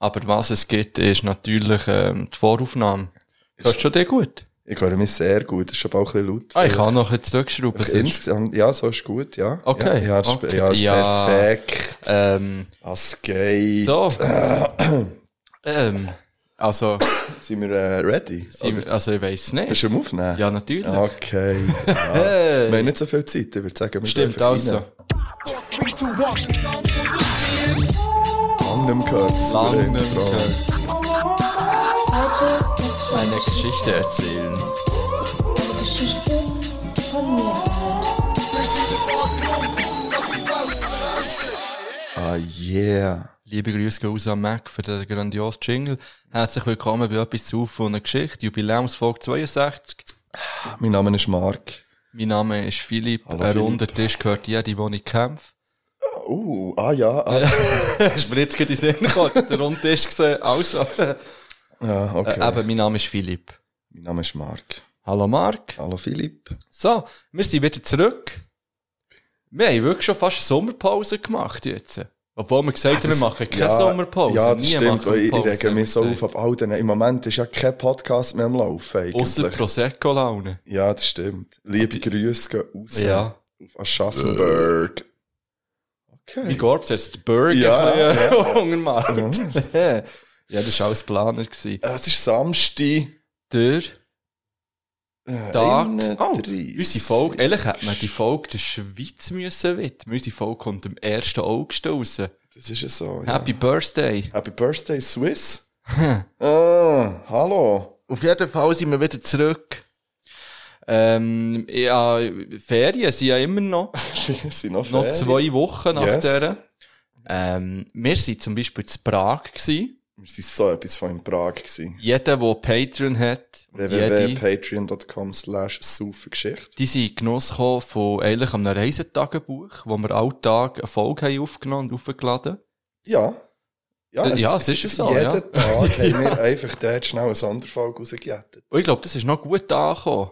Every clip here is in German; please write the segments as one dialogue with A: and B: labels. A: Aber was es gibt, ist natürlich ähm, die Voraufnahme. Hörst du dir gut?
B: Ich höre mich sehr gut, ist schon bald ein bisschen laut.
A: Ah, ich kann noch jetzt zurückschrauben.
B: Ich
A: sonst-
B: insgesamt, ja, so ist gut, ja.
A: Okay,
B: Ja, ja, ist,
A: okay.
B: ja, ist
A: Ja.
B: perfekt.
A: Ähm,
B: Es geht.
A: so.
B: Äh,
A: ähm, also,
B: Sind wir äh, ready? Oder
A: ich, also ich weiss nicht.
B: bist du am Aufnehmen?
A: Ja, natürlich. Äh,
B: Okay. Ja. Wir haben nicht so viel Zeit, ich würde sagen, wir
A: Stimmt,
B: gehen
A: also.
B: einfach rein. Lang nicht mehr gehört. das
A: Lang
B: Intro.
A: nicht mehr gehört. Eine Geschichte erzählen.
C: Geschichte von mir.
B: Ah, yeah.
A: Liebe Grüße gehen raus an Mac für den grandiosen Jingle. Herzlich willkommen bei «Etwas zu von einer Geschichte», Jubiläumsfolge 62.
B: Mein Name ist Marc.
A: Mein Name ist Philipp.
B: Hallo,
A: Ein
B: Philipp.
A: runder Tisch gehört jede, wo ich kämpfe.
B: Uh, ah ja, ah,
A: Hast du mir jetzt gerade in den Sinn gekommen? Der runde Tisch gesehen. Also.
B: ja, okay.
A: Eben, mein Name ist Philipp.
B: mein Name ist Marc.
A: Hallo Marc.
B: Hallo Philipp.
A: So, wir sind wieder zurück. Wir haben wirklich schon fast eine Sommerpause gemacht jetzt. Obwohl wir gesagt haben, wir machen keine Sommerpause.
B: Ah, Ja, das
A: Nie
B: stimmt.
A: machen wir
B: weil Ich, ich
A: Pause,
B: rege
A: haben wir
B: mich so auf
A: gesagt.
B: ab all den. Im Moment ist ja kein Podcast mehr am Laufen.
A: Ausser
B: Eigentlich.
A: Prosecco-Laune.
B: Ja, das stimmt. Liebe Grüße gehen raus
A: Ja.
B: auf Aschaffenburg.
A: Wie
B: Okay.
A: geht's jetzt? Die Burger
B: Ja,
A: ja,
B: ja.
A: ja. ja, das war alles Planer. gewesen.
B: Es ist Samstag.
A: Der
B: äh,
A: Tag.
B: 31.
A: Oh, unsere Folge. Ehrlich hätte man die Folge der Schweiz müssen widmen. Unsere Folge kommt am 1. August raus.
B: Das ist ja so. Ja.
A: Happy Hm. Birthday!
B: Happy Birthday, Swiss. ah, hallo.
A: Auf jeden Fall sind wir wieder zurück. Ähm, ja, Ferien sind ja immer noch.
B: Wir sind noch,
A: Noch
B: Ferien.
A: zwei Wochen nach
B: Yes.
A: dieser. Ähm, wir waren zum Beispiel zu Prag. Gewesen.
B: Wir sind so etwas von in Prag gewesen.
A: Jeder, der Patreon hat, und jede-
B: www.patreon.com slash Geschichte.
A: Die sind in Genuss gekommen von eigentlich einem Reisetagebuch, wo wir alle Tag eine Folge haben aufgenommen und aufgeladen.
B: Ja.
A: Äh, ja, es ist ja so,
B: Jeden
A: ja.
B: Tag haben wir einfach dort schnell eine Sonderfolge rausgejettet.
A: Und Oh, ich glaube, das ist noch gut angekommen.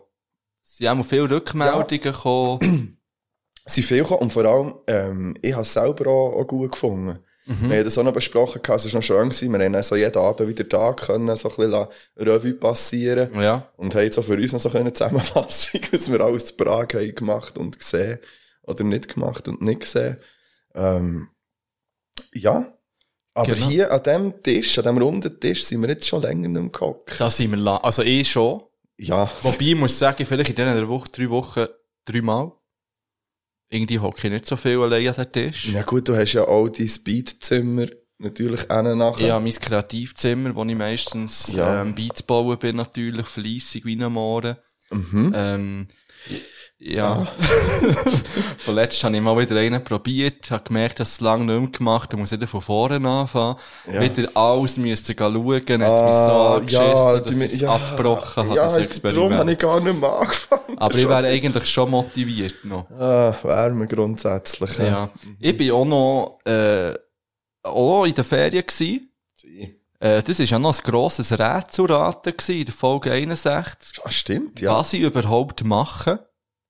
A: Es sind auch viele Rückmeldungen gekommen.
B: Es sind viel gekommen und vor allem, ähm, ich habe es selber auch, auch gut gefunden.
A: Mhm.
B: Wir haben das auch noch besprochen, gehabt, es war noch schön, gewesen. wir haben dann so jeden Abend wieder Tag können, so ein bisschen la- Revue passieren
A: Ja.
B: und haben jetzt auch für uns noch so eine Zusammenfassung, was wir alles zu Prag haben gemacht und gesehen oder nicht gemacht und nicht gesehen. Ähm, ja. Aber
A: Genau.
B: hier an diesem Tisch, an diesem runden Tisch, sind wir jetzt schon länger nicht mehr gehockt.
A: Da sind wir lang. Also ich schon.
B: Ja.
A: Wobei ich muss sagen, vielleicht in diesen Woche, drei Wochen, dreimal. Irgendwie hocke ich nicht so viel allein an den Tisch.
B: Ja gut, du hast ja auch dein Beatzimmer natürlich einen nachher.
A: Ich habe mein Kreativzimmer, wo ich meistens
B: Ja.
A: ähm, Beats bauen bin, natürlich, fleissig wie ein Morgen.
B: Mhm.
A: Ähm,
B: Ah.
A: ja. Vorletzt habe ich mal wieder einen probiert, habe gemerkt, dass es lange nicht mehr gemacht habe, muss wieder von vorne anfangen.
B: Ja.
A: Wieder alles müssen schauen, hat es mich so
B: Ah,
A: angeschissen, dass
B: die-
A: ich es abgebrochen habe, das
B: Darum habe
A: Experiment.
B: ich gar nicht mehr angefangen.
A: Aber ich wäre eigentlich schon motiviert noch.
B: Ah, Wärme grundsätzlich.
A: Ja. Ich bin auch noch, äh, auch in der Ferien gewesen. Äh, das war ja noch ein grosses Rätselraten gewesen, in der Folge 61.
B: Ah, stimmt, ja.
A: Was ich überhaupt mache.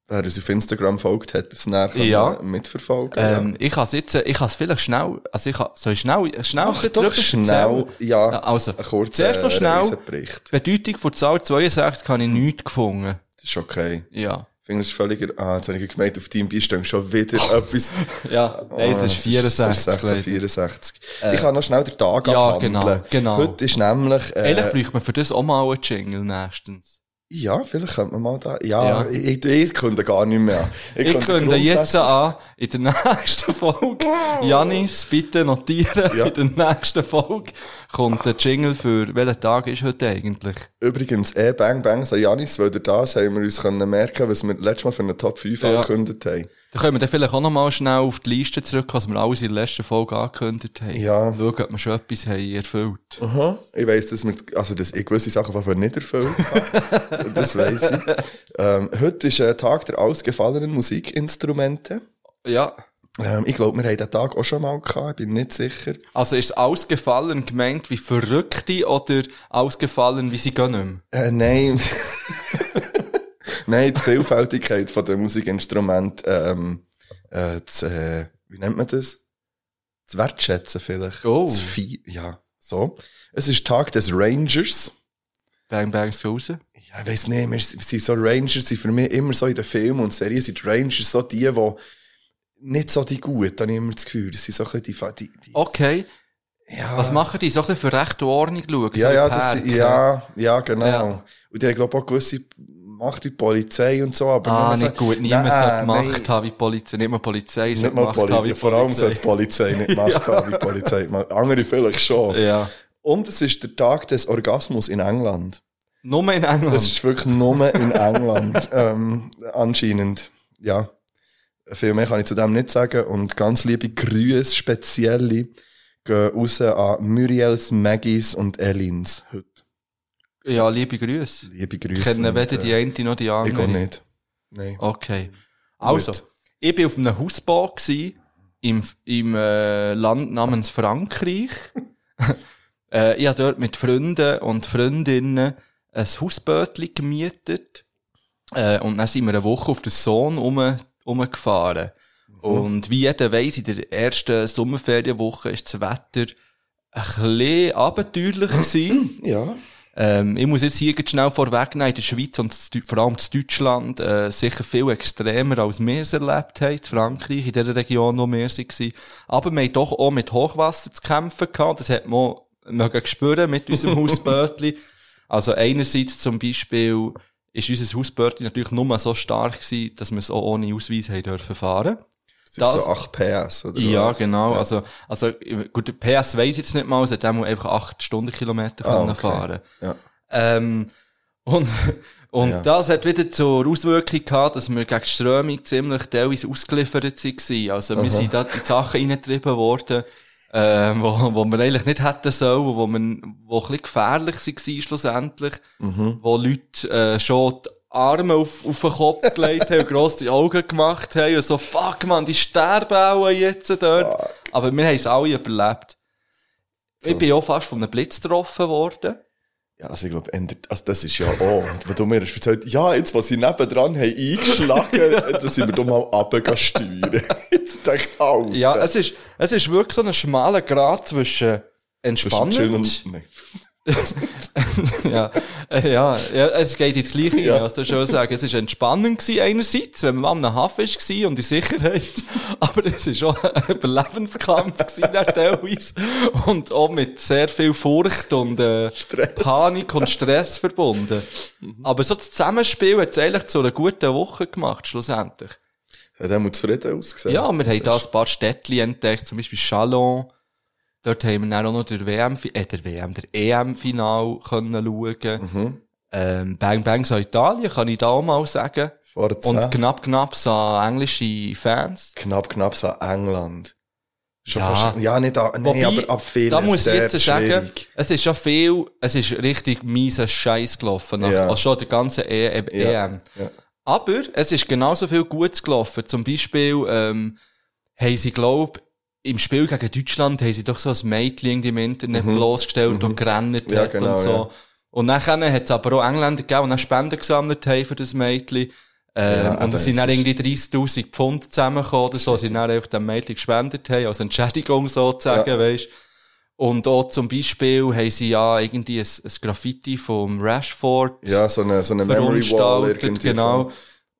B: Wer uns auf Instagram folgt, hat es nachher
A: Ja.
B: können mitverfolgt.
A: Ähm, ich kann jetzt, äh, ich kann vielleicht schnell, also ich kann, soll ich schnell, schnell
B: Mach
A: ein bisschen
B: doch
A: drüber
B: schnell,
A: erzählen?
B: ja,
A: Ja, also,
B: ein kurzer
A: zuerst noch schnell-
B: Reisebericht.
A: Die Bedeutung von Zahl 62 habe ich nicht gefunden.
B: Das ist okay.
A: Ja.
B: Ich finde es völlig, ah, jetzt habe ich gemeint, auf deinem Beistand schon wieder etwas.
A: Ja, nein, es ist
B: Ah, es
A: 64.
B: ist 16,
A: leider.
B: 64. ich kann noch schnell den Tag
A: ja,
B: abhandeln.
A: genau, genau.
B: Heute ist nämlich,
A: Eigentlich
B: äh,
A: bräuchte man für das auch mal einen Jingle nächstens.
B: ja, vielleicht könnte man mal da, ja,
A: Ja.
B: Ich, ich, ich könnte gar nicht mehr. an.
A: Ich könnte jetzt
B: grundsätzlich-
A: an, in der nächsten Folge, Janis, bitte notieren,
B: Ja.
A: in der nächsten Folge kommt der Jingle für, welchen Tag ist heute eigentlich?
B: Übrigens, eh, Bang Bangs an Janis, weil durch das haben wir uns können merken, was wir letztes Mal für eine Top 5
A: Ja.
B: angekündigt haben.
A: Da können wir dann vielleicht auch nochmal schnell auf die Liste zurück, was wir alles in der letzten Folge angekündigt haben.
B: Ja. Mhm.
A: Schauen, ob wir schon etwas haben erfüllt.
B: Aha. Ich weiss, dass wir, also, dass ich gewisse Sachen auf jeden Fall nicht erfüllt habe. das weiss ich. Ähm, heute ist ein Tag der ausgefallenen Musikinstrumente.
A: Ja.
B: Ähm, ich glaube, wir haben den Tag auch schon mal gehabt, ich bin nicht sicher.
A: Also ist ausgefallen gemeint wie Verrückte oder ausgefallen wie sie gehen nicht mehr?
B: Äh, nein. nein, die Vielfältigkeit von der Musikinstrument, ähm, äh, das, äh, wie nennt man das? Das Wertschätzen vielleicht.
A: Oh.
B: Das Fei ja. So. Es ist Tag des Rangers.
A: Bang Bang ist raus.
B: Ja, ich weiss nicht, wir sind so Rangers, sind für mich immer so in den Filmen und Serien sind die Rangers so die, die nicht so die gut, habe ich immer das Gefühl. Das sind so ein bisschen die, die, die
A: Okay,
B: ja.
A: was machen die? So ein bisschen für Recht und Ordnung schauen? so
B: Ah. Ja, ja,
A: ein
B: das,
A: Perk,
B: ja, ja, genau.
A: Ja.
B: Und die haben, glaube ich, auch gewisse Macht wie die Polizei und so, aber
A: Ah,
B: nur so-
A: nicht gut. Niemand
B: Nein,
A: sollte Macht
B: nein.
A: haben wie die Polizei. Nicht mal die Polizei,
B: Nicht
A: sollte
B: mal
A: Macht haben wie
B: Polizei.
A: die
B: Vor allem
A: Polizei.
B: sollte die Polizei nicht Macht haben, wie die Polizei. macht. Andere vielleicht schon.
A: Ja.
B: Und es ist der Tag des Orgasmus in England.
A: Nur in England.
B: Das ist wirklich nur in England, ähm, anscheinend. Ja. Viel mehr kann ich zu dem nicht sagen. Und ganz liebe Grüße, spezielle, gehen raus an Muriels, Maggies und Elins. Heute
A: ja, liebe Grüße.
B: liebe
A: Ich
B: Grüße.
A: kenne
B: und,
A: weder
B: äh,
A: die eine noch die
B: Ich
A: andere.
B: auch nicht. Nein.
A: Okay. Also,
B: Gut.
A: ich war auf einem Hausbau gewesen, im, im äh, Land namens Frankreich. äh, ich habe dort mit Freunden und Freundinnen ein Hausbötchen gemietet. Äh, und dann sind wir eine Woche auf den Sohn um, umgefahren. Und wie jeder weiss, in der ersten Sommerferienwoche ist das Wetter ein bisschen abenteuerlich gewesen.
B: Ja.
A: Ähm, ich muss jetzt hier grad schnell vorwegnehmen, in der Schweiz und zu- vor allem zu Deutschland äh, sicher viel extremer, als wir es erlebt haben, in Frankreich, in der Region, wo wir waren. Aber wir haben doch auch mit Hochwasser zu kämpfen gehabt, das hat man mögen spüren mit unserem Hausbötli. Also einerseits zum Beispiel ist unser Hausbötli natürlich nur so stark gewesen, dass wir es auch ohne Ausweis haben dürfen fahren.
B: Das ist
A: Das-
B: so 8 PS, oder?
A: Ja,
B: was?
A: genau. Also, also, gut, der PS weiss jetzt nicht mal, es hat dem einfach 8 Stundenkilometer
B: Ah,
A: können
B: okay.
A: fahren
B: Ja.
A: ähm, und und
B: Ja.
A: das hat wieder zur Auswirkung gehabt, dass wir gegen die Strömung ziemlich teilweise ausgeliefert waren. Also wir sind da in Sachen reingetrieben worden, ähm, wo, wo wir eigentlich nicht hätten sollen, wo, wir, wo ein bisschen gefährlich waren schlussendlich, wo Leute äh, schon die Arme auf, auf den Kopf gelegt haben und gross die Augen gemacht haben und so, fuck man, die sterben auch jetzt dort. Aber wir haben es alle überlebt. Ich bin auch fast von einem Blitz getroffen worden.
B: Ja, also ich glaube, also das ist ja auch. Und wenn du mir hast erzählt, ja, jetzt, was sie nebendran haben eingeschlagen, dann sind wir doch mal runtergesteuert. jetzt denke ich, Alter.
A: Ja, es ist, es ist wirklich so ein schmaler Grat zwischen
B: Äh. Zwischen Chill
A: entspannend.
B: und- nein.
A: ja, äh, ja, ja, es geht ins Gleiche
B: Ja.
A: ja. was du schon sagen. Es war entspannend gewesen einerseits, wenn man am Hafen war und in Sicherheit. Aber es war schon ein Überlebenskampf gewesen, dann teilweise. Und auch mit sehr viel Furcht und äh,
B: Stress.
A: Panik und Stress verbunden. Aber so das Zusammenspiel hat es eigentlich zu einer guten Woche gemacht, schlussendlich.
B: Hat er mal zufrieden ausgesehen?
A: Ja, wir haben da ein paar Städtchen entdeckt, zum Beispiel Chalon. Dort haben wir dann auch noch der WM, äh, der WM, der EM-Final können schauen.
B: Mhm.
A: Ähm, Bang Bangs an Italien, kann ich da auch mal sagen.
B: Forza.
A: Und knapp knapp an englische Fans.
B: knapp, knapp so England. Schon
A: Ja.
B: fast, ja, nicht an, nein,
A: Wobei,
B: aber ab vielen.
A: da muss ich
B: sehr
A: jetzt sagen,
B: schwierig.
A: es ist schon viel, es ist richtig mieser Scheiß gelaufen, nach,
B: Ja.
A: also schon der ganze e e
B: Ja,
A: EM.
B: ja.
A: Aber es ist genauso viel Gutes gelaufen. Zum Beispiel ähm, haben sie, glaube im Spiel gegen Deutschland haben sie doch so ein Mädchen irgendwie im Internet bloßgestellt und gerannt
B: Mhm. Ja,
A: hat
B: genau,
A: und so.
B: ja.
A: Und nachher hat es aber auch Engländer gegeben, die dann Spenden gesammelt haben für das Mädchen. Ähm,
B: Ja,
A: und
B: aber
A: es sind
B: es
A: dann
B: ist-
A: irgendwie 30'000 Pfund zusammengekommen oder so, sie dann einfach dem Mädchen gespendet haben, als Entschädigung sozusagen, weisst. Und auch zum Beispiel haben sie ja irgendwie ein, ein Graffiti vom Rashford
B: Ja, so eine, so eine Memory Wall
A: verunstaltet,
B: irgendwie.
A: genau.
B: von-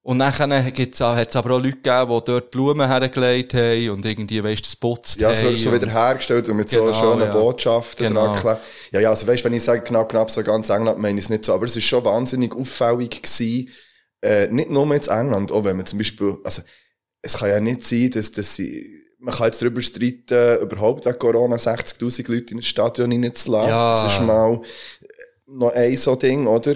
A: Und nachher gibt's auch, hat's aber auch Leute gegeben, die dort Blumen hergelegt haben und irgendwie, weisst, das putzt
B: Ja,
A: haben.
B: so, so
A: und-
B: wieder hergestellt und mit
A: Genau,
B: so schönen
A: ja.
B: Botschaften
A: Genau.
B: dran geklebt. Ja, ja, also weißt, wenn ich sage knapp, knapp, so ganz England, meine ich es nicht so. Aber es ist schon wahnsinnig auffällig gewesen. Äh, nicht nur jetzt England, auch wenn man zum Beispiel, also, es kann ja nicht sein, dass, dass sie, man kann jetzt darüber streiten, überhaupt wegen Corona 60.000 Leute in ein Stadion reinzulassen.
A: Ja.
B: Das ist mal noch ein so Ding, oder?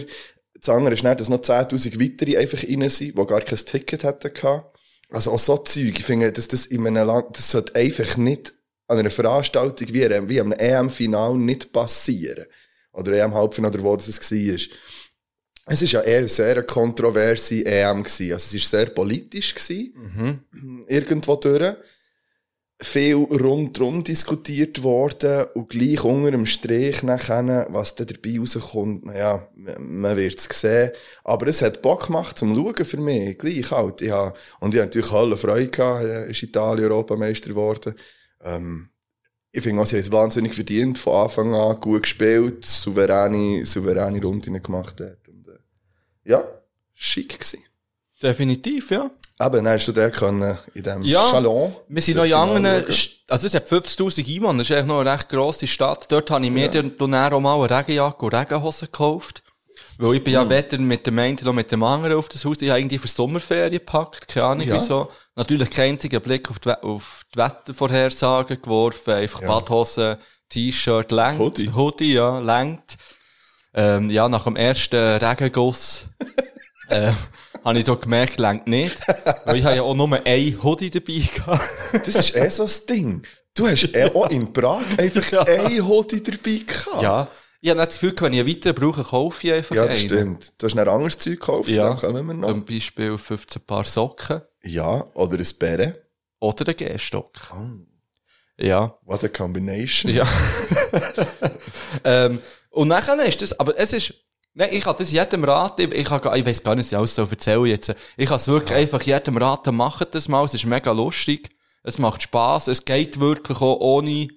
B: Das andere ist nicht, dass noch 10.000 weitere einfach rein sind, die gar kein Ticket hätten gehabt. Also auch so Zeug. Ich finde, dass das in einem Land, das sollte einfach nicht an einer Veranstaltung wie, einer- wie einem EM-Final nicht passieren. Oder EM-Halbfinale, oder wo das es war. Es war ja eher eine sehr kontroverse EM. Gewesen. Also es war sehr politisch. Gewesen
A: Mhm.
B: irgendwo durch. Viel rundherum diskutiert worden und gleich unter dem Strich nachher, was dann dabei rauskommt, naja, man man wird's sehen. Aber es hat Bock gemacht zum Schauen für mich, gleich halt. Ich hab, und ich hab natürlich alle Freude gehabt, äh, ist Italien Europameister geworden. Ähm, Ich finde, auch, sie haben es wahnsinnig verdient, von Anfang an gut gespielt, souveräne, souveräne Runden gemacht dort. Und, äh, ja, schick gewesen.
A: Definitiv, ja.
B: Eben, dann hast du den können in diesem
A: Ja.
B: Salon.
A: Wir sind noch in
B: Dürfen
A: anderen,
B: anschauen.
A: St- also es hat 50.000 Einwohner, das ist eigentlich noch eine recht grosse Stadt. Dort habe ich mir dann dann auch mal eine Regenjacke und Regenhose gekauft. Weil ich bin ja
B: Hm.
A: weder mit dem einen noch mit dem anderen auf das Haus. Ich habe irgendwie für Sommerferien gepackt, keine Ahnung
B: Ja.
A: wieso. Natürlich keinen einzigen Blick auf die, We- auf die Wettervorhersagen geworfen, einfach Badhose, T-Shirt, lenkt.
B: Hoodie.
A: Hoodie, ja, lenkt. Ähm, ja, nach dem ersten Regenguss äh, habe ich da gemerkt, lenkt nicht. Weil ich habe ja auch nur ein Hoodie dabei gehabt.
B: Das ist eh so das Ding. Du hast eh auch in Prag einfach
A: Ja.
B: ein Hoodie dabei gehabt.
A: Ja. Ich habe nicht das Gefühl, wenn ich einen weiteren brauche, kaufe ich einfach
B: Ah. Ja, das
A: einen.
B: stimmt. Du hast ein anderes Zeug gekauft,
A: Ja. Ähm.
B: dann kommen wir noch.
A: Zum Beispiel 15 Paar Socken
B: Ja, oder ein Bären.
A: oder einen Gehstock.
B: Ah.
A: Ja.
B: What a combination.
A: Ja. ähm, und nachher ist das, aber es ist, nein, ich kann das jedem raten, ich, kann, gar- ich weiß gar nicht, was ich alles so erzähle jetzt. Ich kann es wirklich einfach jedem raten, macht das mal, es ist mega lustig, es macht Spass, es geht wirklich auch ohne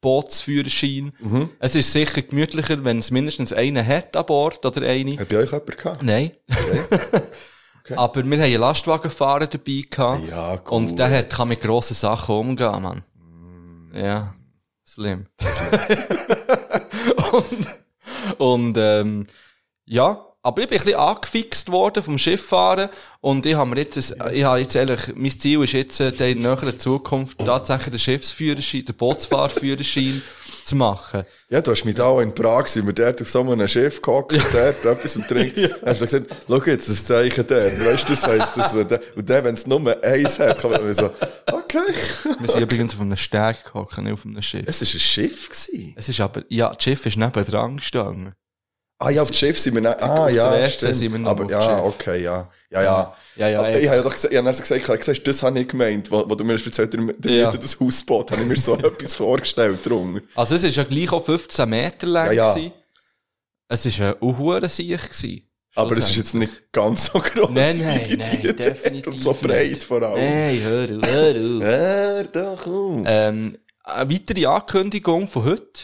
A: Bootsführerschein.
B: Mhm.
A: Es ist sicher gemütlicher, wenn es mindestens einen hat an Bord oder eine.
B: Hat bei euch jemand gehabt?
A: Nein. Aber wir haben einen Lastwagenfahrer dabei gehabt.
B: Ja, gut.
A: Und der hat, kann mit grossen Sachen umgehen, Mann. Ja. Slim. und, und, ähm, ja. Aber ich bin ein bisschen angefixt worden vom Schifffahren. Und ich habe mir jetzt, ein, ich habe jetzt ehrlich, mein Ziel ist jetzt, äh, dann in näherer Zukunft tatsächlich den Schiffsführerschein, den Bootsfahrführerschein zu machen.
B: Ja, du hast mich da auch in Prag sind wir dort auf so einem Schiff gehockt, dort etwas am Trinken. Dann hast du gesagt, schau jetzt, das Zeichen der. Weißt du, das heisst, das wird der. Und der, wenn es nur eins hat, kann man so, okay.
A: Wir sind übrigens auf einem Steg gehockt, nicht auf einem Schiff.
B: Es war ein Schiff. Gewesen.
A: Es ist aber, ja, das Schiff ist neben dran gestanden.
B: Ah ja, auf dem Schiff sind wir nicht. Ah
A: ne- Auf
B: ja,
A: der Erste
B: stimmt.
A: sind wir noch auf
B: Aber
A: dem
B: ja,
A: Schiff.
B: okay, ja. Ja, ja.
A: Ja, ja,
B: Aber
A: ey.
B: ich habe doch gesagt, ich habe erst gesagt, ich habe gesagt, das habe ich gemeint, wo, wo du mir das erzählt hast, der
A: Ja.
B: ja. das Hausboot, habe ich mir so etwas vorgestellt drum.
A: Also es ist ja gleich auch 15 Meter lang.
B: Ja, ja.
A: gewesen. Es ist ein Uhurensiech gewesen.
B: Aber es ist jetzt nicht ganz so groß.
A: Nein, nein, nein, definitiv
B: Und so breit
A: nicht.
B: vor allem.
A: Hey, hör, auf, hör auf.
B: Hör doch auf.
A: ähm, eine weitere Ankündigung von heute.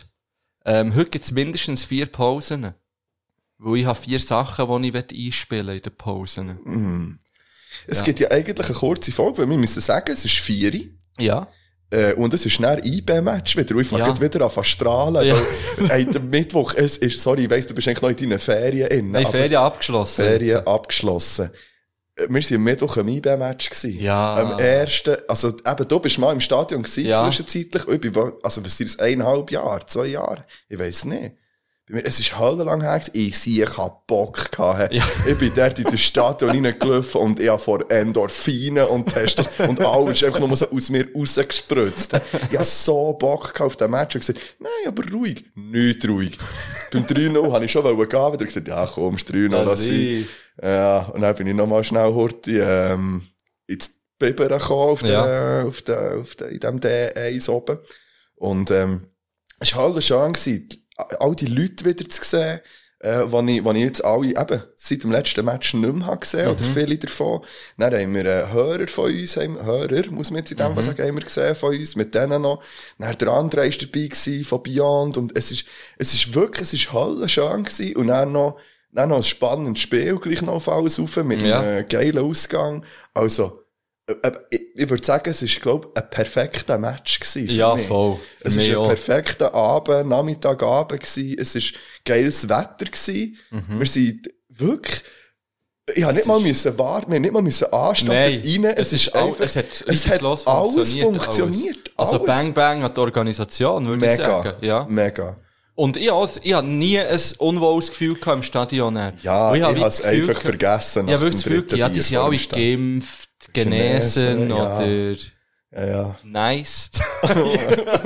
A: Ähm, heute gibt es mindestens vier Pausen. Weil ich habe vier Sachen, die ich einspielen will in den
B: Mm.
A: Pausen.
B: es
A: ja.
B: gibt ja eigentlich eine kurze Folge, weil wir müssen sagen, es ist vieri.
A: Ja.
B: Äh, und es ist dann IB-Match wieder. Und ich fange
A: Ja.
B: ja. wieder an zu strahlen.
A: Ja.
B: Weil, ey, der Mittwoch, es ist, sorry, ich weiss, du bist eigentlich noch in deinen Ferien in.
A: Nein,
B: aber
A: Ferien abgeschlossen.
B: Ferien abgeschlossen. Äh, Wir waren am Mittwoch im IB-Match. gewesen.
A: Ja.
B: Am ersten, also eben, du bist mal im Stadion gewesen,
A: Ja.
B: zwischenzeitlich. Und Ich bin, wohl- also, was sind das, eineinhalb Jahre, zwei Jahre? Ich weiss nicht. Bei mir- Es ist höllenlang her, gewesen. ich sehe, ich hab Bock gehabt.
A: Ja.
B: Ich bin dort in das Stadion reingelaufen und ich hab vor Endorphinen und Testo und alles ist einfach nur so aus mir rausgespritzt. Ich hab so Bock gehabt auf den Match und gesagt, nein, aber ruhig. Nicht ruhig. Beim 3-0 habe ich schon wollen gehen, wieder gesagt, ja komm, ist 3-0, lass sein.
A: Lass
B: Ja, Äh, und dann bin ich nochmal schnell Horti, ähm, ins Biber gekommen, auf,
A: Ja.
B: den, auf, den, auf den, in dem D1 oben. Und, ähm, es war halt schön, gewesen, die- all die Leute wieder zu sehen, äh, die ich, die ich jetzt alle eben seit dem letzten Match nicht mehr habe gesehen oder
A: Mhm.
B: viele davon. Dann haben wir äh, Hörer von uns, haben, Hörer, muss man jetzt in dem mhm. sagen, haben wir gesehen von uns, mit denen noch. Dann der andere ist dabei gewesen, von Beyond und es ist, es ist wirklich, es ist halt schön gewesen und dann noch, dann noch ein spannendes Spiel gleich noch auf alles rauf mit
A: Ja.
B: einem geilen Ausgang. Also, äh, äh, ich, ich würde sagen, es ist, glaube ich, ein perfekter Match gewesen. für
A: Ja,
B: mich.
A: voll. Für
B: Es war
A: mich
B: ein
A: auch.
B: perfekter Abend, Nachmittagabend. Gewesen. Es war geiles Wetter. Gewesen.
A: Mhm.
B: Wir sind wirklich. Ich habe nicht mal müssen warten, wir haben nicht mal müssen anstehen
A: Nein,
B: für rein.
A: es, ist all, es hat,
B: es hat
A: reibungslos
B: alles
A: funktioniert,
B: funktioniert.
A: alles. Also
B: alles.
A: Bang Bang an die Organisation, würde ich
B: Mega.
A: sagen. Ja.
B: Mega.
A: Und ich habe ich hab nie ein unwohles Gefühl gehabt im Stadion.
B: Ja,
A: Und
B: ich
A: hab
B: habe es
A: das Gefühl gehabt-
B: einfach vergessen.
A: Ich habe
B: nach
A: wirklich das
B: dem
A: Gefühl, gehabt,
B: dritten
A: ja, die
B: Bier
A: sind alle
B: vor dem
A: geimpft, genesen
B: Genesen, ja.
A: oder
B: Stand. Ja,
A: nice.
B: ja.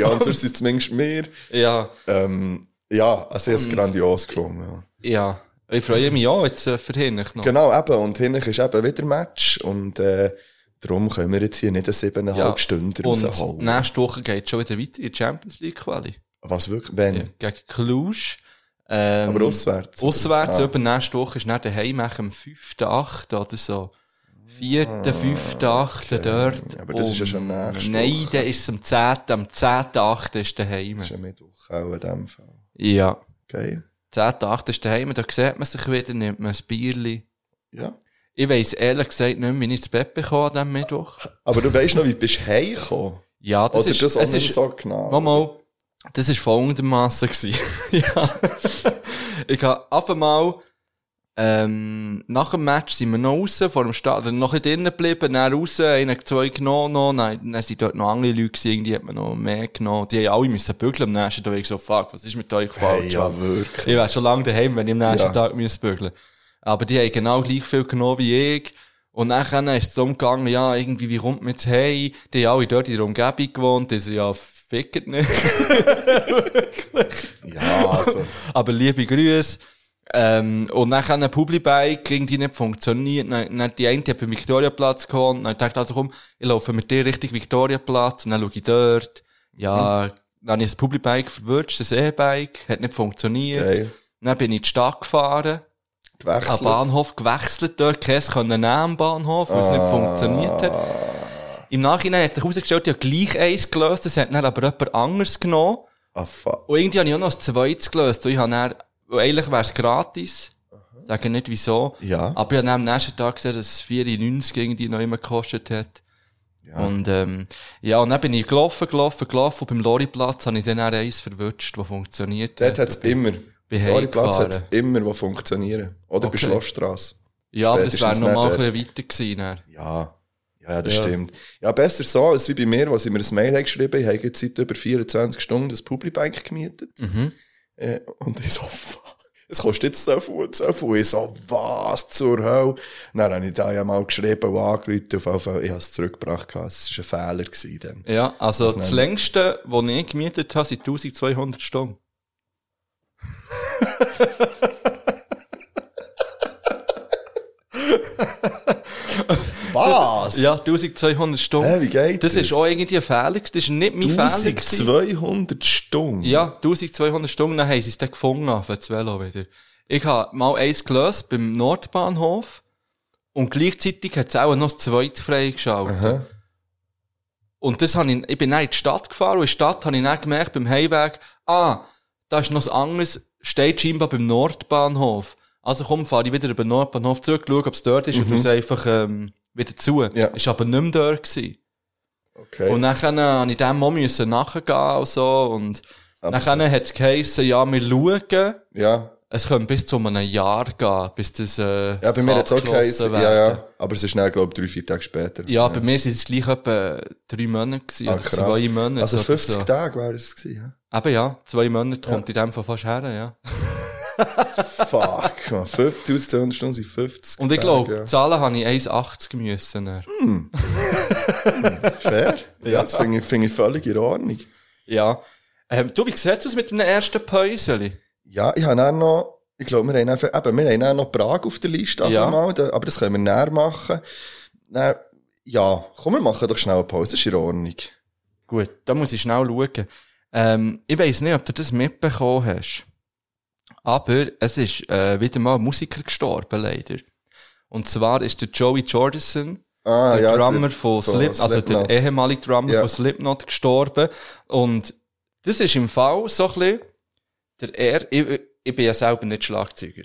B: ja, und sonst sind es zumindest mehr.
A: ja,
B: Ähm, ja, also ich habe es
A: Mhm.
B: grandios gefunden. Ja.
A: ja. Ich freue mich auch jetzt äh, für ihn noch.
B: Genau, eben. Und hinten ist eben wieder Match. Und äh, darum können wir jetzt hier nicht eine 7,5
A: Ja. Und
B: Stunden rausholen.
A: nächste Woche geht es schon wieder weiter in die Champions League Quali.
B: Was wirklich? Wenn?
A: Gegen Cluj. Ähm,
B: Aber auswärts.
A: Auswärts,
B: Ah.
A: übernächste Woche ist dann daheim am 5.8. oder so. vierten, fünften, achten dort. Um
B: Ah, Aber das ist ja schon nächste
A: Nein,
B: Woche.
A: dann ist es am zehnten, am zehnten, achten ist daheim.
B: Das ist ein Mittwoch auch in dem Fall.
A: Ja.
B: Geil.
A: Zehnten, achten ist daheim, da sieht man sich wieder, nimmt man ein Bierli.
B: Ja. Ich
A: Ich weiss ehrlich gesagt nicht mehr, wie ich ins Bett bekomme an diesem Mittwoch.
B: Aber du weißt noch, wie du bist heimgekommen?
A: Ja, das
B: Oder
A: ist,
B: das auch
A: es
B: nicht
A: ist,
B: so genau?
A: Nochmal, das war folgendermassen. gewesen. ja. Ich habe auf einmal, ähm, nach dem Match sind wir noch raus, vor dem Stadion, noch ein bisschen drinnen geblieben, dann raus, einen, zwei genommen, noch, dann, dann sind dort noch andere Leute gewesen, irgendwie hat man noch mehr genommen. Die haben alle müssen bügeln am nächsten Tag. Ich so, fuck, was ist mit euch falsch?
B: Hey, ja, wirklich.
A: Ich wäre schon lange daheim, wenn ich am nächsten
B: Ja.
A: Tag müsste bügeln Aber die haben genau gleich viel genommen wie ich. Und nachher ist es darum gegangen, ja, irgendwie, wie kommt man jetzt hey? Die haben alle dort in der Umgebung gewohnt. Die so, ja, fickt nicht.
B: Ja, also.
A: Aber liebe Grüße. Ähm, und nachher ein Publibike, irgendwie nicht funktioniert. Dann, dann die eine hat beim Victoriaplatz gewohnt. Dann dachte ich, also komm, ich laufe mit dir Richtung Victoriaplatz. Und dann schaue ich dort. Ja,
B: Mhm.
A: dann habe ich das Publibike verwirrt, das E-Bike. Hat nicht funktioniert.
B: Geil.
A: Dann bin ich in die Stadt gefahren. am
B: Gewechselt.
A: Bahnhof gewechselt, dort Käse können nehmen am Bahnhof, weil es
B: Ah.
A: nicht funktioniert hat. Im Nachhinein hat sich herausgestellt, ich habe gleich eins gelöst, das hat dann aber jemand anderes genommen.
B: Ah, fuck.
A: Und irgendwie habe ich auch noch ein zweites gelöst. Und ich habe dann, und eigentlich wäre es gratis. Sage nicht wieso.
B: Ja.
A: Aber ich habe dann am nächsten Tag gesehen, dass es 4,90 irgendwie noch immer gekostet hat. Und, ähm, ja, und dann bin ich gelaufen, gelaufen, gelaufen. Und beim Loriplatz habe ich dann auch eins verwünscht, das funktioniert
B: Dort
A: hat.
B: hat es immer.
A: Bei
B: Bei Platz hat
A: Heimgefahren.
B: es immer, wo funktionieren. Oder
A: Okay.
B: bei Schlossstrasse.
A: Ja, aber das wäre
B: spätestens
A: noch mal ein
B: dann
A: bisschen weiter gewesen. dann.
B: Ja. Ja, das
A: Ja.
B: stimmt. Ja, besser so, als wie bei mir, was ich mir ein Mail habe geschrieben habe. Ich habe jetzt seit über 24 Stunden das Publibike gemietet.
A: Mhm.
B: Äh, und ich so, fuck, es kostet jetzt so viel, und so viel. Ich so, was zur Hölle? Dann habe ich da ja mal geschrieben und angerufen. Auf jeden Fall, ich habe es zurückgebracht. gehabt. Es war ein Fehler gewesen dann.
A: Ja, also das, längste, das ich gemietet habe, sind 1200 Stunden.
B: Was?
A: Ja, 1200 Stunden.
B: Hä, wie geht
A: das?
B: das?
A: ist auch irgendwie ein Fehler. gewesen. Das ist nicht mein Fehler. gewesen.
B: 1200 Stunden.
A: Ja, 1200 Stunden, dann haben sie es dann gefunden für das Velo wieder. Ich habe mal eins gelöst beim Nordbahnhof und gleichzeitig hat es auch noch das zweite freigeschaltet. Und das habe ich, ich bin dann in die Stadt gefahren und in der Stadt habe ich dann gemerkt, beim Heimweg, ah, da ist noch ein anderes, steht scheinbar beim Nordbahnhof. Also komm, fahre ich wieder über den Nordbahnhof zurück, schau, ob es dort ist und du es einfach ähm, wieder zu.
B: Mhm. Ja.
A: Ist aber nicht mehr dort gewesen.
B: Okay.
A: Und dann musste ich dem auch müssen nachgehen und so. Und dann hat es geheissen, ja, wir schauen.
B: ja.
A: Es könnte bis zu einem Jahr gehen, bis das äh,
B: Ja, bei mir hat es auch
A: abgeschlossen
B: geheißen.
A: werden.
B: Ja, ja. Aber es ist dann, glaube ich, drei, vier Tage später.
A: Ja, bei mir sind es gleich etwa drei Monate gewesen,
B: Ah,
A: oder
B: krass.
A: zwei Monate.
B: Also
A: oder
B: 50
A: so.
B: Tage wäre es gewesen.
A: Eben ja, zwei Monate kommt in dem Fall fast her, ja.
B: Ja. Fuck, man. 1200 Stunden sind 50.
A: Und ich
B: Tage,
A: glaube,
B: ja.
A: zahlen habe ich 1,80 müssen. dann.
B: Fair. Ja, das finde ich, finde ich völlig in Ordnung.
A: Ja. Ähm, du, wie sieht es aus mit dem ersten Päuseli?
B: Ja, ich habe dann noch, ich glaube, wir haben einfach, eben, wir haben dann noch Prag auf der Liste,
A: Ja.
B: ja. mal, da- aber das können wir näher machen. Dann, ja, komm, wir machen doch schnell eine Pause, das ist in Ordnung.
A: Gut, da muss ich schnell schauen. Ähm, ich weiss nicht, ob du das mitbekommen hast. Aber es ist äh, wieder mal ein Musiker gestorben, leider. Und zwar ist der Joey Jordison,
B: Ah,
A: der
B: ja,
A: Drummer
B: der-
A: von
B: von
A: Slip, also der
B: Slipknot.
A: ehemalige Drummer
B: Ja.
A: von Slipknot gestorben. Und das ist im Fall so ein bisschen der er ich, ich bin ja selber nicht Schlagzeuger.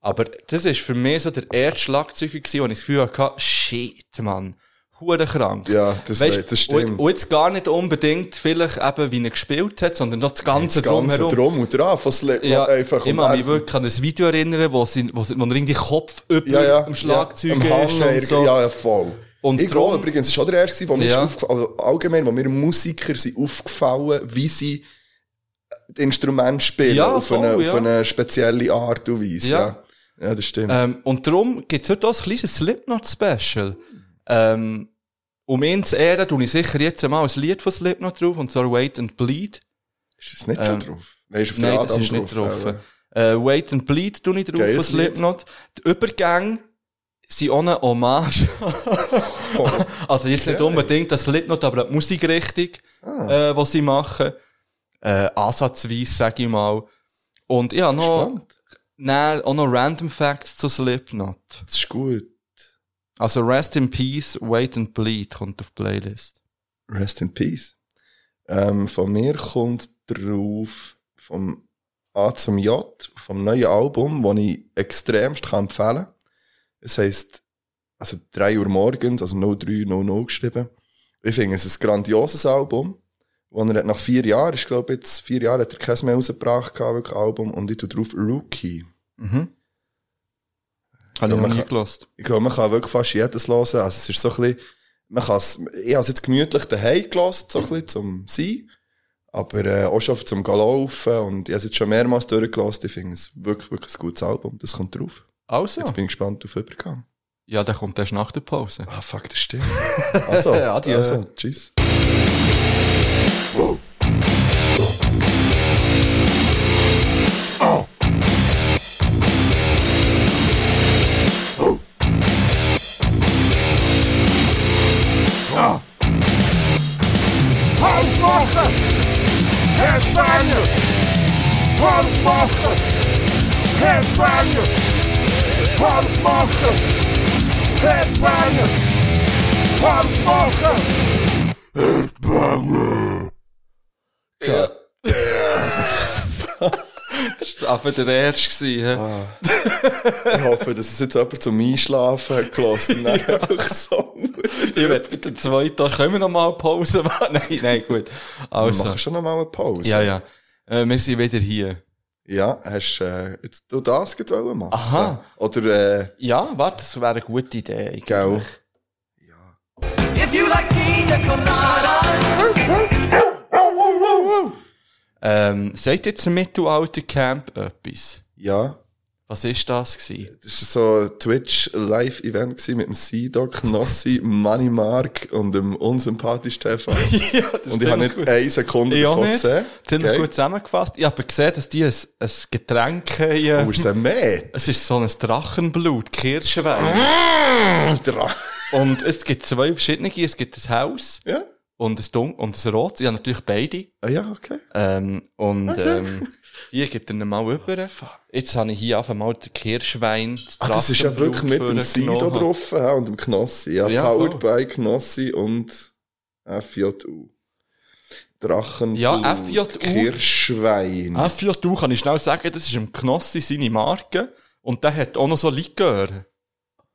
A: Aber das ist für mich so der erste Schlagzeuger gewesen, wo ich das Gefühl hatte, shit, Mann, hure krank.
B: Ja, das,
A: Weisst,
B: we- das
A: Und,
B: stimmt.
A: und jetzt gar nicht unbedingt vielleicht eben, wie er gespielt hat, sondern noch das Ganze
B: das ganze
A: drumherum.
B: Drum und Dran von Slip
A: Ja,
B: einfach.
A: ich
B: und
A: kann mich
B: dann-
A: wirklich an ein Video erinnern, wo, sie, wo, sie, wo er irgendwie Kopf über
B: ja, ja,
A: dem Schlagzeug
B: ja, am
A: ist
B: Hang
A: und so.
B: Ja, ja, voll.
A: Und
B: Und ich glaube
A: drum-
B: übrigens, es war auch der erste, wo mir
A: Ja.
B: ist aufgefallen, also allgemein, wo mir Musiker sind aufgefallen, wie sie das Instrument spielen,
A: Ja,
B: auf,
A: voll,
B: eine,
A: ja.
B: auf eine spezielle eh, Art und Weise.
A: Ja.
B: Ja, ja. das stimmt.
A: Ähm, und darum gibt's heute auch ein kleines Slipknot-Special. Ähm, um ihn zu ehren, tue ich sicher jetzt mal ein Lied von Slipknot drauf, und zwar Wait and Bleed.
B: ist das nicht
A: eh,
B: schon drauf? Nein, ist auf
A: Nein,
B: der
A: das
B: Adam
A: ist nicht drauf.
B: aber-
A: Äh, Wait and Bleed tue ich drauf
B: Geiles
A: von Slipknot. Die Übergänge sind auch eine Hommage. eh.
B: Oh,
A: Oh. also jetzt nicht unbedingt das Slipknot, aber die Musikrichtung,
B: Ah.
A: äh, was sie machen. Äh, ansatzweise, sage ich mal. Und ich habe noch,
B: Spannend.
A: dann auch noch Random Facts zu Slipknot.
B: Das ist gut.
A: Also Rest in Peace, Wait and Bleed kommt auf die Playlist.
B: Rest in Peace. Ähm, von mir kommt drauf vom A zum J, vom neuen Album, das ich extremst kann empfehlen kann. Es heisst, also 3 Uhr morgens, also 0300 geschrieben. Ich finde es ist ein grandioses Album. Und er hat nach vier Jahren, ich glaube jetzt vier Jahre hat er keins mehr rausgebracht, gehabt, wirklich Album, und ich tue drauf Rookie.
A: Mhm. Habe
B: Ja,
A: ich
B: man
A: noch nie
B: kann-
A: gelost.
B: Ich glaube, man kann wirklich fast jedes hören. Also es ist so ein bisschen, man kann es, ich habe es jetzt gemütlich daheim gelassen, so ein bisschen zum Sein. Aber äh, auch schon zum Gehen Laufen und ich habe es jetzt schon mehrmals durchgelassen. Ich finde es wirklich, wirklich ein gutes Album. Das kommt drauf.
A: Also?
B: Jetzt bin ich gespannt auf den Übergang.
A: Ja, der kommt erst nach der Pause.
B: Ah, fuck, das stimmt. Also,
A: Adieu.
B: also tschüss.
D: Aufwachen! Herr Spanier! Aufwachen! Herr Spanier! Aufwachen! Herr Spanier! Aufwachen!
B: Ja.
A: Das war aber der erste. Gewesen, hä?
B: Ah. Ich hoffe, dass es jetzt jemand zum Einschlafen hat gelassen hat. Nein, einfach so.
A: Ich werde mit dem zweiten Tag können wir nochmal Pause machen. Nein, nein, gut.
B: Wir
A: Also.
B: machen schon noch mal eine Pause.
A: Ja, ja. Äh, wir sind wieder hier.
B: Ja, hast äh, jetzt du das gerade wollen machen?
A: Aha.
B: Oder, äh,
A: Ja, warte, das wäre eine gute Idee. eigentlich.
B: gell?
E: If you like pina coladas,
A: Ähm, sagt jetzt ein Mittelalter-Camp etwas?
B: Ja.
A: Was ist das gewesen?
B: Das war so ein Twitch-Live-Event gewesen mit dem C-Doc, Nossi, Money Mark und dem unsympathischen Stefan.
A: ja, das
B: und ich habe nicht eine Sekunde
A: Ich auch
B: davon
A: nicht.
B: gesehen.
A: Ziemlich
B: Geil.
A: gut zusammengefasst. Ich habe gesehen, dass die ein, ein Getränk haben.
B: Wo ist denn mehr?
A: es ist so ein Drachenblut, Kirschwein.
B: Dra-
A: und es gibt zwei verschiedene. Es gibt ein Haus
B: Ja?
A: und ein Dunkel und ein Rot. Ich habe natürlich beide.
B: Ah, ja, okay.
A: Ähm, und ähm, hier gibt er ihn mal rüber. Jetzt habe ich hier auf einmal den Kirschwein. Das,
B: Ah, das ist ja
A: Drachenblut
B: wirklich mit dem
A: vorgenommen.
B: Sido drauf ja, und dem Knossi. Ja,
A: Ja,
B: Powered
A: voll.
B: by Knossi und FJU. Drachen.
A: Ja, FJU.
B: Kirschwein.
A: Ah, für du kann ich schnell sagen, das ist im Knossi seine Marke. Und der hat auch noch so Likör.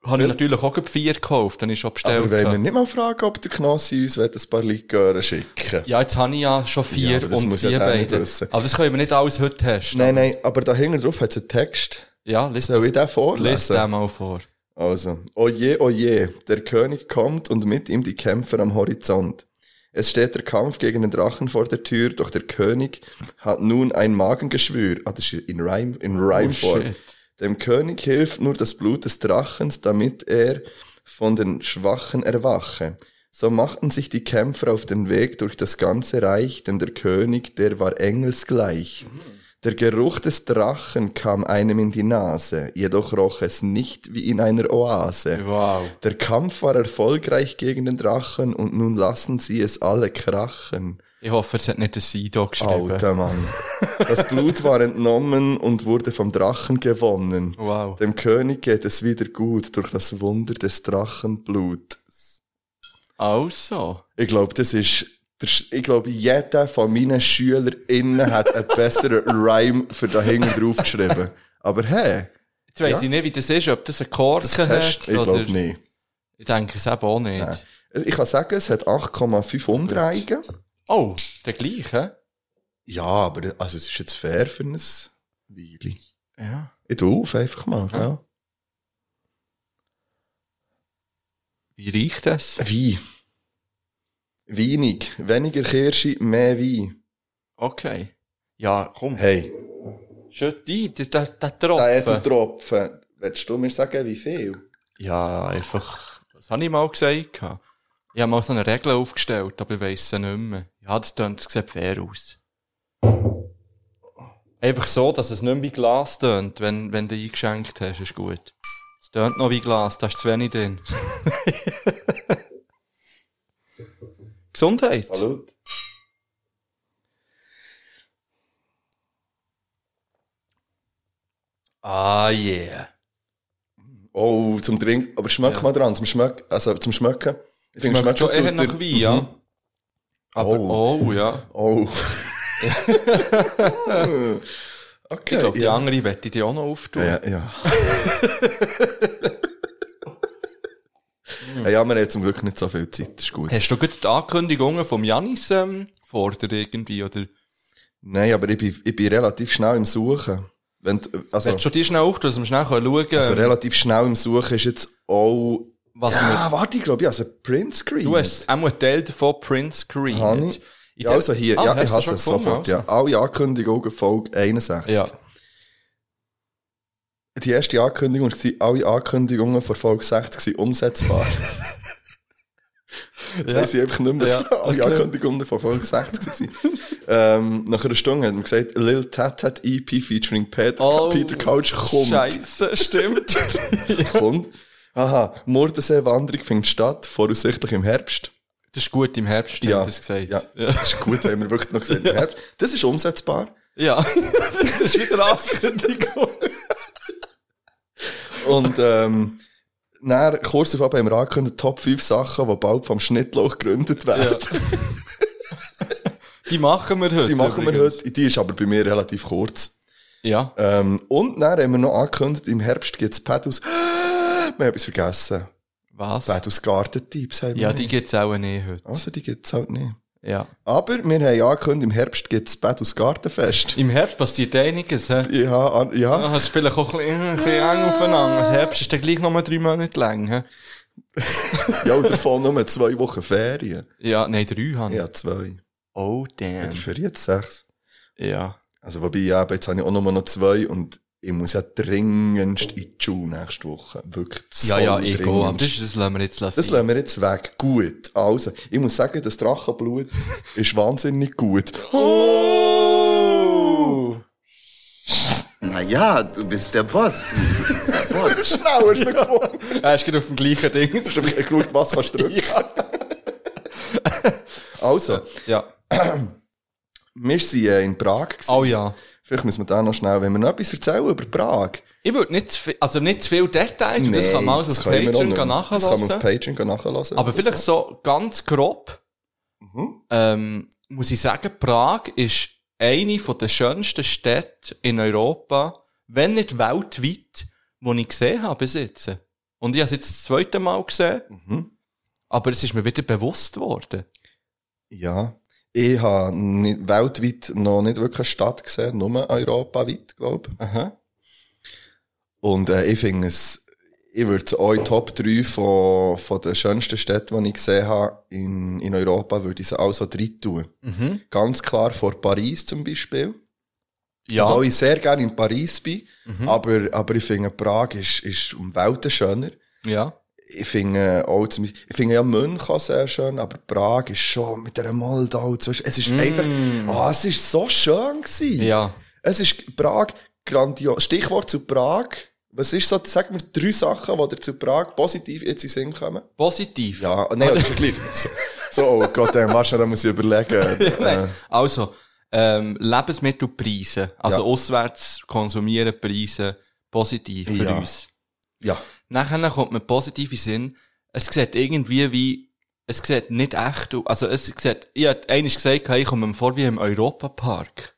A: Habe ich natürlich auch gerade vier gekauft, dann ist schon bestellt.
B: Aber wenn wir
A: gehabt.
B: nicht mal fragen, ob der Knossi uns will, ein paar Likör schicken
A: Ja, jetzt habe ich ja schon vier
B: aber das
A: und
B: muss ja
A: vier
B: der nicht
A: beide.
B: wissen.
A: Aber das können wir nicht alles heute testen.
B: Nein, nein, aber dahinter drauf hat es einen Text.
A: Ja, lies,
B: Soll ich den
A: lies
B: vorlesen?
A: den mal vor.
B: Also, oje, oje, der König kommt und mit ihm die Kämpfer am Horizont. Es steht der Kampf gegen den Drachen vor der Tür, doch der König hat nun ein Magengeschwür. Ah, das ist in Reim, in Reimform.
A: Oh, shit.
B: Dem König hilft nur das Blut des Drachens, damit er von den Schwachen erwache. So machten sich die Kämpfer auf den Weg durch das ganze Reich, denn der König, der war engelsgleich. Der Geruch des Drachen kam einem in die Nase, jedoch roch es nicht wie in einer Oase.
A: Wow.
B: Der Kampf war erfolgreich gegen den Drachen und nun lassen sie es alle krachen.
A: Ich hoffe, es hat nicht ein Sido geschrieben.
B: Alter Mann. Das Blut war entnommen und wurde vom Drachen gewonnen.
A: Wow.
B: Dem König geht es wieder gut durch das Wunder des Drachenblut.
A: Also.
B: Ich glaube, das ist. der Sch- Ich glaube, jeder von meinen SchülerInnen hat einen besseren Rhyme für da hinten drauf geschrieben. Aber hey,
A: Jetzt weiss
B: Ja.
A: ich nicht, wie das ist, ob das ein Korken
B: Test,
A: hat.
B: ich
A: oder-
B: glaube nicht.
A: Ich denke es eben auch nicht.
B: Ich kann sagen, es hat 8,5 Umdrehungen.
A: Oh, der gleiche?
B: Ja, aber also, es ist jetzt fair für ein Weile.
A: Ja.
B: Ich tu auf einfach mal, gell?
A: Wie riecht das?
B: Wein. Weinig. Weniger Kirsche, mehr Wein.
A: Okay. Ja, komm.
B: Hey,
A: Schütt ein, der, der, der
B: da hat einen
A: Tropfen.
B: Tropfen. Willst du mir sagen, wie viel?
A: Ja, einfach. Was habe ich mal gesagt? gehabt? Ich habe mal so eine Regel aufgestellt, aber ich weiss sie nicht mehr. Ja, das, tönt, das sieht fair aus. Einfach so, dass es nicht mehr wie Glas tönt, wenn, wenn du eingeschenkt hast, ist gut. Es tönt noch wie Glas, da ist zu wenig drin. Gesundheit.
B: Salut.
A: Ah, yeah.
B: Oh, Oh, zum Trinken. Aber schmeck mal dran, zum Schmecken. Also zum Schmecken. Ich finde,
A: Schmeckt schon eher
B: tut der-
A: nach Wein, ja. Aber,
B: Mhm. Oh.
A: oh. ja.
B: Oh.
A: Ich
B: okay.
A: glaube, die andere wette die auch noch auftun.
B: Ja, ja. ja, ja, wir haben zum Glück nicht so viel Zeit, das ist gut.
A: Hast du gerade die Ankündigungen vom Janis ähm, vor dir irgendwie? Oder
B: Nein, aber ich bin, ich bin relativ schnell im Suchen. Wenn, du- also,
A: hast du schon die schnell auf, dass wir schnell schauen können,
B: also relativ schnell im Suchen ist jetzt auch...
A: Ähm, was wir...
B: Ja, warte, ich glaube, ich habe einen Printscreen.
A: Du hast auch einen Teil davon Print Screen.
B: Habe ich? Ja, also hier,
A: Ah,
B: ja, ich hasse es sofort. Ja. Alle Ankündigungen Folge 61.
A: also. Ja.
B: Die erste Ankündigung war, alle Ankündigungen von Folge 60 waren umsetzbar. Jetzt weiss ich einfach nicht mehr, dass
A: Ja,
B: alle
A: okay.
B: Ankündigungen von Folge 60 waren. ähm, nach einer Stunde hat man gesagt, Lil Tat hat EP featuring Peter,
A: Oh,
B: Peter Couch kommt.
A: Scheiße, stimmt.
B: kommt. Aha, Mordensee-Wanderung findet statt, voraussichtlich im Herbst.
A: Das ist gut im Herbst, ja.
B: Ja.
A: hat das gesagt.
B: Ja.
A: ja.
B: Das ist gut, haben wir wirklich noch gesagt, im Herbst. Das ist umsetzbar.
A: Ja. das ist wieder Ankündigung.
B: Und ähm, dann, kurz darauf haben wir angekündigt, Top 5 Sachen, die bald vom Schnittloch gegründet werden.
A: Die machen wir heute.
B: Die machen wir
A: übrigens.
B: heute. Die ist aber bei mir relativ kurz.
A: Ja.
B: Ähm, und dann haben wir noch angekündigt, im Herbst gibt es Pedals. Wir haben etwas vergessen.
A: Was?
B: Pedals Garden Tipps haben wir
A: Ja, die
B: nicht.
A: gibt's auch nicht heute.
B: Also, die gibt es halt nicht.
A: Ja.
B: Aber wir haben angekündigt, im Herbst gibt es Pedals Gartenfest.
A: Im Herbst passiert einiges, hä?
B: Ja, an- ja.
A: Ja, es ist vielleicht auch ein bisschen, ein bisschen eng aufeinander. Der Herbst ist dann gleich noch mal drei Monate lang, hä?
B: ja, und davon nur zwei Wochen Ferien.
A: Ja, nein, drei haben
B: Ja, zwei.
A: Oh, damn.
B: Oder für jetzt sechs.
A: Ja.
B: Also, wobei, ja, aber jetzt habe ich auch nur noch zwei und ich muss ja dringendst in die Schule nächste Woche. Wirklich
A: Ja, ja,
B: so
A: ich gehe.
B: dringendst.
A: Aber das, das lassen wir jetzt lassen.
B: Das lassen wir jetzt weg. Gut. Also, ich muss sagen, das Drachenblut ist wahnsinnig gut. Oh!
F: Naja, du bist der Boss.
B: Schneller gefunden.
A: Er ist gerade auf dem gleichen Ding.
B: Ich habe geschaut, was kannst du drücken. Also,
A: ja.
B: wir waren äh, in Prag. gewesen.
A: Oh ja.
B: Vielleicht müssen wir da noch schnell, wenn wir noch etwas erzählen über Prag.
A: Ich würde nicht zu viel, also nicht zu viel Details, nee, Also, das kann man alles
B: das
A: auf
B: können wir auch
A: Patreon
B: nicht.
A: gehen
B: Das kann man auf
A: nachhören.
B: Patreon nachlassen.
A: Aber vielleicht so ganz grob, ähm, muss ich sagen, Prag ist eine von der schönsten Städte in Europa, wenn nicht weltweit, die ich gesehen habe bis jetzt. Und ich habe es jetzt das zweite Mal gesehen,
B: Mhm.
A: aber es ist mir wieder bewusst worden.
B: Ja. Ich habe nicht, weltweit noch nicht wirklich eine Stadt gesehen, nur europaweit, glaube ich. Und äh, ich finde es, ich würde es auch in die Top 3 von, von den schönsten Städten, die ich gesehen habe in, in Europa, würde ich es auch so drin tun. Ganz klar vor Paris zum Beispiel. Ja.
A: Ja,
B: ich sehr gerne in Paris bin, aber, aber ich finde Prag ist, ist um Welten schöner.
A: ja.
B: ich finde äh, auch zum Beispiel, ich finde ja München auch sehr schön, aber Prag ist schon mit der Moldau, es ist einfach, ah, es ist so schön gewesen.
A: Ja.
B: Es ist Prag grandios. Stichwort zu Prag. Was ist so, sag mir drei Sachen, die dir zu Prag positiv jetzt in den Sinn kommen?
A: Positiv.
B: Ja, nein, das ist gleich. So, So, oh Gott, äh, warte, da muss ich überlegen. Äh,
A: Also, ähm, Lebensmittelpreise, also auswärts konsumieren Preise, positiv für
B: Ja.
A: uns.
B: ja,
A: Nachher kommt mir positive Sinn. Es sieht irgendwie wie, es sieht nicht echt aus. Also, es sieht, ich hab einmal gesagt, ich komme mir vor wie im Europapark.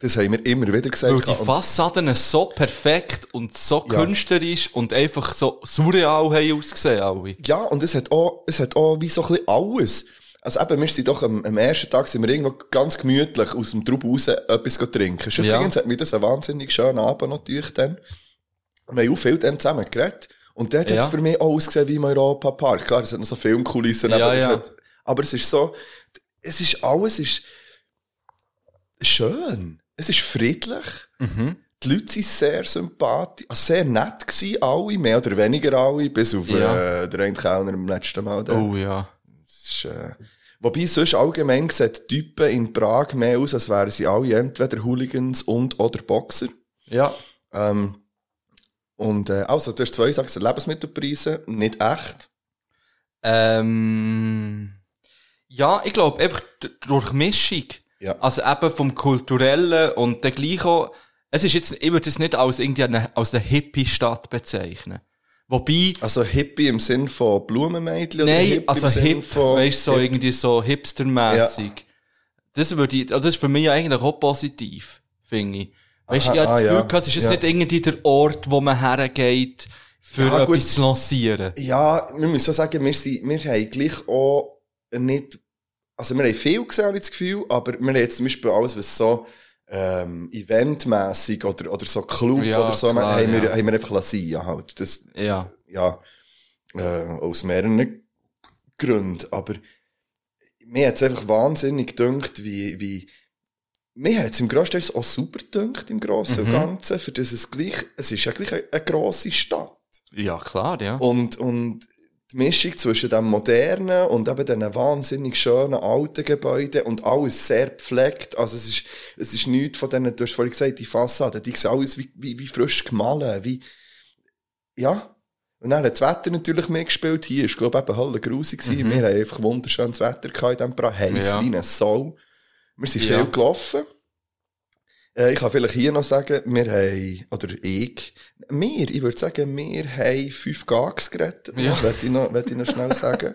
B: das haben wir immer wieder gesagt.
A: Weil die
B: Und-
A: Fassaden so perfekt und so
B: Ja.
A: künstlerisch und einfach so surreal haben ausgesehen, alle.
B: Ja, und es hat auch, es hat auch wie so ein bisschen alles. Also eben, wir sind doch am, am ersten Tag sind wir irgendwo ganz gemütlich aus dem Trub raus etwas go trinken. Schon
A: Ja.
B: Übrigens hat mir das einen wahnsinnig schönen Abend natürlich dann. Wir haben auch viel dann zusammen geredet. Und dort hat es
A: Ja.
B: für mich auch ausgesehen wie im Europa-Park. Klar, es hat noch so Filmkulissen.
A: Ja,
B: aber, Es
A: ja.
B: hat, aber es ist so, es ist alles ist schön. Es ist friedlich.
A: Mhm.
B: Die Leute waren sehr sympathisch, also sehr nett gewesen, alle, mehr oder weniger alle, bis auf
A: Ja.
B: äh, den einen Kellner im letzten Mal. Der.
A: Oh ja.
B: Das ist, äh, wobei sonst allgemein sehen die Typen in Prag mehr aus, als wären sie alle entweder Hooligans und oder Boxer.
A: Ja.
B: Ähm, und äh, also, du hast zwei Sachen, gesagt, Lebensmittelpreise, nicht echt.
A: Ähm, ja, ich glaube, einfach d- durch Mischung.
B: Ja.
A: Also eben vom Kulturellen und der auch, Es ist jetzt, ich würde es nicht als irgendwie eine, als eine Hippie-Stadt bezeichnen. Wobei,
B: Also Hippie im Sinn von Blumenmädchen? oder
A: Nein,
B: Hippie im
A: also
B: Sinn
A: hip,
B: von-
A: weißt du, so
B: Hip-
A: irgendwie so hipstermäßig. Das würde ich, also das ist für mich eigentlich auch positiv, finde ich. Weißt du,
B: Aha,
A: ich habe das
B: ah,
A: Gefühl
B: ja.
A: gehabt, es ist jetzt
B: Ja.
A: nicht irgendwie der Ort, wo man hergeht, für
B: Ja,
A: etwas
B: gut.
A: zu lancieren.
B: Ja, wir müssen so sagen, wir, sind, wir haben gleich auch nicht, also wir haben viel gesehen, habe ich das Gefühl, aber wir haben jetzt zum Beispiel alles, was so ähm, eventmässig oder, oder so Club
A: Ja,
B: oder so,
A: klar,
B: haben, wir,
A: ja.
B: haben wir einfach lassen, ja halt. Das,
A: Ja.
B: ja, äh, aus mehreren Gründen, aber mir hat es einfach wahnsinnig gedacht, wie, wie, mir hat es im Grossen auch super gedacht, im Grossen
A: Mhm.
B: und Ganzen, für das es gleich, es ist ja gleich eine, eine grosse Stadt.
A: Ja, klar, ja.
B: Und, und die Mischung zwischen dem modernen und eben diesen wahnsinnig schönen alten Gebäuden und alles sehr gepflegt. Also es ist, es ist nichts von denen, du hast vorhin gesagt, die Fassaden, die sehen alles wie, wie, wie frisch gemahlen, wie, ja. Und dann hat das Wetter natürlich mitgespielt. Hier ist, glaube ich, eben Hölle grusig gewesen. Wir haben einfach wunderschönes Wetter gehabt in diesem Pra. Heiß
A: Mhm. Ja.
B: wie eine Sau. Wir sind
A: Ja.
B: viel gelaufen. Äh, ich kann vielleicht hier noch sagen, wir haben, oder ich, wir, ich würde sagen, wir haben fünf Gags gerettet.
A: Ja.
B: Ja. Wollte ich, noch- wollte ich noch schnell sagen.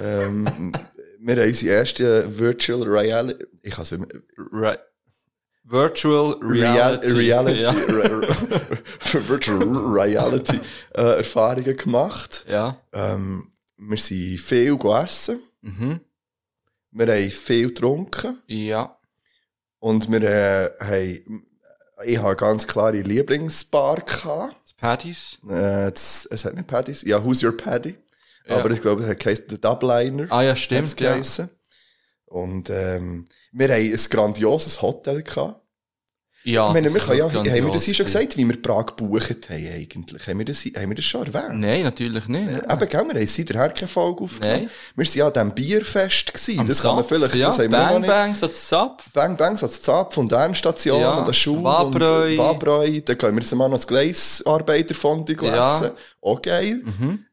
B: ähm, wir haben unsere erste Virtual Reality, ich kann es
A: Re Virtual
B: Real
A: Reality.
B: Reality,
A: Ja.
B: Re- Re- Virtual Reality äh, Erfahrungen gemacht.
A: ja.
B: Ähm, wir sind viel gegessen,
A: Mhm.
B: wir haben viel getrunken.
A: Ja.
B: Und wir äh, haben, ich habe eine ganz klare Lieblingsbar gehabt.
A: Das Paddies.
B: Äh, das, es hat nicht Paddies, ja, Who's Your Paddy?
A: Ja.
B: Aber ich glaube, es hat geheißen The Dubliner.
A: Ah, ja,
B: hat's
A: stimmt, ja.
B: geheissen. Und ähm, wir haben ein grandioses Hotel gehabt.
A: Ja.
B: ich meine, wir
A: Ah, das
B: können ja,
A: wird
B: haben wir das
A: grandios
B: hier schon
A: sein.
B: gesagt, wie wir Prag gebucht haben eigentlich? Haben wir das, haben wir das schon erwähnt?
A: Nein, natürlich nicht. Ja.
B: Eben, gell, wir haben seither keine Folge aufgenommen.
A: Nein.
B: Wir waren ja an diesem Bierfest. Gewesen.
A: Am
B: das kann man
A: Zapf,
B: vielleicht,
A: ja.
B: das haben wir noch
A: Bang,
B: nicht.
A: bang, so Zapf.
B: Bang Bangs als Zapf und Endstation
A: Ja,
B: und der Schuh
A: Wabräu.
B: und Wabräu. Dann können wir sie mal noch das Gleisarbeiterfondue
A: Ja. Mhm.
B: essen. Auch geil.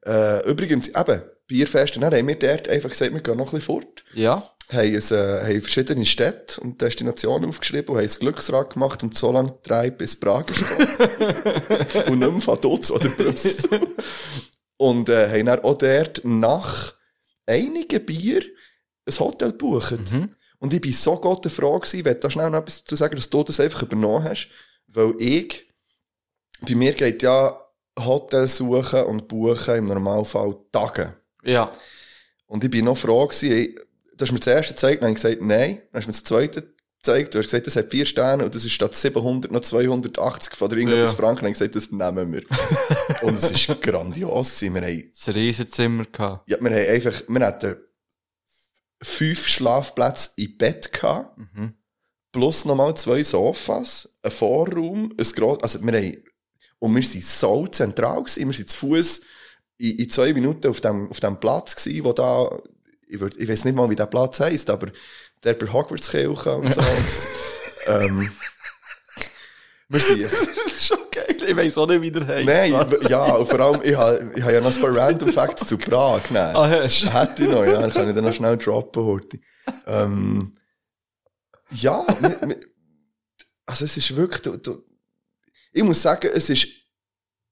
B: Äh, übrigens, eben, Bierfest. Und dann haben wir dort einfach gesagt, wir gehen noch ein bisschen fort.
A: Ja.
B: Haben, es, äh, haben verschiedene Städte und Destinationen aufgeschrieben und haben ein Glücksrad gemacht und so lange drei bis Prag ist gekommen. Und nicht mehr von Dutz oder Brüssel. Und äh, haben dann auch dort nach einigen Bier ein Hotel gebucht. Und ich bin so Gott froh gewesen, ich will da schnell noch etwas dazu sagen, dass du das einfach übernommen hast, weil ich, bei mir geht ja Hotel suchen und buchen im Normalfall Tage.
A: Ja.
B: Und ich bin noch froh gewesen, ey, du hast mir das erste gezeigt, dann habe ich gesagt, nein. Dann hast du mir das zweite gezeigt, du hast gesagt, das hat vier Sterne und das ist statt 700 noch 280 von der irgendwas
A: Ja.
B: Franken. Dann habe ich gesagt, das nehmen wir. und es war grandios. Gewesen. Wir haben
A: Das Riesenzimmer gehabt.
B: ja, wir haben einfach, wir hatten fünf Schlafplätze im Bett gehabt, plus nochmal zwei Sofas, ein Vorraum, ein gross, also wir haben, und wir waren so zentral gewesen, wir waren zu Fuß in, in zwei Minuten auf dem, auf dem Platz gewesen, wo da, ich, würd, ich weiß nicht mal, wie der Platz heisst, aber der bei Hogwarts-Kirche und so. ähm, wir sind,
A: Das ist schon geil. Ich weiß auch nicht, wie der heißt.
B: nein, ja, und vor allem, ich habe ich ha ja noch ein paar Random Facts zu Prag, nein.
A: Ah, hast du?
B: Hätte ich noch, ja. Dann kann ich dann noch schnell droppen heute. Ähm, ja, mi- mi- also es ist wirklich, du, du, ich muss sagen, es ist,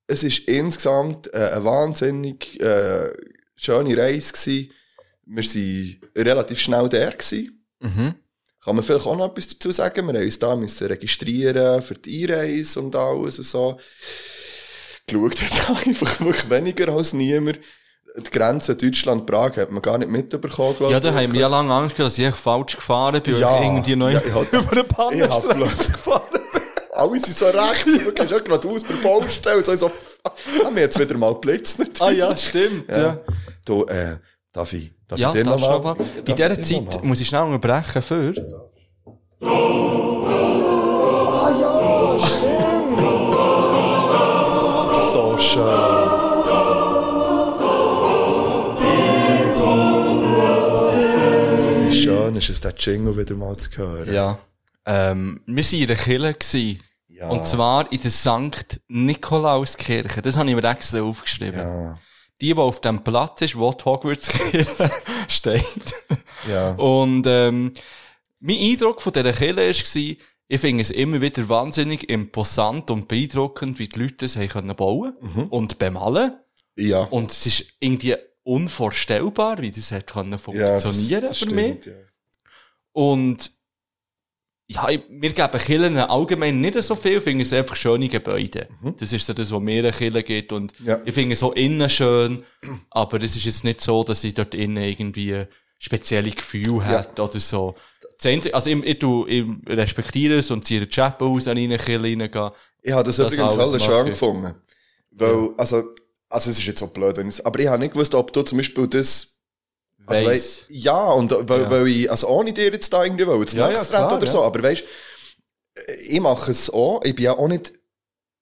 B: es ist insgesamt äh, eine wahnsinnig äh, schöne Reise gewesen. Wir waren relativ schnell da. Gewesen.
A: Mhm.
B: Kann man vielleicht auch noch etwas dazu sagen? Wir haben uns da müssen registrieren für die Einreise und alles und so. Geschaut hat einfach wirklich weniger als niemand. Die Grenze Deutschland-Prag hat man gar nicht mitbekommen, glaube
A: Ja, da haben wir ja lange Angst gehabt, dass ich falsch gefahren bin
B: Ja.
A: und irgendwie neu
B: Ja, ich hab-
A: über den
B: Ich hab
A: Pannenstraße
B: bloß-
A: gefahren bin.
B: Alle sind so recht. und Du gehst auch gerade aus bei der Baustelle. und So, so, haben wir jetzt wieder mal geblitzt. natürlich.
A: Ah ja, stimmt. Ja, ja.
B: Ja. Du, äh, darf ich, darf ich
A: ja
B: dir
A: darfst du
B: noch
A: aber.
B: mal?
A: Bei dieser Zeit muss ich schnell unterbrechen für...
B: So schön. Wie schön ist es, den Jingle wieder mal zu hören.
A: Ja. Ähm, wir waren in der Kirche. gewesen.
B: Ja.
A: Und zwar in der Sankt Nikolauskirche. Das habe ich mir extra aufgeschrieben.
B: Ja.
A: Die, die auf dem Platz ist, wo die Hogwarts-Kirche steht.
B: Ja.
A: Und ähm, mein Eindruck von dieser Kirche war, Ich finde es immer wieder wahnsinnig imposant und beeindruckend, wie die Leute das haben können bauen
B: Mhm.
A: und bemalen.
B: Ja.
A: Und es ist irgendwie unvorstellbar, wie das hat können
B: ja,
A: funktionieren
B: das- das
A: für mich.
B: stimmt, ja.
A: Und ja, ich, wir geben Kirchen allgemein nicht so viel, ich finde es einfach schöne Gebäude. Das ist so das, was mir eine Kirche gibt. Und
B: Mhm. Ja.
A: ich finde es so innen schön, aber es ist jetzt nicht so, dass ich dort innen irgendwie spezielle Gefühle hätte oder so. Das Einzige, also ich, ich, tu- ich respektiere es und ziehe den Chapel aus, an eine Kirche reingehen.
B: Ich habe das,
A: Das
B: übrigens
A: alles
B: alles
A: mache
B: schön
A: ich.
B: gefunden. Weil, also, also es ist jetzt so blöd, wenn ich's- aber ich habe nicht gewusst, ob du zum Beispiel das... Also,
A: Weiss.
B: wei- ja, und weil,
A: Ja.
B: weil ich, also ohne dir jetzt da irgendwie wollte,
A: Ja,
B: ja,
A: ja,
B: ja,
A: klar,
B: oder
A: ja.
B: so, aber weißt äh, ich mache es auch, ich bin ja auch nicht,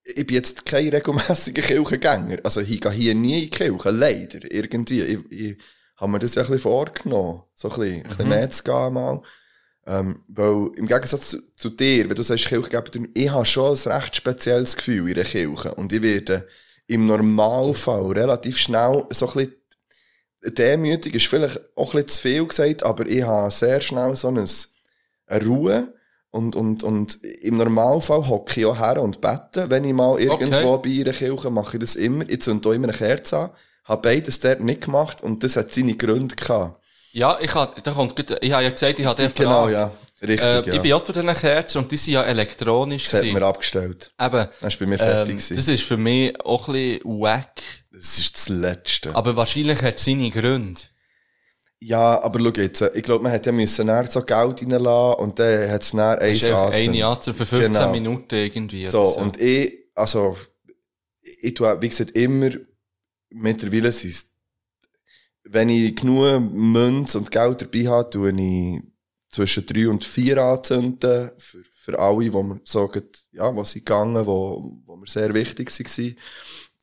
B: ich bin jetzt kein regelmäßiger Kirchengänger, also ich gehe hier nie in die Kirche, leider, irgendwie. Ich, ich habe mir das ja ein bisschen vorgenommen, so ein bisschen, ein
A: Mhm.
B: bisschen mehr zu gehen mal. Ähm, weil im Gegensatz zu, zu dir, wenn du sagst, Kirche gibt dir- ich habe schon ein recht spezielles Gefühl in der Kirche. Und ich werde im Normalfall relativ schnell so ein bisschen demütig, ist vielleicht auch ein bisschen zu viel gesagt, aber ich habe sehr schnell so ein, eine Ruhe. Und, und, und im Normalfall hocke ich auch her und bete. Wenn ich mal irgendwo bei einer Kirche mache ich das immer. Ich zünde auch immer eine Kerze an. Habe beides dort nicht gemacht und das hat seine Gründe gehabt.
A: Ja, ich habe, da kommt, gut- ich habe ja gesagt, ich habe den
B: Genau,
A: Verlag.
B: ja. Richtig,
A: Äh,
B: ja.
A: Ich bin auch zu diesen Kerzen und die sind ja elektronisch.
B: Das hat
A: gewesen.
B: mir abgestellt.
A: Eben,
B: Das ist bei mir
A: ähm,
B: fertig
A: das
B: gewesen.
A: ist für mich auch ein bisschen wack.
B: Das ist das Letzte.
A: Aber wahrscheinlich hat es seine Gründe.
B: ja, aber schau jetzt, äh, ich glaube, man hätte ja müssen näher so Geld reinlassen und dann hat es näher
A: Es
B: eins
A: ist einfach
B: angezündet.
A: eine Anzahl für 15
B: Genau.
A: Minuten irgendwie.
B: So,
A: oder
B: und ich, also, ich ich tue, wie gesagt, immer, mittlerweile sind es- wenn ich genug Münze und Geld dabei habe, tue ich zwischen drei und vier anzünden, für, für alle, wo mir sagen, ja, was sind gegangen, wo, wo mir sehr wichtig waren.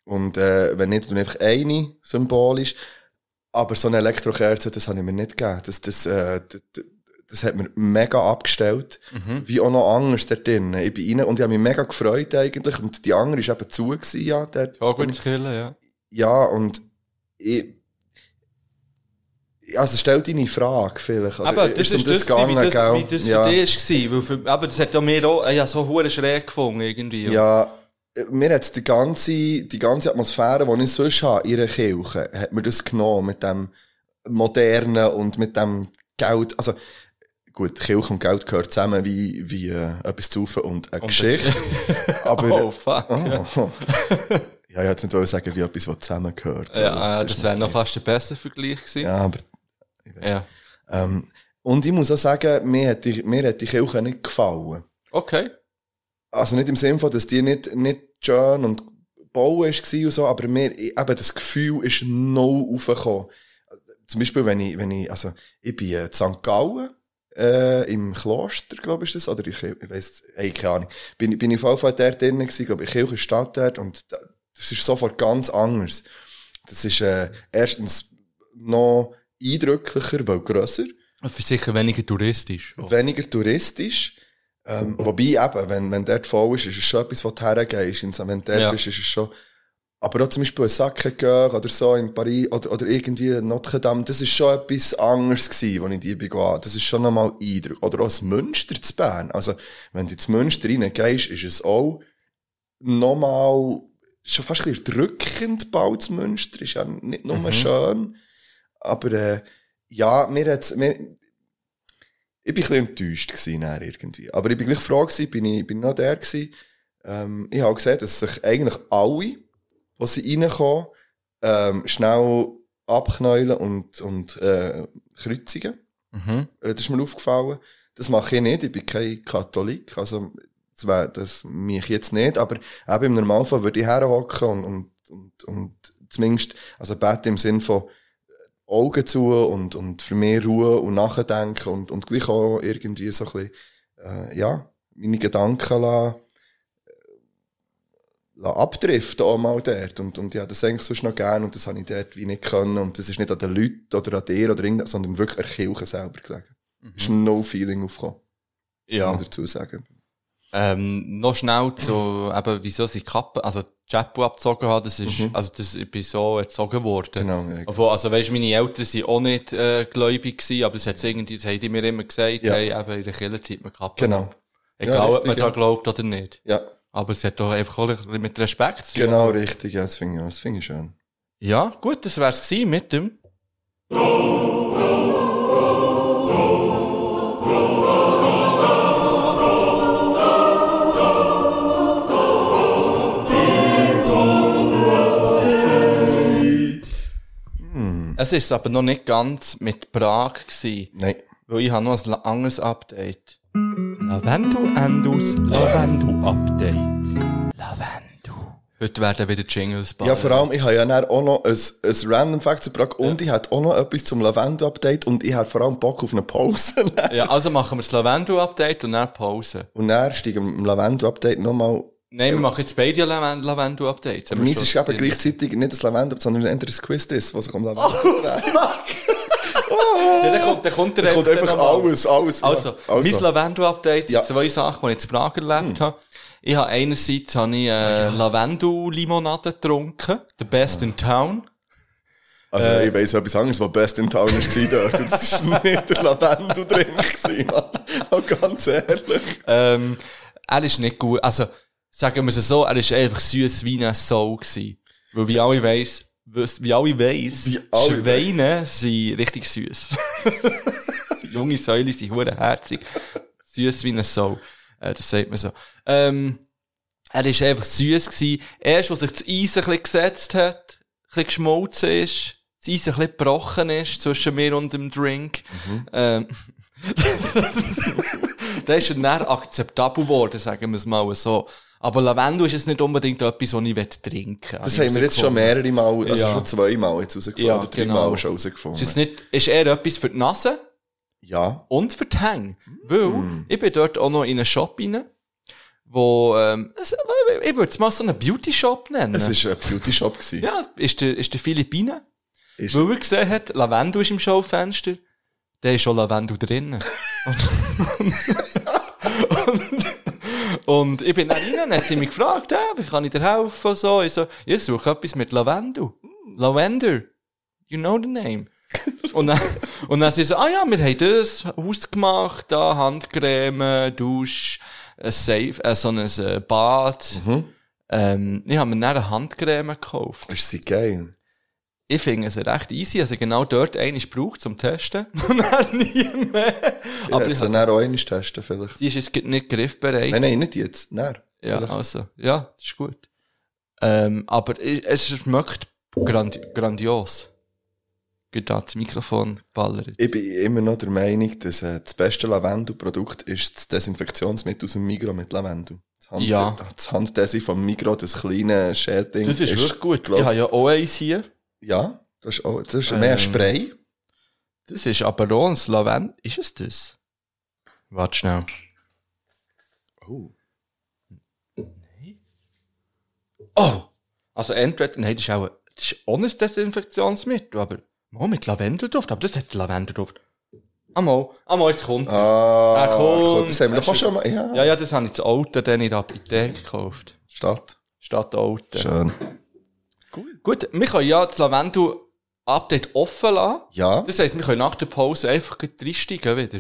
B: Und, äh, wenn nicht, tue ich einfach eine, symbolisch. Aber so eine Elektrokerze, das habe ich mir nicht gegeben. Das, das, äh, das, das hat mir mega abgestellt.
A: Mhm.
B: Wie auch noch anders dort drin. Ich bin rein und ich habe mich mega gefreut eigentlich. Und die andere war eben zu gewesen, ja, dort.
A: Ja, gut, killen, ja.
B: Ja, und ich, also stell deine Frage vielleicht. oder?
A: Aber das
B: um
A: ist das, gewesen,
B: gegangen,
A: wie das,
B: gell?
A: wie das
B: ja.
A: für dich war. Weil für, aber das hat ja mir auch, ja, so hure schräg gefunden irgendwie.
B: Ja, äh, mir hat die ganze, die ganze Atmosphäre, die ich sonst habe, in einer Kirche, hat mir das genommen mit dem Modernen und mit dem Geld. Also, gut, Kirche und Geld gehört zusammen wie, wie äh, etwas zu saufen und eine Geschichte. Aber,
A: Oh, fuck.
B: Oh. ja, ich hätte nicht wollen sagen, wie etwas, was zusammengehört.
A: Ja,
B: Also,
A: ja,
B: es
A: das
B: ist
A: wäre noch
B: nicht-
A: fast der bessere Vergleich gewesen.
B: Ja, aber
A: Ja.
B: ähm, und ich muss auch sagen, mir hat die, mir hat die Kirche nicht gefallen.
A: Okay.
B: Also nicht im Sinne von, dass die nicht, nicht schön und bauen war und so, aber mir, ich- eben das Gefühl ist noch aufgekommen. Zum Beispiel, wenn ich, wenn ich, also, ich bin in St. Gallen, äh, im Kloster, glaube ich, ist das, oder ich, ich weiss, ey, keine Ahnung. Bin, ich- bin ich auf jeden Fall dort drin gewesen, glaube ich, Kirche Stadt dort, und da- das ist sofort ganz anders. Das ist, äh, erstens noch eindrücklicher, weil grösser
A: Für sicher weniger touristisch.
B: weniger touristisch. Ähm, wobei eben, wenn, wenn dort voll ist, ist es schon etwas, wo du hergehst. Und so, Wenn du dort
A: Ja.
B: bist, ist es schon... Aber auch zum Beispiel ein Sacre-Cœur oder so in Paris oder, oder irgendwie in Notre Dame, das ist schon etwas anderes gewesen, als ich die bin gegangen. Das ist schon nochmal Eindruck. Oder auch das Münster zu Bern. Also, wenn du ins Münster reingehst, ist es auch nochmal schon fast ein bisschen drückend bald das Münster. Ist ja nicht nur schön. Aber, äh, ja, mir hat's, mir, ich bin ein bisschen enttäuscht gewesen, dann irgendwie. Aber ich bin gleich froh gewesen, bin ich, bin ich noch der gewesen. Ähm, ich habe gesehen, dass sich eigentlich alle, die sie reinkommen, ähm, schnell abknäulen und, und, äh, kreuzigen.
A: Mhm.
B: Äh, Das ist mir aufgefallen. Das mache ich nicht. Ich bin kein Katholik. Also, das wäre, das mich jetzt nicht. Aber eben im Normalfall würde ich herhocken und, und, und, und zumindest, also bete im Sinn von Augen zu und, und für mehr Ruhe und Nachdenken und, und gleich auch irgendwie so ein bisschen, äh, ja, meine Gedanken lassen, lassen abdriften auch mal dort. Und, und ja, das eigentlich sonst noch gern und das habe ich dort wie nicht können. Und das ist nicht an den Leuten oder an dir oder irgendwas, sondern wirklich an der Kirche selber gelegen. Ist no feeling aufgekommen,
A: Ja.
B: muss man dazu sagen.
A: Ähm, noch schnell zu, eben, wieso sie Kappe, also die Chapeau abgezogen haben, das ist,
B: Mhm.
A: also das, ich bin so erzogen worden.
B: Genau, ja.
A: Obwohl, also weisst, meine Eltern waren auch nicht äh, gläubig, gewesen, aber das hat irgendwie, das haben die mir immer gesagt,
B: Ja.
A: hey, eben in der Kirche zieht man Kappe.
B: Genau.
A: Egal, ob
B: richtig,
A: man
B: ja.
A: daran glaubt oder nicht.
B: Ja,
A: Aber es hat doch einfach auch ein bisschen mit Respekt zu tun.
B: genau richtig. Ja, das finde ich, das finde ich schön.
A: Ja, gut, das wär's gewesen mit dem. Hm. Es ist aber noch nicht ganz mit Prag gewesen,
B: Nein.
A: weil ich habe noch ein anderes Update. Lavendel Endus, Lavendel Update. Lavendel. Heute werden wieder Jingles
B: Ja, vor allem, ich habe ja dann auch noch ein, ein Random Fact zu Prag und ich hätte auch noch etwas zum Lavendel-Update und ich habe vor allem Bock auf eine Pause.
A: Ja, also machen wir das Lavendel-Update und dann Pause.
B: und dann steigen wir im Lavendel-Update nochmal.
A: Nein, wir machen jetzt beide Laven- Lavendel-Updates.
B: Für mich ist es eben gleichzeitig nicht das Lavendel, sondern eher ein Quiz, ist, was sich
A: Oh,
B: um Lavendel
A: Ja, dann kommt, dann kommt, der
B: Da kommt
A: dann
B: einfach
A: nochmal.
B: alles, alles.
A: Also,
B: ja, also.
A: mein Lavendel-Update sind
B: Ja. Hm.
A: zwei Sachen, die ich jetzt in Prag erlebt habe. Ich habe einerseits habe ich, äh,
B: Ah,
A: Lavendel-Limonade getrunken. The best in town.
B: Also,
A: äh,
B: ich weiss etwas anderes, was Best in Town war dort. Und Das war nicht der Lavendel drin. gewesen, Mann. Mal ganz ehrlich.
A: Ähm, er ist nicht gut. Also, sagen wir es so, er ist einfach süß wie ein Soul gewesen. Weil wie alle weiss, wiss- wie alle weiss,
B: Wie alle
A: Schweine sind richtig süß. Junge Säule sind hure herzig. Süß wie ein Soul. Äh, das sagt man so. Ähm, er ist einfach süß gewesen. Erst, als sich das Eis ein bisschen gesetzt hat, ein bisschen geschmolzen ist, das Eis ein bisschen gebrochen ist zwischen mir und dem Drink,
B: Mhm.
A: ähm, der ist dann eher akzeptabel geworden, sagen wir es mal so. Aber Lavendel ist jetzt nicht unbedingt etwas, was ich will trinken
B: Das haben wir jetzt schon
A: mehr.
B: mehrere Mal, also
A: Ja.
B: schon zweimal jetzt rausgefunden,
A: Ja,
B: oder dreimal
A: genau.
B: schon
A: Ist, jetzt
B: rausgefunden.
A: nicht, ist eher etwas für die Nase
B: Ja.
A: und für die Hänge. Weil
B: Mm.
A: ich bin dort auch noch in einen Shop rein, wo, ähm, es- ich würde es mal so einen Beauty-Shop nennen.
B: Es war ein Beauty-Shop. gewesen.
A: ja, ist der, ist der Philippinen.
B: Ist-
A: Weil wir gesehen hat, Lavendel ist im Schaufenster, der ist schon Lavendel drinnen. und, und, und ich bin dann rein und hat sie mich gefragt, äh, wie kann ich dir helfen? und So, ich so, ich suche etwas mit Lavendel. Lavender. You know the name. und dann, und dann sie so, ah ja, wir haben das Haus gemacht, da Handcreme, Dusch, ein Safe, äh, so ein äh, Bad.
B: Mhm.
A: Ähm, ich habe mir dann eine Handcreme gekauft.
B: Ist sie geil.
A: Ich finde es recht easy, also genau dort eine braucht zum Testen und dann nie mehr.
B: Aber
A: Aber ich
B: ich hätte
A: has-
B: sie dann auch einmal testen vielleicht.
A: die ist jetzt gerade nicht griffbereit.
B: Nein, nein, nicht jetzt. Nein.
A: ja, also, ja, das ist gut. Ähm, aber i- es schmeckt grand, grandios. Gut, da hat das Mikrofon ballert.
B: Ich bin immer noch der Meinung, dass äh, das beste Lavendelprodukt ist das Desinfektionsmittel aus dem Migro mit Lavendel. Das Hand
A: Ja.
B: Das Handdesi vom Migro, das kleine Schädling.
A: Das ist, wirklich gut.
B: glaub-
A: Ich Ähm. habe ja auch eins hier.
B: Ja, das ist, auch, das ist mehr ein Spray.
A: Das ist aber auch ein Lavendel. Ist es das? Warte schnell. Hm.
B: Oh.
A: Oh! Also entweder, nein, das ist auch, ein- das ist auch ein Desinfektionsmittel, aber mal mit Lavendelduft, aber das hat Lavendelduft. Einmal, einmal, jetzt kommt. er.
B: Ah,
A: Ah, komm.
B: gut, das haben wir doch auch
A: Hast du-
B: schon mal. Ja,
A: Ja, ja, das habe ich zu Alten dann in der Apotheke gekauft.
B: Stadt.
A: Statt Alten.
B: Schön.
A: Gut, wir können ja das Lavendel-Update offen lassen.
B: Ja.
A: Das heisst, wir können nach der Pause einfach gleich reinsteigen wieder.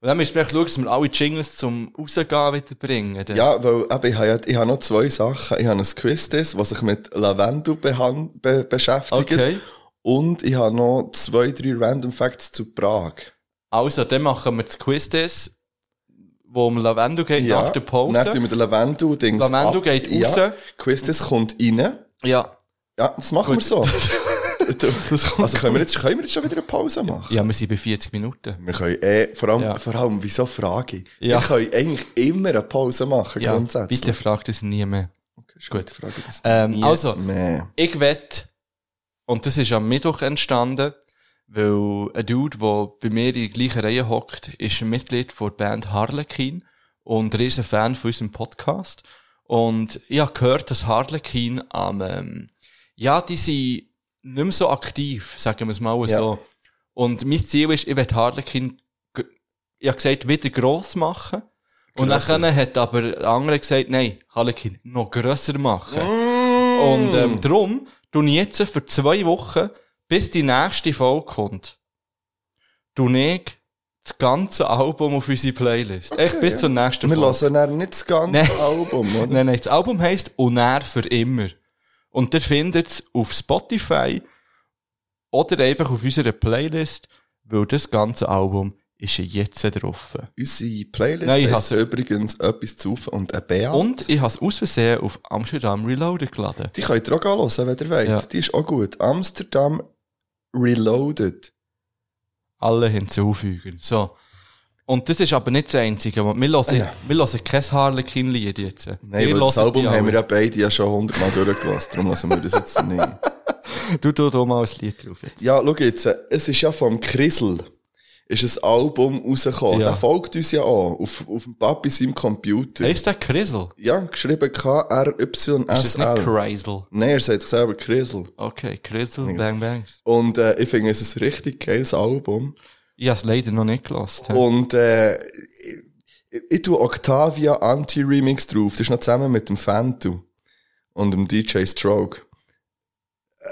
A: Und dann müssen wir echt schauen, dass wir alle Jingles zum Rausgehen wieder bringen. dann.
B: Ja, weil eben, ich habe, ja- ich habe noch zwei Sachen. Ich habe ein Quiz, das was sich mit Lavendel behan- be beschäftigt.
A: Okay.
B: Und ich habe noch zwei, drei Random Facts zu Prag.
A: Also, dann machen wir das Quiz, das, wo um Lavendel geht, nach der Pause.
B: Dann tun wir den Lavendel-Dings
A: Lavendel
B: ab.
A: geht raus.
B: Ja. Quiz, das kommt rein.
A: Ja.
B: Ja, das machen wir so. also können wir, jetzt, können wir jetzt schon wieder eine Pause machen?
A: Ja, wir sind bei 40 Minuten.
B: Wir können eh, vor allem,
A: Ja.
B: vor allem wieso frage ich?
A: Ja.
B: Wir können eigentlich immer eine Pause machen,
A: Ja,
B: grundsätzlich.
A: bitte fragt es nie mehr.
B: Ist gut, frage das
A: Ähm,
B: nie
A: also-
B: mehr.
A: Ich wette, und das ist am Mittwoch entstanden, weil ein Dude, der bei mir in der gleichen Reihe hockt, ist ein Mitglied von der Band Harlequin und er ist ein Fan von unserem Podcast. Und ich habe gehört, dass Harlequin am, ähm, ja, die sind nicht mehr so aktiv, sagen wir es mal
B: Ja.
A: so. Und mein Ziel ist, ich will Harlequin, g- ich habe gesagt, wieder gross machen. Und nachher hat aber ein anderer gesagt, nein, Harlequin noch grösser machen. Und
B: Mm.
A: ähm, darum tue ich jetzt für zwei Wochen, bis die nächste Folge kommt, tue ich das ganze Album auf unsere Playlist. Echt bis zur nächsten
B: Wir
A: Folge.
B: hören dann nicht das ganze
A: Nein.
B: Album, oder?
A: Nein, nein, das Album heisst Und er für immer. Und ihr findet es auf Spotify oder einfach auf unserer Playlist, weil das ganze Album ist ja jetzt drauf.
B: Unsere Playlist
A: Nein, ich
B: heisst
A: hasse-
B: übrigens «Etwas zu saufen und ein Bär».
A: Und ich habe es aus Versehen auf Amsterdam Reloaded geladen.
B: Die könnt ihr auch hören, wenn ihr wollt.
A: Ja.
B: Die ist auch gut. Amsterdam Reloaded.
A: Alle hinzufügen. So. Und das ist aber nicht das Einzige. Wir hören,
B: Ah, Ja.
A: wir hören kein Harlequin-Lied jetzt.
B: Nein,
A: wir
B: weil das
A: hören die
B: Album haben
A: alle.
B: wir ja beide ja schon hundertmal durchgelassen. Darum lassen wir das jetzt nicht.
A: Du tu doch mal ein Lied drauf jetzt.
B: Ja, schau jetzt, äh, es ist ja vom Krisel ist ein Album rausgekommen.
A: Ja.
B: Der folgt uns dus ja auch, auf, auf dem Papi seinem Computer.
A: Heißt der Krisel?
B: Ja, geschrieben
A: Ist das nicht
B: K-R-Y-S-L.
A: Krisel?
B: Nein, er sagt selber Krisel.
A: Okay, Krisel, Bang Bangs.
B: Und äh, ich finde, es ist ein richtig geiles Album.
A: Ich habe es leider noch nicht gelassen.
B: Und äh, ich, ich- ich tue Octavia Anti-Remix drauf. Das ist noch zusammen mit dem Fantu und dem DJ Stroke.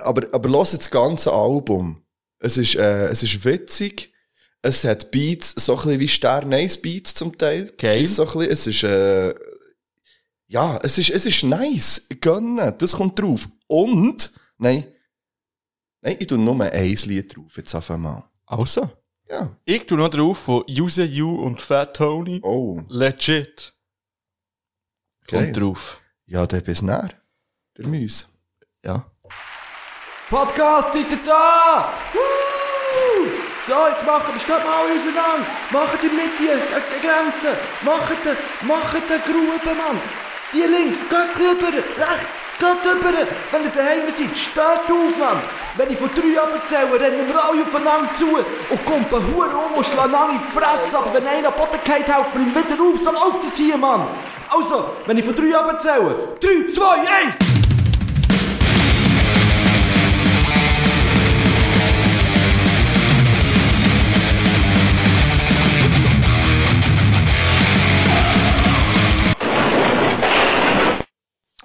B: Aber, aber los das ganze Album. Es ist, äh, es ist witzig. Es hat Beats, so ein bisschen wie Stern 1 Beats zum Teil.
A: Geil.
B: So ein bisschen, es ist, äh, ja, es ist, es ist nice. Gönnen, das kommt drauf. Und, nein, nein, ich tue nur ein Lied drauf, jetzt auf einmal.
A: Also?
B: Ja.
A: Ich tu noch drauf von User You und Fat Tony.
B: Oh.
A: Legit.
B: Geil.
A: Kommt drauf.
B: Ja, der bis näher. Der Müs.
A: Ja.
G: Podcast, seid ihr da? Woo! So, jetzt machen wir, steht mal alle auseinander. Macht ihr mit die äh, äh, Grenze. Macht ihr, macht ihr Grube, Mann. Die links, geht rüber. Rechts, geht rüber. Wenn ihr daheim seid, steht auf, Mann. Wenn ich von drei abzähle, rennen wir alle aufeinander zu. Und kommt ein Huren um und schlägt alle in die Fresse. Aber wenn einer am Boden geht, helft mir ihm wieder auf. So läuft das hier, Mann. Also, wenn ich von drei abzähle. Drei, zwei, eins.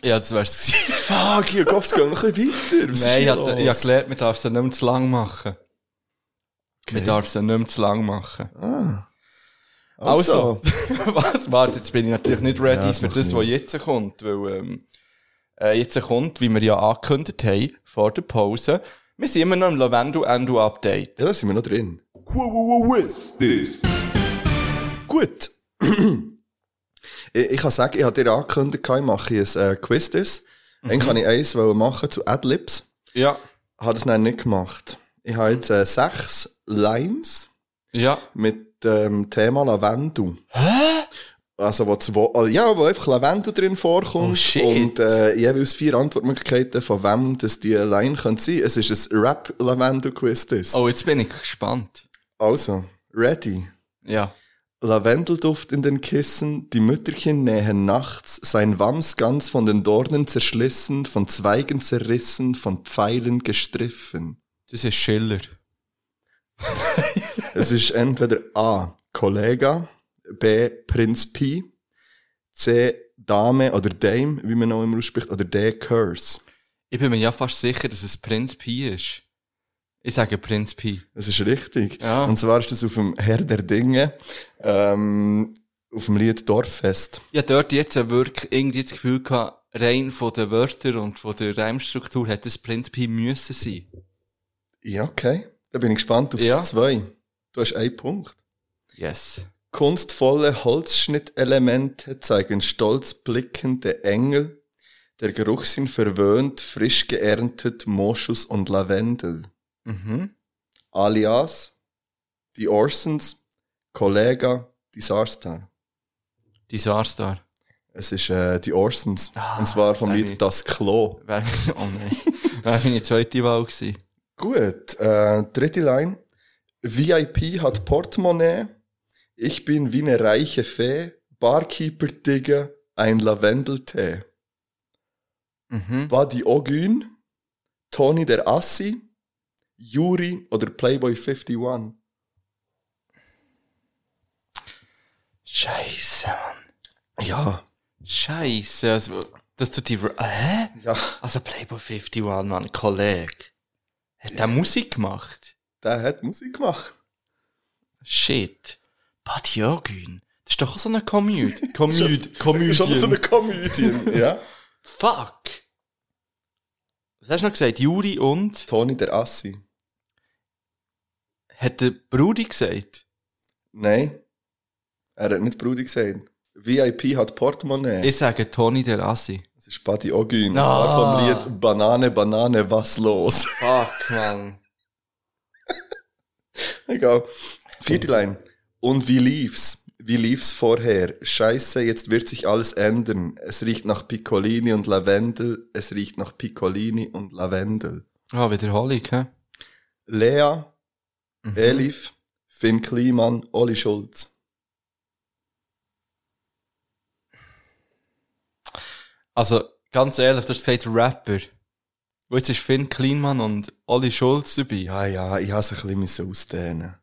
A: Ja, das wär's gewesen.
B: Fuck, hier geht's noch ein bisschen weiter. Was
A: Nein, ich
B: ist
A: habe ich hab gelernt, man darf es ja nicht mehr zu lang machen. Man darf es ja nicht mehr zu lang machen. Also, warte, warte, jetzt bin ich natürlich nicht ready
B: Ja, das
A: für
B: macht
A: das, was jetzt kommt, weil ähm, äh, jetzt kommt, wie wir ja angekündigt haben, vor der Pause, wir sind immer noch im Lavendel-Endo-Update.
B: Ja, da sind wir noch drin. Gut. ich, ich kann sagen, ich habe dir angekündigt, ich mache ein äh, Quiz. -Diss.
A: Mhm.
B: Dann kann ich eins wollen machen zu Adlibs.
A: Ja.
B: Habe das dann nicht gemacht. Ich habe jetzt äh, sechs Lines
A: Ja.
B: mit dem Thema Lavendel. Hä? Also, wo, zwei, also, ja, wo einfach Lavendel drin vorkommt.
A: Oh, shit.
B: Und äh, jeweils vier Antwortmöglichkeiten, von wem das die Line könnte sein. Es ist ein Rap-Lavendel-Quiz. das.
A: Oh, jetzt bin ich gespannt.
B: Also, ready.
A: Ja.
B: Lavendelduft in den Kissen, die Mütterchen nähen nachts, sein Wams ganz von den Dornen zerschlissen, von Zweigen zerrissen, von Pfeilen gestriffen.
A: Das ist Schiller.
B: Es ist entweder A. Kollega, B. Prinz Pi, C. Dame oder Dame, wie man auch immer ausspricht, oder D. Curse.
A: Ich bin mir ja fast sicher, dass es Prinz Pi ist. Ich sage Prinz Pi.
B: Das ist richtig.
A: Ja.
B: Und zwar ist das auf dem Herr der Dinge, ähm, auf dem Lied Dorffest.
A: Ja, dort jetzt wirklich irgendwie das Gefühl gehabt, rein von den Wörtern und von der Reimstruktur hätte es Prinz Pi müssen sein.
B: Ja, okay. Da bin ich gespannt auf
A: Ja.
B: das zwei. Du hast einen Punkt.
A: Yes.
B: Kunstvolle Holzschnittelemente zeigen stolz blickende Engel. Der Geruch sind verwöhnt, frisch geerntet Moschus und Lavendel.
A: Mhm.
B: Alias, die Orsons, Kollega, Disaster.
A: Die Sarstar.
B: Es ist äh, die Orsons. und zwar vom
A: sag
B: Lied
A: ich.
B: Das Klo.
A: Wär, oh nein. Wäre meine zweite Wahl gewesen.
B: Gut, äh, dritte Line. VIP hat Portemonnaie. Ich bin wie eine reiche Fee. Barkeeper Digger, ein Lavendeltee.
A: Mhm.
B: Buddy Ogün, Tony der Assi, Juri oder Playboy 51.
A: Scheiße, Mann.
B: Ja.
A: Scheiße. Also, das tut die... Hä?
B: Ja,
A: Also Playboy 51, Mann, Kollege. Hat der Musik gemacht?
B: der hat Musik gemacht.
A: Shit. Bad Jörgün. Das ist doch auch so eine Komödie. Komödie. Komödie.
B: Schon so eine Komödie. ja.
A: Fuck. Was hast du noch gesagt? Juri und?
B: Toni der Assi.
A: Hat der Brudi gesagt?
B: Nein. Er hat nicht Brudi gesehen. VIP hat Portemonnaie.
A: Ich sage Toni der Assi.
B: Das ist Buddy Ogün. Und zwar vom Lied Banane, Banane, was los?
A: Fuck, man.
B: Egal. Vierte Line. Und wie lief's? Wie lief's vorher? Scheiße, jetzt wird sich alles ändern. Es riecht nach Piccolini und Lavendel. Es riecht nach Piccolini und Lavendel.
A: Ah, Wiederholung, hä?
B: Lea, Elif, Finn Kliman, Olli Schulz.
A: Also, ganz ehrlich, du hast gesagt Rapper. Wo jetzt ist Finn Kleinmann und Olli Schulz dabei.
B: Ja, Ah ja, ich hasse ein bisschen ausdehnen.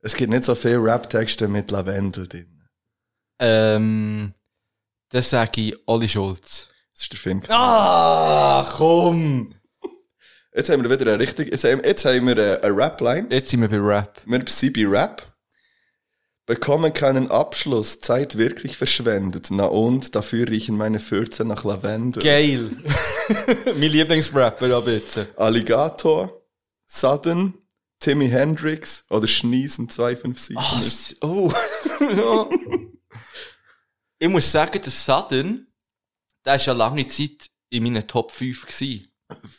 B: Es gibt nicht so viele Rap-Texte mit Lavendel drin.
A: Ähm, dann sage ich Olli Schulz.
B: Das ist der Finn.
A: Ah, komm!
B: Jetzt haben wir wieder eine richtige, jetzt haben, jetzt haben wir eine, eine Rap-Line.
A: Jetzt sind wir bei Rap.
B: Wir sind bei Rap. Bekommen keinen Abschluss, Zeit wirklich verschwendet. Na und, dafür riechen meine Fürze nach Lavendel.
A: Geil! mein Lieblingsrapper ab jetzt.
B: Alligator, Sudden, Timmy Hendrix oder Schniesen 257.
A: Ah, s- Oh, Ja. Ich muss sagen, der Sudden, der war ja lange Zeit in meinen Top 5 gewesen.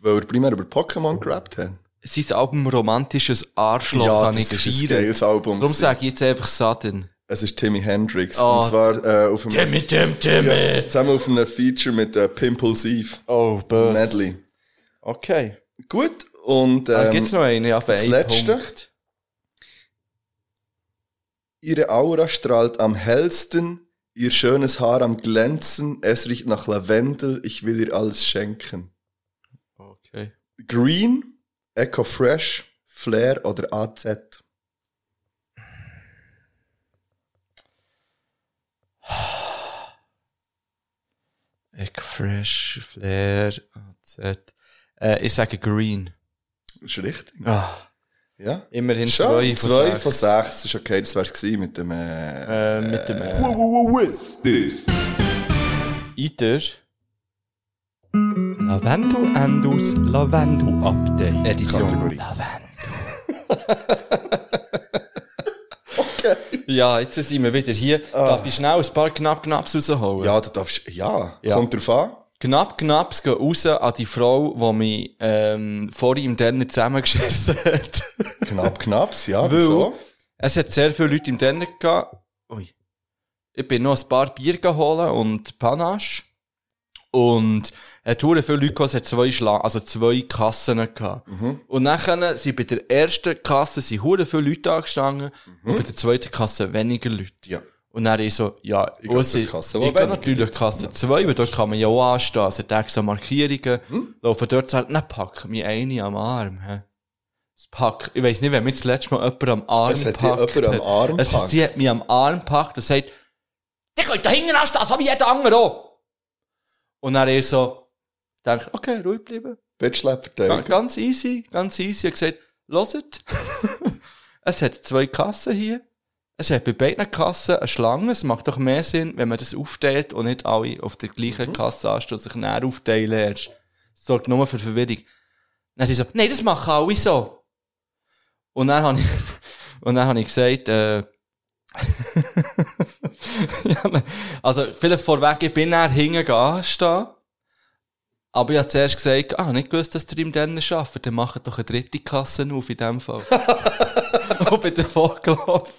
B: Weil wir primär über Pokémon gerappt haben.
A: Sein Album Romantisches Arschloch kann ich
B: ist ein
A: feiern.
B: geiles Album.
A: Darum
B: gewesen.
A: sage ich jetzt einfach Sudden.
B: Es ist Timmy Hendrix.
A: Ah.
B: Und zwar äh, auf einem,
A: Timmy, Tim, Timmy!
B: zusammen auf einem Feature mit äh, Pimple Eve.
A: Oh, böse.
B: Medley.
A: Okay.
B: Gut, und
A: Ähm,
B: ähm,
A: gibt's noch einen? Ja, für
B: das
A: einen
B: letzte.
A: Punkt.
B: Ihre Aura strahlt am hellsten, ihr schönes Haar am glänzen, es riecht nach Lavendel, ich will ihr alles schenken.
A: Okay.
B: Green, Echo Fresh, Flair oder AZ.
A: Egg Fresh, Flair, AZ. Äh, ich sage Green.
B: Ist richtig.
A: Ah,
B: Ja.
A: immerhin
B: Schon,
A: zwei, von
B: zwei
A: sechs.
B: von sechs. Ist okay, das wär's gewesen mit dem, äh,
A: Äh, mit dem äh, Eater. Lavendel Endus Lavendel Update. Edition.
B: Kategorie.
A: Lavendel. okay. Ja, jetzt sind wir wieder hier.
B: Ah.
A: Darf ich schnell ein paar Knapp-Knaps rausholen?
B: ja, du darfst, ja.
A: Ja.
B: Kommt drauf an.
A: Knapp, knapp, gehen raus an die Frau, die mich ähm, vorhin im Denner zusammengeschissen hat.
B: Knapp, knapps, ja,
A: Weil
B: wieso?
A: es hat sehr viele Leute im Denner gehabt. Ui. Ich bin noch ein paar Bier geholt und Panache. Und es hat sehr viele Leute gehabt, es hat zwei Schlangen, also zwei Kassen gehabt.
B: Mhm.
A: Und nachher sind bei der ersten Kasse sind hure viele Leute angestanden und bei der zweiten Kasse weniger Leute.
B: Mhm. Ja.
A: Und dann ich so, ja, ich,
B: Ich gehe
A: gehe
B: zur Kasse, wo
A: ich
B: weniger
A: gehe natürlich Kasse 2, weil dort kann man ja auch anstehen. Es hat extra Markierungen.
B: Mhm.
A: Laufen dort sagt, ne, pack mir eine am Arm. hä? Das Pack. Ich weiss nicht, wenn mir das letzte Mal jemand am Arm
B: Es hat dich
A: gepackt
B: jemand am Arm
A: es,
B: gepackt?
A: Sie hat mich am Arm gepackt und sagt, der könnt da hinten anstehen, so wie jeder andere auch. Und dann ich so, denke, okay, ruhig bleiben. Ga-
B: Bettschlepperteig.
A: Ganz easy, ganz easy. Er hat gesagt, loset. es hat zwei Kassen hier. Es hat bei beiden Kassen eine Schlange. Es macht doch mehr Sinn, wenn man das aufteilt und nicht alle auf der
B: Mhm.
A: gleichen Kasse anstehen und sich näher aufteilen erst. Das sorgt nur für Verwirrung. Dann sie so, nein, das machen alle so. Und dann habe ich, und dann habe ich gesagt, äh, ja, ne, also, vielleicht vorweg, ich bin dann hingegangen anstehen. Aber ich habe zuerst gesagt, ah, nicht gewusst, dass ihr im Denner arbeitet, dann macht doch eine dritte Kasse auf in dem Fall. und bin davor gelaufen.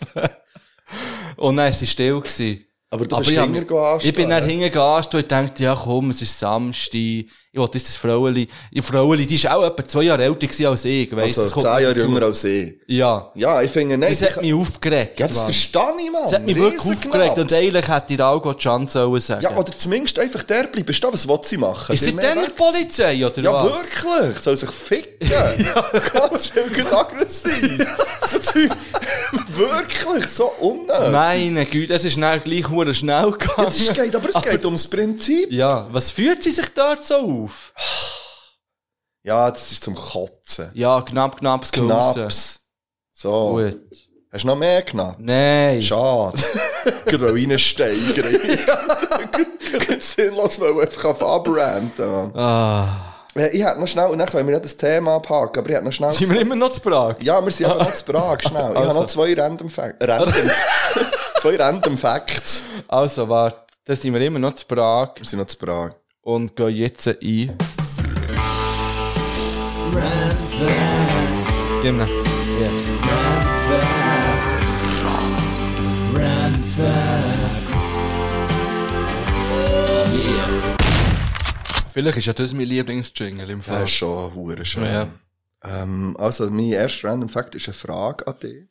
A: Und dann war sie still. Gewesen.
B: Aber du
A: Aber
B: bist
A: ich hab-
B: hinten anstehen.
A: Ich bin dann hingegangen und dachte, ja komm, es ist Samstag, ich will das Fraueli. Die Fraueli, die ist auch etwa zwei Jahre älter gewesen als ich, weißt
B: Also, zehn Jahre jünger als ich.
A: Ja.
B: Ja, ich finde, nein,
A: Das hat mich aufgeregt.
B: ja, das
A: Mann.
B: verstehe ich, Mann.
A: Das hat mich wirklich
B: Riesen
A: aufgeregt und
B: Knaps.
A: eigentlich hätte ich da auch die Chance sollen sagen
B: Ja, oder zumindest einfach der bleiben stehen. Was will sie machen?
A: Ist
B: Will
A: sie
B: mehr
A: dann der
B: weg-
A: Polizei, oder
B: Ja,
A: was?
B: wirklich. Soll sich ficken. ja. Ganz irgendwie aggressiv. so Zeug. Wirklich, so unnötig.
A: Meine Güte, es ist dann gleich hure schnell gegangen.
B: Ja, das geht, aber es geht ums Prinzip.
A: Ja, was führt sie sich dort so auf?
B: Ja, das ist zum Kotzen.
A: Ja, knapp, knapp,
B: Knaps. So.
A: Gut.
B: Hast du noch mehr genommen?
A: Nein.
B: Schade. Gerade weil reinsteigern. Gerade sinnlos, weil einfach auf abranten, Mann.
A: Ah.
B: Ja, Ich hätte noch schnell, und dann können wir ja das Thema abhaken, aber ich hätte noch schnell...
A: Sind wir immer noch zu Prag?
B: Ja, wir sind aber noch zu Prag, schnell. Ich habe
A: Also.
B: noch zwei Random Facts. Random. zwei Random Facts.
A: Also, warte. Da sind wir immer noch zu Prag
B: Wir sind noch zu Prag.
A: und gehen jetzt ein. Genau. Yeah. Vielleicht ist ja das mein Lieblingsjingle im
B: Das
A: Fall.
B: ist schon hure schön.
A: Ja.
B: Ähm, also, mein erster Random Fact ist eine Frage an dich.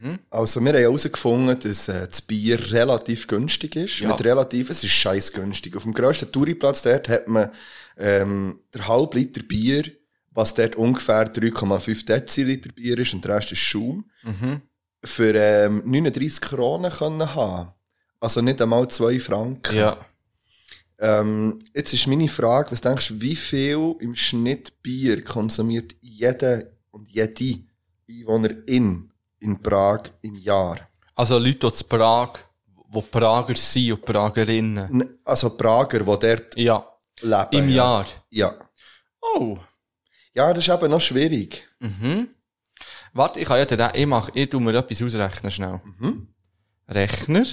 A: Mhm.
B: Also, wir haben herausgefunden, dass äh, das Bier relativ günstig ist. Mit relativ, es ist scheiß günstig. Auf dem grössten Touriplatz dort hat man ähm, der halb Liter Bier, was dort ungefähr 3,5 Deziliter Bier ist und der Rest ist Schaum,
A: Mhm.
B: für ähm, 39 Kronen können haben. Also nicht einmal 2 Franken.
A: Ja.
B: Ähm, jetzt ist meine Frage, was denkst du, wie viel im Schnitt Bier konsumiert jeder und jede Einwohnerin in Prag im Jahr?
A: Also Leute aus Prag, die Prager sind und Pragerinnen.
B: N- Also Prager, die dort
A: Ah, Ja.
B: leben.
A: Im
B: ja.
A: Jahr.
B: Ja.
A: Oh.
B: Ja, das ist eben noch schwierig.
A: Warte, ich kann ja den, ich mach, ich tu mir etwas ausrechnen schnell. Rechner?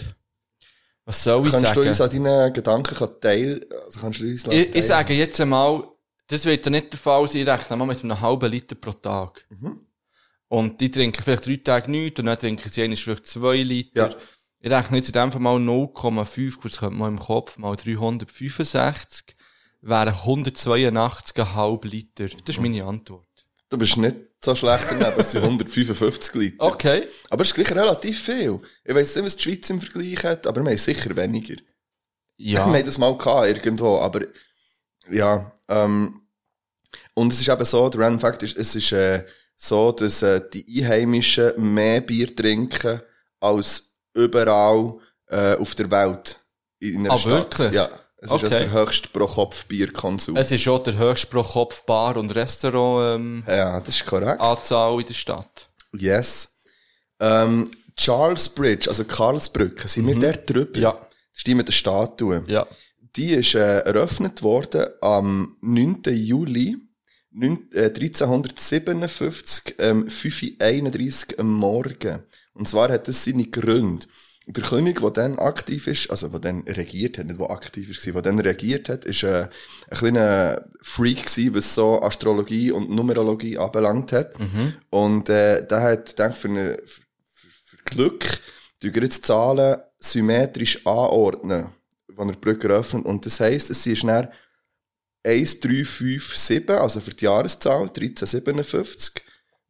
A: Was soll ich
B: Mhm. kannst du
A: sagen?
B: uns an deinen Gedanken teilen? Also kannst du uns
A: ich, ich
B: teilen?
A: sage jetzt einmal, das wird ja nicht der Fall sein, ich rechne mal mit einem halben Liter pro Tag.
B: Mhm.
A: Und die trinken vielleicht drei Tage nichts und dann trinken sie eigentlich vielleicht zwei Liter.
B: Ja.
A: Ich rechne jetzt in dem Fall mal 0,5, gut, das könnte man im Kopf, mal 365, wären 182,5 Liter. Das ist
B: Mhm.
A: meine Antwort.
B: Du bist nicht so schlecht daneben, es sind 155 Liter.
A: Okay.
B: Aber es ist gleich relativ viel. Ich weiss nicht, was die Schweiz im Vergleich hat, aber wir haben sicher weniger.
A: Ja.
B: Wir haben das mal gehabt, irgendwo, aber ja. Ähm, und es ist eben so, der Random Fact ist, es ist äh, so, dass äh, die Einheimischen mehr Bier trinken als überall äh, auf der Welt. In einer
A: Ah,
B: Stadt.
A: wirklich?
B: Ja. Es
A: Okay.
B: ist also der höchste Pro-Kopf-Bierkonsum.
A: Es ist auch der höchste pro Kopf Bar- und Restaurant-Anzahl
B: Ja, das ist korrekt.
A: Ah. in der Stadt.
B: Yes. Ähm, Charles Bridge, also Karlsbrücke, sind wir dort drüber?
A: Mhm. Ja.
B: Das ist die mit der Statue.
A: Ja.
B: Die ist äh, eröffnet worden am 9. Juli 9, äh, 1357, ähm, 5.31 Uhr am Morgen. Und zwar hat das seine Gründe. Der König, der dann aktiv ist, also der dann regiert hat, nicht der aktiv war, der dann regiert hat, ist äh, ein kleiner Freak gewesen, was so Astrologie und Numerologie anbelangt hat. Und äh, der hat gedacht, für, eine, für, für, für Glück, die jetzt Zahlen symmetrisch anordnen, wenn er die Brücke öffnet. Und das heisst, es ist dann 1357, also für die Jahreszahl 1357,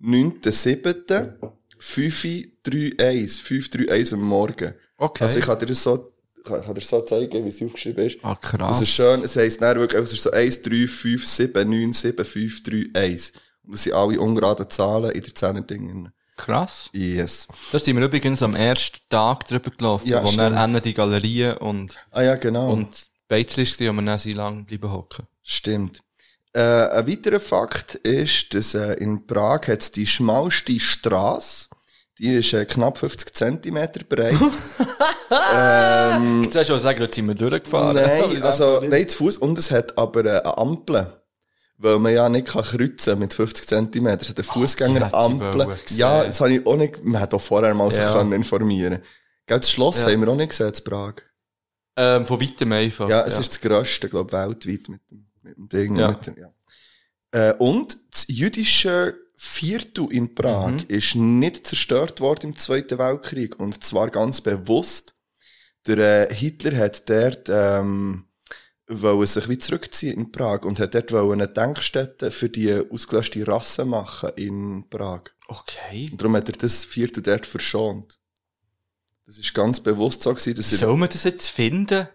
B: 9.7., 531, 531 am Morgen.
A: Okay.
B: Also ich kann dir das so, kann, kann dir so zeigen, wie es aufgeschrieben ist.
A: Ah, krass.
B: Das ist schön, es heisst dann wirklich, es ist so 1, 3, 5, 7, 9, 7, 5, 3, 1. Und das sind alle ungeraden Zahlen in der 10er Dingen.
A: Krass.
B: Yes.
A: Da sind wir übrigens am ersten Tag drüber gelaufen,
B: Ja,
A: wo dann
B: stimmt.
A: enden die Galerien und,
B: Ah ja, genau.
A: und Beizlis waren, wo wir dann so lange bleiben hocken.
B: Stimmt. Äh, ein weiterer Fakt ist, dass äh, in Prag hat's die schmalste Straße. Die ist äh, knapp 50 cm breit.
A: Jetzt hast du auch sagen, dort sind wir durchgefahren.
B: Mhm. nein, also nein, zu Fuß. Und es hat aber äh, eine Ampel. Weil man ja nicht kann kreuzen mit 50 cm. Es hat eine
A: die
B: Fußgängerampel.
A: hätte ich
B: Ja,
A: wollen
B: das habe ich auch nicht. Man hat auch vorher mal sich
A: Ja.
B: können informieren. Gell, das Schloss
A: Ja.
B: haben wir auch nicht gesehen in Prag.
A: Ähm, von weitem einfach.
B: Ja, es ist das grösste, glaube ich, weltweit mit dem, mit dem Ding.
A: Ja.
B: Mit dem, ja. äh, und das jüdische Viertel in Prag ist nicht zerstört worden im Zweiten Weltkrieg. Und zwar ganz bewusst. Der äh, Hitler hat dort, ähm, wollte sich wie zurückziehen in Prag und hat dort wollte eine Denkstätte für die ausgelöschte Rasse machen in Prag.
A: Okay.
B: Und darum hat er das Viertel dort verschont. Das ist ganz bewusst so gewesen, dass er
A: Soll man das jetzt finden?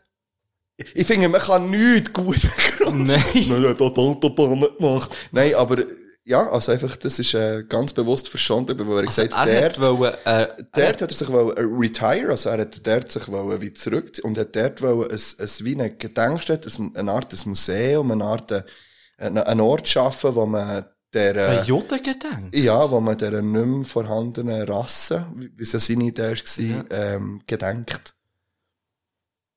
B: ich finde, man kann nichts gut
A: Nein.
B: Nein, hat die Autobahn nicht gemacht. Nein, aber ja, also einfach, das ist äh, ganz bewusst verschont, weil Also er gesagt hat,
A: er
B: dort,
A: hat wollen, äh,
B: dort hat er sich wollen, äh, retire, also er hat dort sich wollen, wie zurück und hat dort wollen, ein, ein, wie eine Gedenkstätte, ein- eine Art ein Museum, eine Art, äh, einen- einen Ort schaffen, wo man der,
A: Bei
B: äh,
A: Juden gedenkt?
B: ja, wo man der nicht mehr vorhandenen Rasse, wie wie es ja seine Idee war, ähm, gedenkt.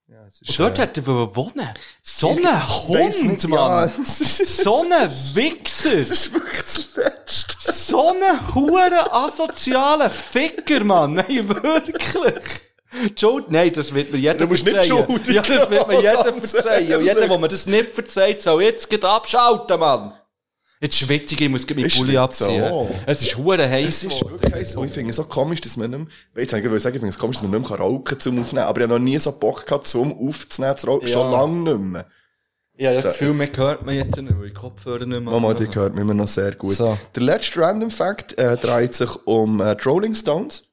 B: Ja, es ist,
A: Und dort
B: äh,
A: hätte er wollen wohnen. So ein
B: weiss
A: Hund,
B: nicht, ja,
A: Mann.
B: es ist-
A: So ein Wichser.
B: Das ist wirklich das Letzte.
A: So ein hure asozialer Ficker, Mann. Nein, wirklich. Schuld, nein, das wird mir jeder
B: Du musst nicht
A: verzeihen.
B: schuldig.
A: ja, das wird mir jeder
B: Ganz
A: verzeihen. Und jeder,
B: ehrlich.
A: der mir das nicht verzeiht, soll jetzt gleich abschalten, Mann. Jetzt schwitze ich, ich muss gleich meinen
B: Ist
A: Pulli
B: nicht
A: abziehen.
B: so.
A: Es ist hure heiß.
B: Es ist wirklich heiß. Und ich finde es so komisch, dass man nicht mehr, weil jetzt ich würde sagen, ich finde es komisch, dass man nicht mehr rauchen kann, zum Aufnehmen. Aber ich habe noch nie so Bock gehabt, zum Aufzunehmen, zu rauchen. Schon lange nicht mehr.
A: Ja, das Gefühl, man hört man jetzt nicht, weil ich Kopfhörer nicht mehr
B: Mama,
A: habe.
B: die gehört mir immer noch sehr gut.
A: So.
B: Der letzte Random Fact äh, dreht sich um äh, die Rolling Stones.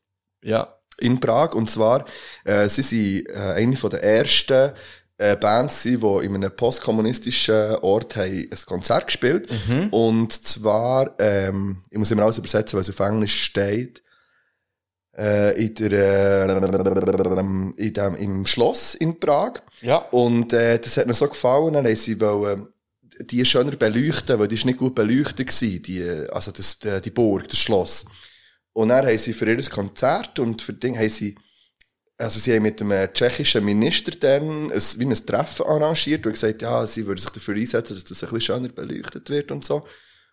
A: Ja.
B: in Prag. Und zwar, äh, sie waren äh, eine von der ersten äh, Bands, gewesen, die in einem postkommunistischen Ort haben ein Konzert gespielt Und zwar, ähm, ich muss immer alles übersetzen, weil es auf Englisch steht, äh, in der, äh, in dem, im Schloss in Prag.
A: Ja.
B: Und äh, das hat mir so gefallen, dann haben sie wollen, äh, die schöner beleuchten, weil die war nicht gut beleuchtet, gewesen, die, äh, also das, die, die Burg, das Schloss. Und dann haben sie für ihr Konzert und für Ding haben sie, also sie haben mit dem äh, tschechischen Minister dann ein, wie ein Treffen arrangiert und gesagt, ja, sie würden sich dafür einsetzen, dass das ein bisschen schöner beleuchtet wird und so.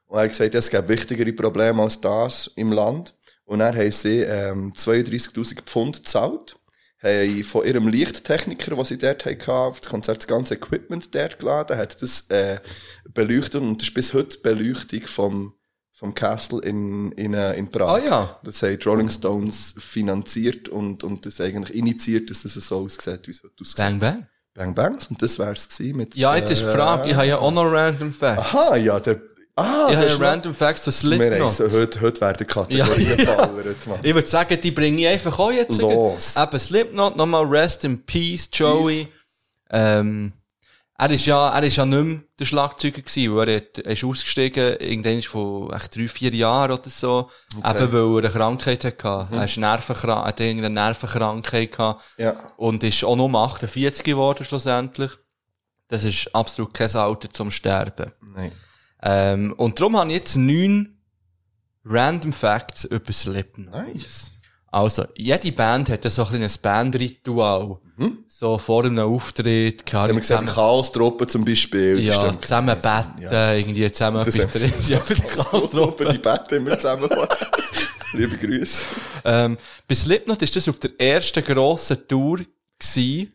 B: Und er hat gesagt, ja, es gäbe wichtigere Probleme als das im Land. Und dann haben sie ähm, 32'000 Pfund gezahlt, haben von ihrem Lichttechniker, den sie dort hatten, für das Konzert das ganze Equipment dort geladen, hat das äh, beleuchtet und das ist bis heute die Beleuchtung vom, vom Castle in, in, äh, in Prag.
A: Ah ja.
B: Das haben die Rolling Stones finanziert und, und das eigentlich initiiert, dass das so aussieht, wie es heute aussieht.
A: Bang, bang.
B: Bang Bangs und das wär's gewesen mit...
A: Ja, jetzt ist die Frage, ich habe ja auch noch Random Facts.
B: Aha, ja, der... Ah,
A: Ich
B: der
A: habe ja
B: ist noch-
A: Random Facts zu
B: Wir haben
A: Slipknot.
B: so, heute, heute werden Kategorien
A: Ja, ja.
B: geballert, Mann.
A: Ich würde sagen, die bringe ich einfach auch jetzt.
B: Los.
A: Eben Slipknot, nochmal Rest in Peace, Joey. Ähm, er ist ja, er ist ja nicht mehr der Schlagzeuger gewesen, weil er, hat, er ist ausgestiegen, irgendwann ist von echt drei, vier Jahren oder so. Eben weil er eine Krankheit hatte. Er ist Nervenkrank, hat irgendeine Nervenkrankheit gehabt.
B: Mhm. Ja.
A: Und ist auch nur 48 geworden schlussendlich. Das ist absolut kein Alter zum Sterben.
B: Nein.
A: Ähm, und darum habe ich jetzt neun Random Facts über Slipknot.
B: Nice.
A: Also, jede Band hat ja so ein kleines Bandritual. So vor einem Auftritt, keine
B: Mhm. Haben wir
A: Ahnung,
B: gesehen,
A: zusammen,
B: Chaos-Truppe zum Beispiel. die
A: ja,
B: stehen-
A: zusammen beten, irgendwie zusammen
B: Das
A: etwas
B: haben wir
A: trinken. Ja, für die Katastrophe.
B: Chaos-Truppe, die beten immer zusammen vor. Liebe Grüße.
A: Ähm, bei Slipknot war das auf der ersten grossen Tour. Gewesen.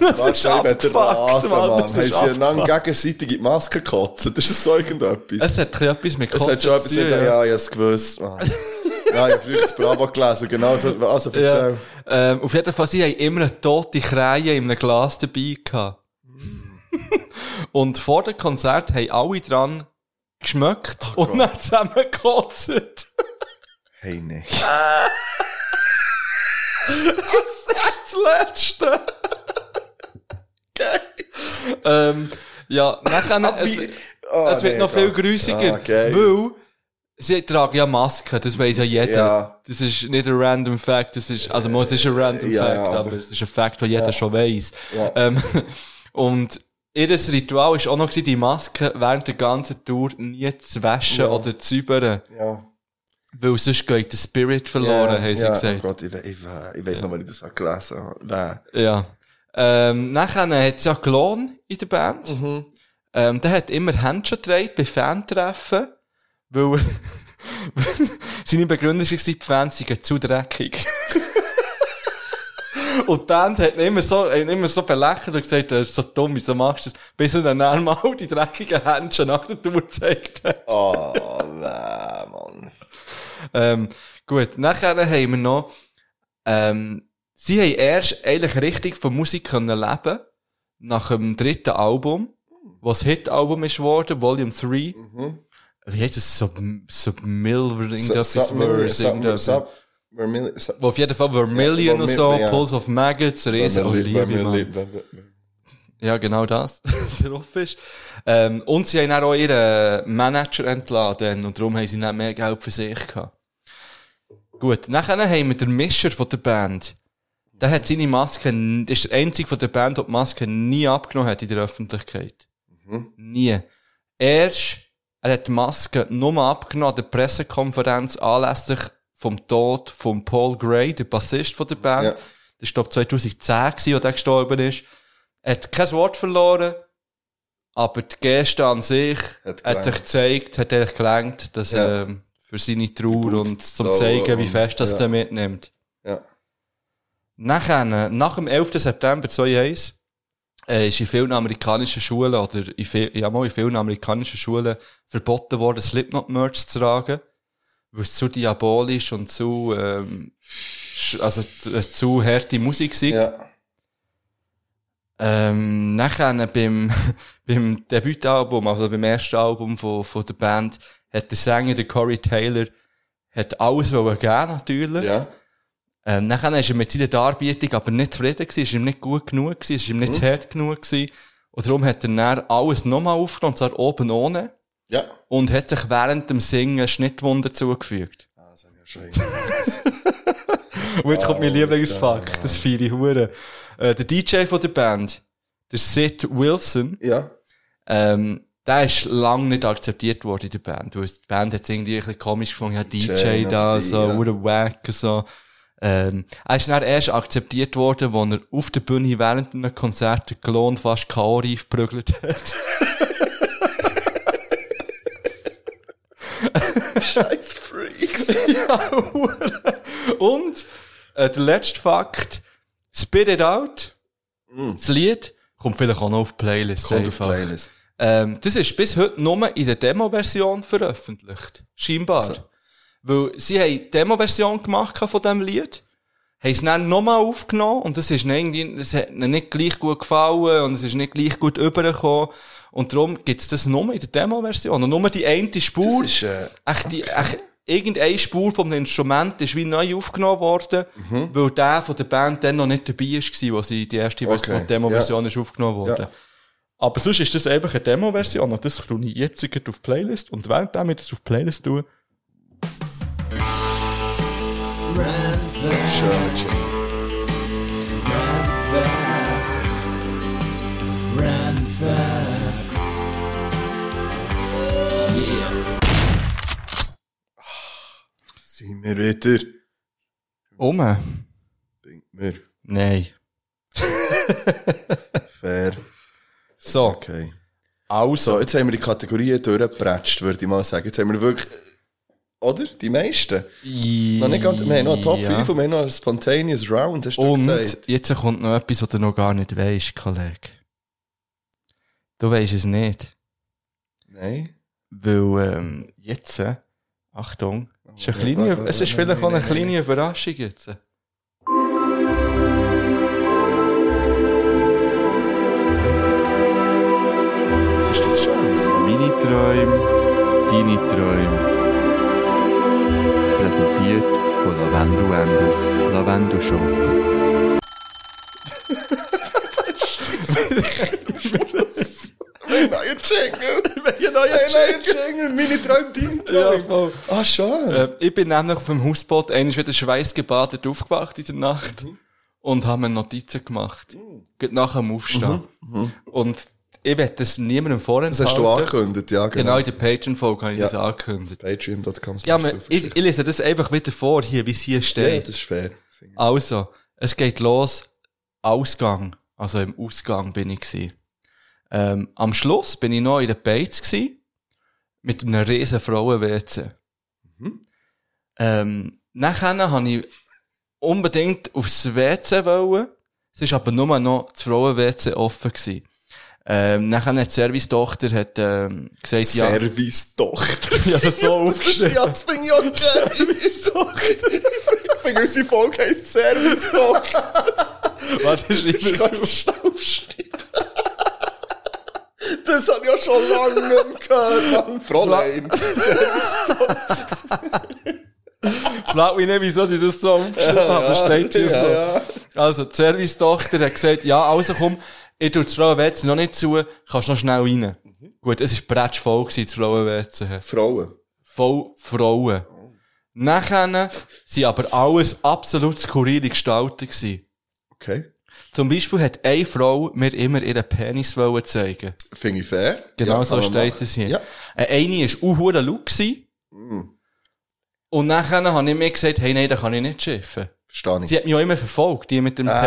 B: Das ist
A: abgefuckt, Mann, das
B: Haben
A: ist
B: sie einander gegenseitig in die Maske gekotzt? Das ist so irgendetwas.
A: Es hat ein bisschen etwas mit
B: Es
A: Kotzen
B: hat schon etwas
A: zu tun,
B: mit, ja, ich hab's gewusst, Mann. Ja, ich hab früher das Bravo gelesen, genau so, also
A: Ja.
B: erzähl.
A: Ähm, auf jeden Fall, sie haben immer eine tote Krähe in einem Glas dabei gehabt.
B: Mm.
A: und vor dem Konzert haben alle dran geschmeckt
B: Oh
A: und dann zusammen gekotzt.
B: Hey, nee.
A: Das ist das Letzte. ähm, ja, nachher, es,
B: Oh,
A: es wird
B: nee,
A: noch viel
B: Gott.
A: grüssiger,
B: Ah, geil.
A: weil sie tragen ja Masken, das weiss ja jeder.
B: Ja.
A: Das ist nicht ein random Fact, das ist, also es ist ein random
B: Ja,
A: Fact,
B: ja,
A: aber,
B: aber-
A: es ist ein Fact, den jeder schon weiss.
B: Ja.
A: Ähm, und ihr Ritual ist auch noch gewesen, die Maske während der ganzen Tour nie zu waschen
B: Ja.
A: oder zu säubern,
B: Ja.
A: weil sonst geht der Spirit verloren, haben sie
B: ja,
A: gesagt.
B: Oh Gott, ich, we- ich, we- ich weiß noch, wann ich das hab gelesen habe. Wer?
A: Ja. Ähm, nachher hat es ja Klon in der Band. Ähm, der hat immer Händchen getragen bei Fantreffen, weil seine Begründung war, die Fans seien zu dreckig. Und die Band hat ihn immer so, hat ihn immer so belächelt und gesagt, das ist so dumm, wieso machst du das? Bis er dann dann mal die dreckigen Händchen nach der Tour gezeigt hat.
B: Oh, wer, Mann.
A: Ähm, gut, nachher haben wir noch, ähm, sie haben erst eigentlich richtig von Musik können leben nach dem dritten Album, was Hit-Album ist worden, Volume 3.
B: Mhm.
A: Wie heißt das? Sub Submilvering, das ist Verse, Wo auf jeden Fall Vermilion
B: Ja,
A: und so,
B: Vermil- ja.
A: Pulse of Maggots, Riesen, oh, liebe Mann.
B: Vermilion.
A: Ja, genau das. drauf ist. Ähm, und sie haben dann auch ihren Manager entladen und darum haben sie dann mehr Geld für sich gehabt. Gut, nachher haben wir den Mischer von der Band. Der hat seine Maske, n- ist der einzige von der Band,
B: Mhm.
A: der die Maske nie abgenommen hat in der Öffentlichkeit. Nie. Erst Er hat die Maske nur abgenommen an der Pressekonferenz anlässlich vom Tod von Paul Gray, der Bassist von der Band.
B: Ja.
A: Das war, glaube 2010 gewesen, als er gestorben ist. Er hat kein Wort verloren, aber die Geste an sich hat, hat
B: Hat
A: er
B: gelangt.
A: gezeigt, hat er gelangt, dass
B: Ja.
A: er ähm, für seine Trauer
B: Geputzt,
A: und zum
B: sauber
A: zeigen, wie
B: und-
A: fest das
B: ja.
A: er mitnimmt.
B: Ja.
A: Nachher, nach dem 11. September 2001, äh, ist in vielen amerikanischen Schulen, oder in, viel, ja, mal in vielen amerikanischen Schulen verboten worden, Slipknot-Merch zu tragen, weil es zu diabolisch und zu, ähm, sch- also zu, äh, zu harte Musik war.
B: Ja.
A: Ähm, nachher beim, beim Debütalbum, also beim ersten Album von, von der Band, hat der Sänger, der Corey Taylor, hat alles wollen geben, natürlich.
B: Ja.
A: Ähm, nachher ist er mit seiner Darbietung aber nicht zufrieden gewesen, ist ihm nicht gut genug gewesen, ist ihm nicht zu hart genug gewesen. Und darum hat er dann alles nochmal aufgenommen, und zwar oben ohne,
B: Ja.
A: und hat sich während dem Singen Schnittwunden zugefügt. Und jetzt kommt mein Lieblingsfuck, das feiere ich hure. Äh, der DJ von der Band, der Sid Wilson,
B: Ja.
A: ähm, der ist lange nicht akzeptiert worden in der Band, weil die Band hat es irgendwie ein bisschen komisch gefunden, ja, DJ
B: DJ
A: da,
B: natürlich,
A: so,
B: ja.
A: oder wack, so. Ähm, er ist dann erst akzeptiert worden, als er auf der Bühne während einem Konzert den Klon fast Kaori verprügelt hat.
B: Scheiß Freaks.
A: ja, hure. Und, äh, der letzte Fakt, Spit It Out, das Lied, kommt vielleicht auch noch auf die Playlist.
B: Mm. Kommt auf die
A: einfach.
B: Playlist.
A: Ähm, das ist bis heute nur in der Demo-Version veröffentlicht. Scheinbar. Weil sie haben die Demo-Version gemacht von diesem Lied, haben es dann nochmal aufgenommen und das ist dann irgendwie, das hat ihnen nicht gleich gut gefallen und es ist nicht gleich gut übergekommen. Und darum gibt es das nur in der Demo-Version. Und nur die eine
B: Das
A: Spur,
B: ist, äh,
A: echt die, echt, irgendeine Spur vom Instrument ist wie neu aufgenommen worden,
B: Mhm.
A: weil der von der Band dann noch nicht dabei war, wo sie die erste Version-
B: Okay,
A: Demo-Version ist aufgenommen worden.
B: Ja.
A: Aber sonst ist das einfach eine Demo-Version und das tue ich jetzt gerade auf die Playlist und währenddem ich das auf die Playlist tue,
B: schön. schön. Sind wir wieder?
A: um.
B: Bringt mir
A: Nein.
B: fair.
A: So,
B: Okay.
A: also,
B: So, jetzt haben wir die Kategorien durchgepratscht, würde ich mal sagen. Jetzt haben wir wirklich, oder? Die meisten. Noch nicht ganz, wir haben noch eine Top 5 und wir haben noch ein Spontaneous Round, hast du
A: Und
B: gesagt.
A: jetzt kommt noch etwas, was du noch gar nicht weißt, Kollege. Du weißt es nicht.
B: Nein.
A: Weil ähm, jetzt, äh, Achtung, ist eine
B: warte,
A: kleine,
B: warte,
A: es ist
B: warte,
A: vielleicht auch
B: nein,
A: eine
B: nein,
A: kleine Überraschung jetzt.
B: Was ist das Schönes?
H: Meine Träume, deine Träume. Präsentiert von Lavendu Enders Lavendu Shop.
B: Ein neuer Jingle! Ein neuer Jingle! Meine Träume, deine Träume!
A: voll.
B: Ah, schön!
A: Äh, ich bin nämlich auf dem Hausboot einmal wieder schweißgebadet aufgewacht in der Nacht und habe mir Notizen gemacht. Geht nach dem Aufstehen. Und ich werde Mhm, das niemandem
B: Das
A: vorenthalten.
B: hast du angekündigt, ja,
A: Genau,
B: genau.
A: in der Patreon-Folge habe ich
B: Ja.
A: das angekündigt.
B: Patreon.com.
A: Ja, aber ich, ich lese das einfach wieder vor, hier, wie es hier
B: ja,
A: steht.
B: das ist fair. Finde
A: Also, es geht los. Ausgang. Also im Ausgang bin ich gsi. Ähm, am Schluss bin ich noch in der Beiz gsi. Mit einem riesen Frauen-WC.
B: Mhm.
A: Ähm, nachher habe ich unbedingt aufs WC wollen. Es ist aber nur noch das Frauen-WC offen gsi. Ähm, nachher hat die Service-Tochter hat, ähm, gesagt,
B: ich.
A: ja.
B: Service-Tochter.
A: Ja, das ist so aufgeschrieben.
B: Ja, das finde ich auch Service-Tochter. Ich finde, unsere Folge heisst Service-Tochter.
A: Warte,
B: Ich
A: schreib
B: kann das schnell aufschreiben. Das habe ich ja schon lange nicht mehr gehört. Mann, Fräulein.
A: Frag mich nicht, wieso sie das so aufgeschrieben haben, aber steht hier so.
B: Ja, ja.
A: Also, die Servicetochter hat gesagt, ja, also komm, ich tu das Frauenwetz noch nicht zu, kannst noch schnell rein. Gut, es ist bretsch voll gewesen, das Frauenwetz.
B: Frauen.
A: Voll Frauen. Nachher sind aber alles absolut skurrile Gestalten gewesen.
B: Okay.
A: Zum Beispiel hat eine Frau mir immer ihren Penis wollen zeigen.
B: Finde ich fair.
A: Genau
B: Ja,
A: so
B: kann man
A: steht
B: machen.
A: es hier.
B: Ja. Mhm.
A: Äh, Eine war unhure laut. gewesen. Und nachher habe ich mir gesagt, hey, nein, da kann ich nicht schiffen.
B: Verstehe ich.
A: Sie hat mich auch immer verfolgt, die mit dem
B: Ah,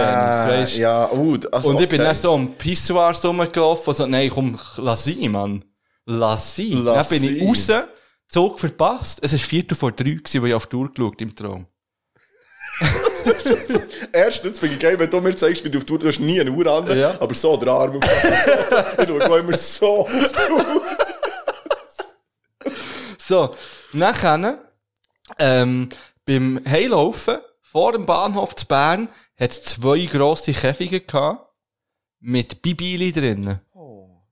A: Penis, weißt
B: Ja, gut. Also,
A: Und ich bin
B: okay.
A: dann so am Pissoir rumgelaufen und so, nein, komm, lass sie, Mann. Lass sie. Dann
B: Lass
A: bin ich
B: sein.
A: raus, Zug verpasst. Es war Viertel vor drei, gewesen, wo ich auf die Uhr geschaut im Traum.
B: Erstens finde ich geil, wenn du mir zeigst, wie du auf die Uhr, du hast nie eine Uhr an,
A: Ja.
B: aber so der Arm auf so. Ich schaue immer so.
A: So, nachher, ähm, beim Heilaufen, vor dem Bahnhof zu Bern, hat es zwei grosse Käfige gehabt, mit Bibili drinnen.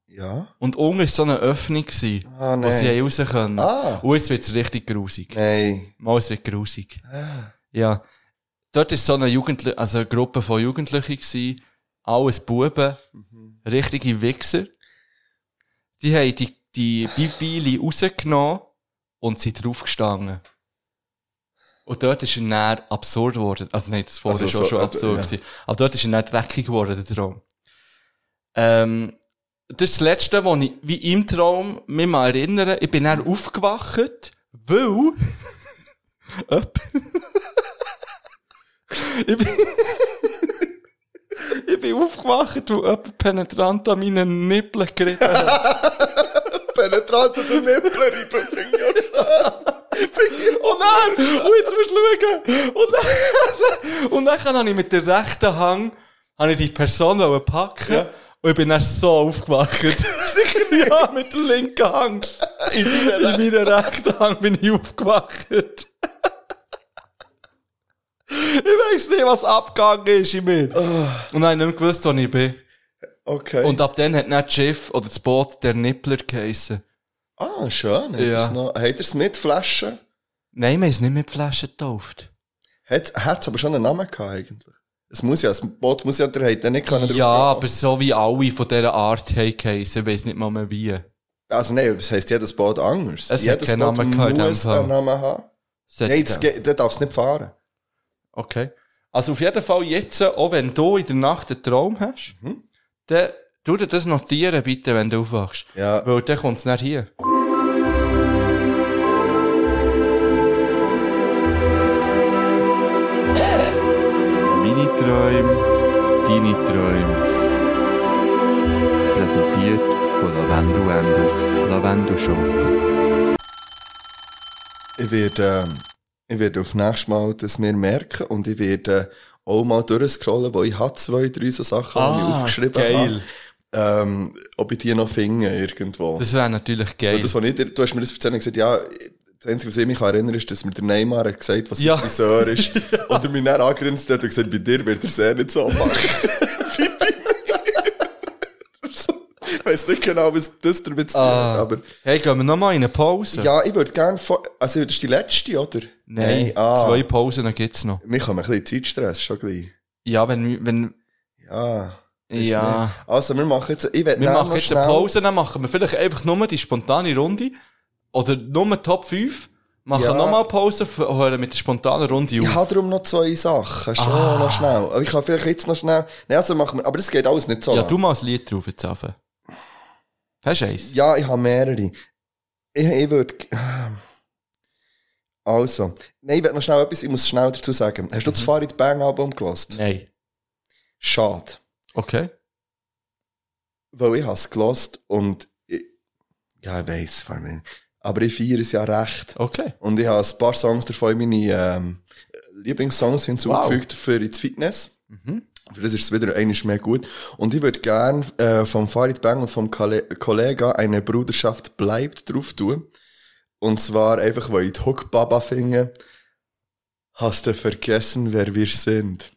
B: Ja?
A: Und unten war so eine Öffnung, gewesen,
B: Ah,
A: Oh, wo
B: nein.
A: sie haben raus können.
B: Ah.
A: Und jetzt wird es richtig grusig.
B: Nein.
A: Mal, es wird grusig. Ja. Dort war so eine, Jugendli also eine Gruppe von Jugendlichen, gewesen, alles Buben,
B: Mhm.
A: richtige Wichser. Die haben die, die Bibili rausgenommen und sind draufgestanden. Und dort ist er dann absurd geworden. Also nein, das vorher
B: Also
A: schon,
B: so,
A: schon
B: äh,
A: absurd.
B: ja.
A: gewesen. Aber dort ist er dann dreckig geworden, der Traum. Ähm, das ist das Letzte, wo ich wie im Traum mich mal erinnere. Ich bin dann aufgewacht, weil... Öpp. ich, bin ich bin aufgewacht, weil jemand penetrant an meinen Nippeln geritten hat.
B: Penetrant und ein Nippelrippen finde ich auch schön. Finde ich
A: Und dann, und Oh jetzt musst du schauen. Oh Und dann, und dann habe ich mit der rechten Hand, habe ich die Person wollen packen
B: Ja.
A: und ich bin dann so aufgewacht. Sicher nicht. Ja, mit der linken Hand. In, meiner rechten Hand bin ich aufgewacht. Ich weiss nicht, was abgegangen ist in mir. Und dann habe ich nicht mehr gewusst, wo ich bin.
B: Okay.
A: Und ab dann hat nicht das Schiff oder das Boot der Nippler geheissen.
B: ah, schön. Hat
A: Ja.
B: ja. noch, hat er es mit Flaschen?
A: Nein, wir haben es nicht mit Flaschen getauft.
B: Hat es aber schon einen Namen gehabt eigentlich? Es muss ja, das Boot muss ja, der hat ja nicht können drauf
A: Ja,
B: gehen.
A: aber so wie alle von dieser Art haben geheissen, ich weiss nicht mal mehr wie.
B: Also nein, es heisst jedes Boot anders.
A: Es hat
B: jedes
A: keinen
B: Boot
A: Namen gehabt in dem
B: muss
A: Fall.
B: einen Namen haben.
A: Sollte-
B: Nein, das ge- der darf es nicht fahren.
A: Okay. Also auf jeden Fall jetzt, auch wenn du in der Nacht einen Traum hast,
B: Mhm.
A: dann tu dir das notieren bitte, wenn du aufwachst.
B: Ja.
A: Weil dann kommt es nicht hier.
H: Meine Träume, deine Träume. Präsentiert von Lavendel Endus, Lavendel Shop.
B: Ich werde, ähm, ich werde auf nächstes Mal das mir merken und ich werde äh, auch mal durchscrollen, wo ich habe zwei, drei so Sachen, die ich
A: Ah,
B: aufgeschrieben
A: geil.
B: habe. Ähm, ob ich die noch finde irgendwo.
A: Das wäre natürlich geil.
B: Und das, was ich, dir- du hast mir das erzählt und gesagt, ja, das Einzige, was ich mich erinnere, ist, dass mir der Neymar hat gesagt was
A: Ja.
B: sein Friseur ist. Und er mich dann angegrinst hat und gesagt, bei dir wird er es eh nicht so machen. Bei dir. ich weiss nicht genau, was das damit zu tun hat,
A: ah.
B: aber...
A: Hey, gehen wir nochmal in eine Pause?
B: Ja, ich würde gerne... vor- Also, das ist die letzte, oder?
A: Nein,
B: ah.
A: zwei Pausen dann gibt's noch.
B: Wir haben ein bisschen Zeitstress schon gleich.
A: Ja, wenn, wenn,
B: Ja. weiss
A: ja.
B: nicht. Also, wir machen jetzt, ich will
A: Wir
B: dann
A: machen
B: noch
A: jetzt
B: schnell-
A: eine Pause, dann machen wir vielleicht einfach nur die spontane Runde oder nur Top 5, machen
B: Ja.
A: nochmal Pause f- hören mit der spontanen Runde
B: Ich
A: auf.
B: habe darum noch zwei Sachen, schon
A: Ah.
B: noch schnell. Aber ich kann vielleicht jetzt noch schnell, nein, also machen wir, aber das geht alles nicht so
A: Ja,
B: lang.
A: du mal ein Lied drauf jetzt auf. Hast du eins?
B: Ja, ich habe mehrere. Ich, ich würde, also, nein, ich will noch schnell etwas, ich muss schnell dazu sagen. Hast du das Farid Bang Album gelost?
A: Mhm. Nein.
B: Schade.
A: Okay.
B: Weil ich habe es gelost und ich, ja, ich weiss, vor allem- aber ich feiere es ja recht.
A: Okay.
B: Und ich habe ein paar Songs davon in meine ähm, Lieblingssongs hinzugefügt für ins Fitness. Für das ist es wieder einiges mehr gut. Und ich würde gerne äh, vom Farid Bang und vom Kale Kollega eine Bruderschaft bleibt drauf tun. Und zwar einfach, weil ich die Hook Baba finde. Hast du vergessen, wer wir sind?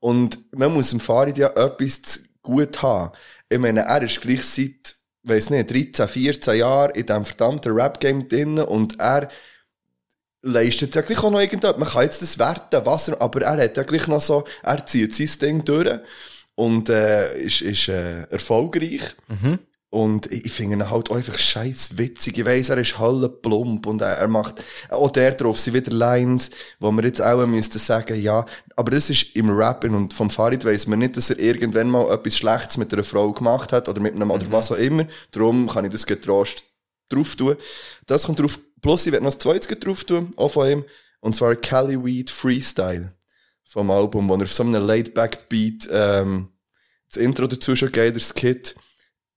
B: Und man muss dem Farid ja etwas zu gut haben. Ich meine, er ist gleich seit, weiss nicht, 13, 14 Jahren in diesem verdammten Rap-Game drin und er leistet ja gleich auch noch irgendetwas. Man kann jetzt das werten, was er, aber er hat ja gleich noch so, er zieht sein Ding durch und äh, ist, ist äh, erfolgreich. Und ich, ich finde ihn halt auch einfach scheiß witzig. Ich weiss, er ist hallenplump und er, er macht, auch der drauf sind wieder Lines, wo wir jetzt auch müssten sagen, ja, aber das ist im Rappen und vom Farid weiss man nicht, dass er irgendwann mal etwas Schlechtes mit einer Frau gemacht hat oder mit einem Mann oder was auch immer. Darum kann ich das getrost drauf tun. Das kommt drauf. Plus, ich werde noch das zweites gleich drauf tun, auch von ihm. Und zwar Cali Weed Freestyle vom Album, wo er auf so einem Laid-Back-Beat, ähm, das Intro dazu schon geil, der Skit,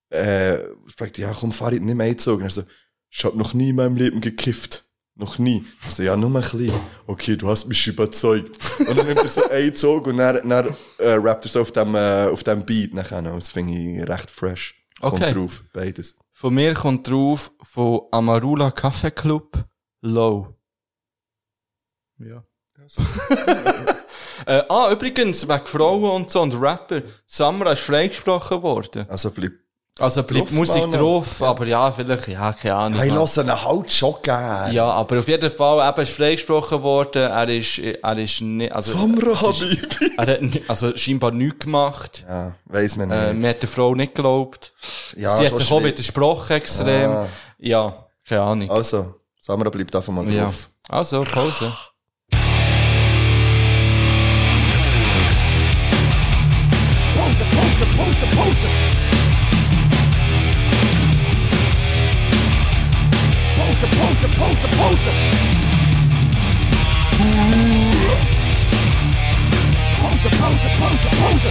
B: äh, fragt, ja, komm, Farid, nicht mehr eingezogen. Er so, ich hab noch nie in meinem Leben gekifft. Noch nie. Ich so, ja, nur ein bisschen. Okay, du hast mich überzeugt. Und dann nimmt er so einen Zug und dann, dann äh, rappt er so auf dem, äh, auf dem Beat nachher noch. Das finde ich recht fresh. Kommt
A: Okay.
B: drauf, beides.
A: Von mir kommt drauf von Amarula Café Club Low. Ja. äh, ah, übrigens, wegen Frauen und so und Rapper. Samra ist freigesprochen worden.
B: Also bleib.
A: Also bleibt
B: Drauf,
A: Musik
B: Mann.
A: drauf, aber ja, vielleicht, ja, keine Ahnung.
B: Hey,
A: Mann.
B: lass ihn halt schon gehen.
A: Ja, aber auf jeden Fall, eben ist freigesprochen worden, er ist, er ist nicht, also,
B: Samra
A: es ist-
B: Habibi.
A: er hat ni- also scheinbar nichts gemacht,
B: Ja, weiss man
A: äh,
B: nicht.
A: mir hat der Frau nicht geglaubt,
B: ja,
A: sie hat
B: schon
A: sich auch
B: schwierig.
A: widersprochen extrem,
B: Ah.
A: ja, keine Ahnung.
B: Also, Samra bleibt einfach mal
A: ja.
B: drauf.
A: Also, Pause.
D: Poser, poser, poser, poser. Poser, poser, poser, poser. Poser, poser, poser, poser. Poser, poser, poser, poser.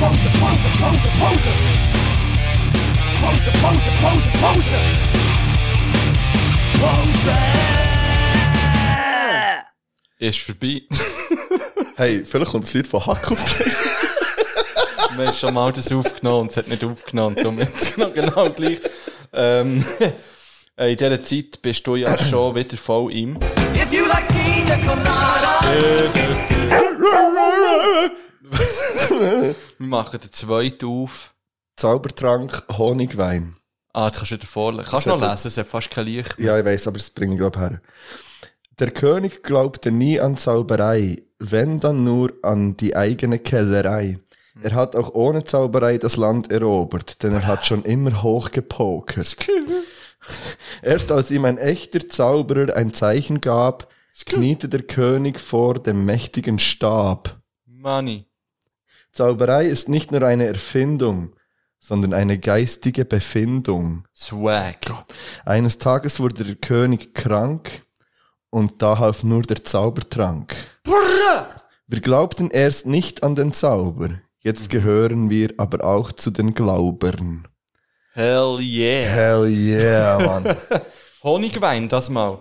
D: Poser, poser, poser, poser. Poser.
A: Ist vorbei.
B: Hey, vielleicht kommt das Lied von Hakup.
A: Wir haben schon mal das aufgenommen und es hat nicht aufgenommen. Darum jetzt genau, genau gleich. Ähm, äh, in dieser Zeit bist du ja schon wieder voll im.
E: If you like pina coladas,
A: Wir machen den zweiten auf.
B: Zaubertrank Honigwein.
A: Ah, jetzt kannst du wieder vorlesen. Kannst du
B: Das
A: noch
B: hat-
A: lesen? Es hat fast kein Licht.
B: Ja, ich weiß, aber das bringe ich glaube her. Der König glaubte nie an Zauberei, wenn dann nur an die eigene Kellerei. Er hat auch ohne Zauberei das Land erobert, denn er hat schon immer hoch gepokert. Erst als ihm ein echter Zauberer ein Zeichen gab, kniete der König vor dem mächtigen Stab.
A: Money.
B: Zauberei ist nicht nur eine Erfindung, sondern eine geistige Befindung.
A: Swag.
B: Eines Tages wurde der König krank und da half nur der Zaubertrank. Wir glaubten erst nicht an den Zauber, jetzt gehören wir aber auch zu den Glaubern.
A: Hell yeah.
B: Hell yeah, Mann.
A: Honigwein, das mal.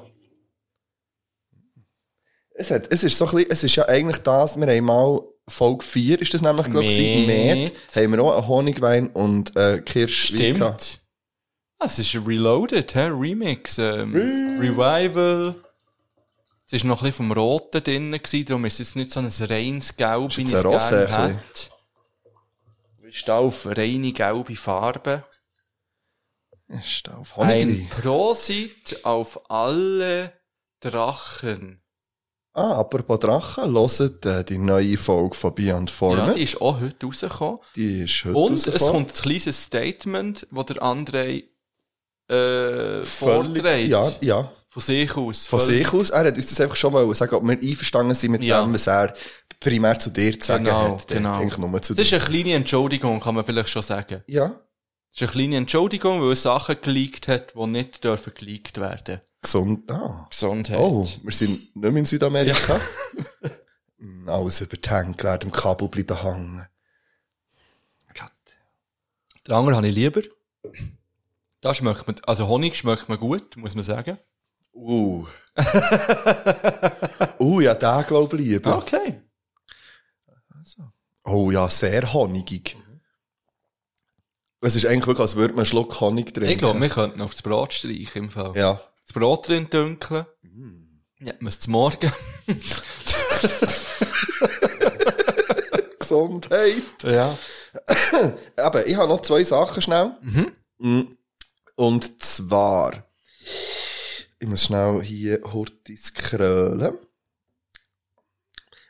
B: es, hat, es, ist so ein bisschen, es ist ja eigentlich das, wir haben mal Folge 4, ist das nämlich, glaube ich,
A: Met.
B: Met, haben wir auch einen Honigwein und äh, Kirsch. gehabt.
A: Stimmt. Ah, Es ist Reloaded, hä? Remix. Ähm, Revival. Es war noch ein bisschen vom Roten drin, gewesen, darum ist es jetzt nicht so ein reines Gelb, wie ich
B: Ist
A: es
B: jetzt ein
A: gerne
B: Rosé ein
A: hätte. Es steht auf reine gelbe Farbe.
B: Ist auf
A: Ein
B: Honigwein.
A: Prosit auf alle Drachen.
B: Ah, apropos Drachen, hört äh, die neue Folge von Beyond
A: Ja,
B: Format.
A: die ist auch heute rausgekommen.
B: die ist heute
A: Und es
B: rausgekommen.
A: kommt ein kleines Statement, das der André äh,
B: Völlig-
A: vorträgt.
B: Ja, ja.
A: Von sich aus.
B: Von
A: Völlig-
B: sich aus. Er hat uns das einfach schon mal sagen, ob wir einverstanden sind mit
A: Ja.
B: dem, was er primär zu dir zu sagen
A: Genau,
B: hat. Der
A: genau.
B: Eigentlich nur zu
A: Das ist
B: dir.
A: eine kleine Entschuldigung, kann man vielleicht schon sagen.
B: Ja,
A: Das ist eine kleine Entschuldigung, weil er Sachen geleakt hat, die nicht dürfen geleakt werden.
B: gesund. Ah.
A: Gesundheit.
B: Oh, wir sind nicht mehr in Südamerika. Mm, Alles übertankt, werden im Kabel bleiben hängen. Gott.
A: Den anderen habe ich lieber. Das schmeckt man, also Honig schmeckt man gut, muss man sagen.
B: Uh. uh, ja, den glaube ich lieber.
A: Okay.
B: Oh ja, sehr honigig. Es ist eigentlich wirklich, als würde man einen Schluck Honig trinken.
A: Ich glaube, wir könnten auf das Brot streichen im Fall.
B: Ja. Mm.
A: Das Brot drin dünkeln. Ja, man es zum Morgen.
B: Gesundheit.
A: Ja.
B: Eben, ich habe noch zwei Sachen schnell. Mm. Und zwar, ich muss schnell hier Hortis krölen.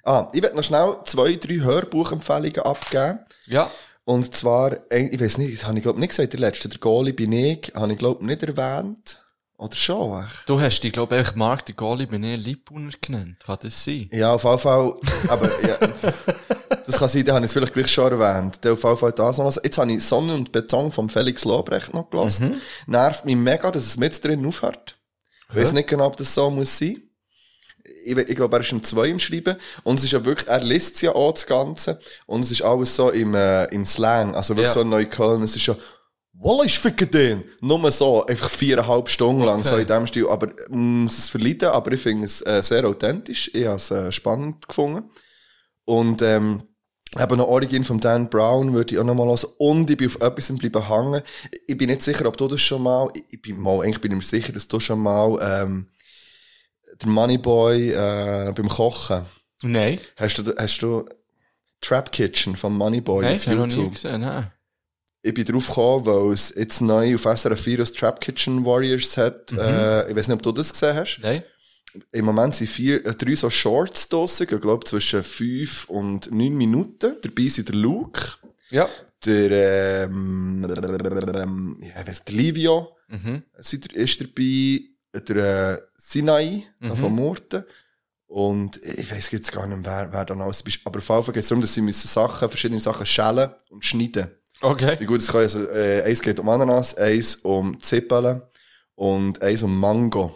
B: Ah, ich werde noch schnell zwei, drei Hörbuchempfehlungen abgeben.
A: Ja.
B: Und zwar, äh, ich weiß nicht, das habe ich glaube nicht gesagt, der letzte, der Goalie bin ich, habe ich glaube nicht erwähnt. Oder schon, echt?
A: Du hast dich, glaube ich, Mark de Goli bei mir Liebhuner genannt. Kann das sein?
B: Ja, auf jeden Fall. Aber ja, das kann sein, da habe ich es vielleicht gleich schon erwähnt. Dann auf jeden Fall das noch. was. Jetzt habe ich Sonne und Beton von Felix Lobrecht noch gelesen. Nervt mich mega, dass es mit drin aufhört. Ich weiß nicht genau, ob das so muss sein. Ich, we- ich glaube, er ist um zwei im Schreiben. Und es ist ja wirklich, er liest ja auch das Ganze. Und es ist alles so im, äh, im Slang. Also wirklich
A: Ja.
B: so in Neukölln. Es ist ja, Wolle ist ficken den! Nur so, einfach viereinhalb Stunden lang, so in dem Stil. Aber äh, muss es verleiden, aber ich finde es äh, sehr authentisch. Ich habe es äh, spannend gefunden. Und ähm, eben noch Origin von Dan Brown würde ich auch nochmal hören. Und ich bin auf etwas bleiben hängen. Ich bin nicht sicher, ob du das schon mal, ich- ich bin mal, eigentlich bin ich mir sicher, dass du schon mal ähm, der Moneyboy äh, beim Kochen,
A: Nein.
B: hast du, hast du Trap Kitchen von Moneyboy
A: Nein,
B: auf
A: das habe ich noch nie
B: YouTube?
A: gesehen. Nein.
B: ich bin drauf gekommen, weil es jetzt neu auf SRF 4 als Trap Kitchen Warriors hat.
A: Mhm.
B: Äh, ich weiß nicht, ob du das gesehen hast.
A: Nein.
B: Im Moment sind vier, äh, drei so Shorts draussen, ich glaube zwischen fünf und neun Minuten. Dabei sind der Luke,
A: Ja.
B: der, ähm, ähm, ja, ich weiss, der Livio sind, ist dabei, der äh, Sinai von Murten. Und ich weiß jetzt gar nicht, wer, wer da noch alles ist. Aber auf jeden Fall geht es darum, dass sie müssen Sachen, verschiedene Sachen schälen und schneiden wie
A: Okay.
B: gut es kann. Also, äh, eins geht um Ananas, eins um Zippeln und eins um Mango.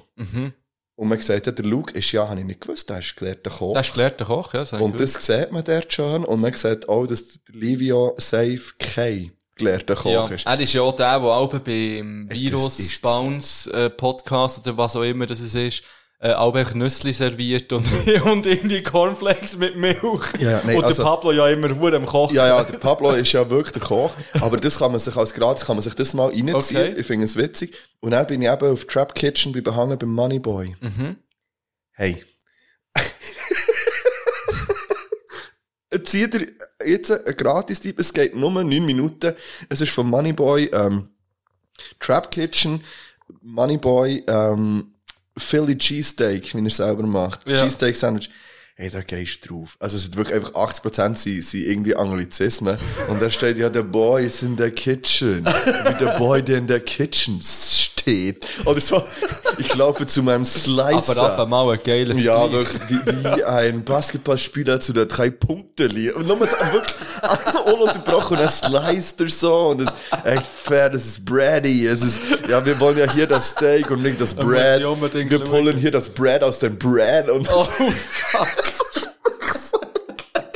B: Und man sagt, ja, der Luke ist ja, habe ich nicht gewusst, der ist gelehrter Koch.
A: Das ist gelehrter Koch, ja. sag ich
B: und
A: gut.
B: das sieht man dort schon. Und man sagt auch, dass der Livio Safe K gelehrter Koch
A: ja.
B: ist.
A: Er ist ja auch der, der auch beim
B: ist's.
A: Virus-Bounce-Podcast oder was auch immer das es ist, äh, auch einfach Nüssli serviert und, und irgendwie Cornflakes mit Milch.
B: Ja, ja, nein,
A: und
B: also-
A: der Pablo ja immer verdammt am Kochen.
B: Ja, ja, der Pablo ist ja wirklich der Koch. Aber das kann man sich als Gratis, kann man sich das mal reinziehen.
A: Okay.
B: Ich finde es witzig. Und dann bin ich eben auf Trap Kitchen bei behangen beim Moneyboy.
A: Mhm.
B: Hey. Jetzt Zieht ihr jetzt einen Gratis-Tipp? Es geht nur 9 Minuten. Es ist von Moneyboy, ähm, Trap Kitchen, Moneyboy, ähm, Philly Cheesesteak, wie er selber macht.
A: Ja.
B: Cheesesteak Sandwich. Hey, da gehst du drauf. Also es sind wirklich einfach 80% sind, sind irgendwie Anglizismen. Und da steht ja, the boy is in the kitchen. Wie der boy, der in der kitchen steht. Oder so, ich laufe zu meinem Slicer.
A: Aber auf einmal ein geiler
B: also- Ja,
A: Vergleich.
B: wirklich, wie, wie ein Basketballspieler zu der drei punkte linie Und nochmal so wirklich ununterbrochen, und er sliced er so und es ist echt fair, es ist bready, es ist, ja, wir wollen ja hier das Steak und nicht das
A: muss
B: Bread.
A: ich unbedingt
B: Wir
A: schauen.
B: pullen hier das Bread aus dem Bread und
A: Oh,
B: das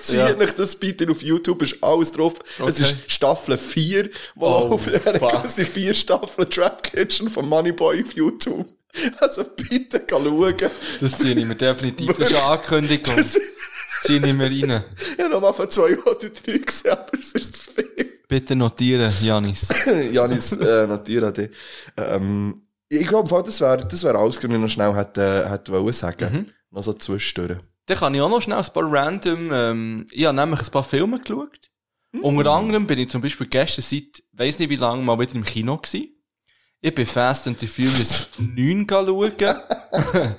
B: zieht
A: Ja.
B: euch das bitte auf YouTube, ist alles drauf. Es
A: Okay.
B: ist Staffel 4, wo
A: Oh,
B: laufen er
A: fuck.
B: ganze vier Staffeln Trap Kitchen von Moneyboy auf YouTube. Also bitte geh schauen.
A: das ziehe ich mir definitiv. Das ist eine Ankündigung. Das ziehe ich mir rein.
B: Ich habe nochmal von zwei oder drei gesehen, aber es ist zu viel.
A: Bitte notieren, Janis.
B: Janis, äh, natürlich an dich. Ähm, ich glaube, im Fall, das wäre das wär alles, was ich noch schnell hätte, hätte wollen sagen Noch so zwischendurch.
A: Dann kann ich auch noch schnell ein paar random, ähm, ich habe nämlich ein paar Filme geschaut.
B: Mm.
A: Unter anderem bin ich zum Beispiel gestern seit, weiss nicht wie lange, mal wieder im Kino gewesen. Ich bin Fast and the Furious 9 schauen.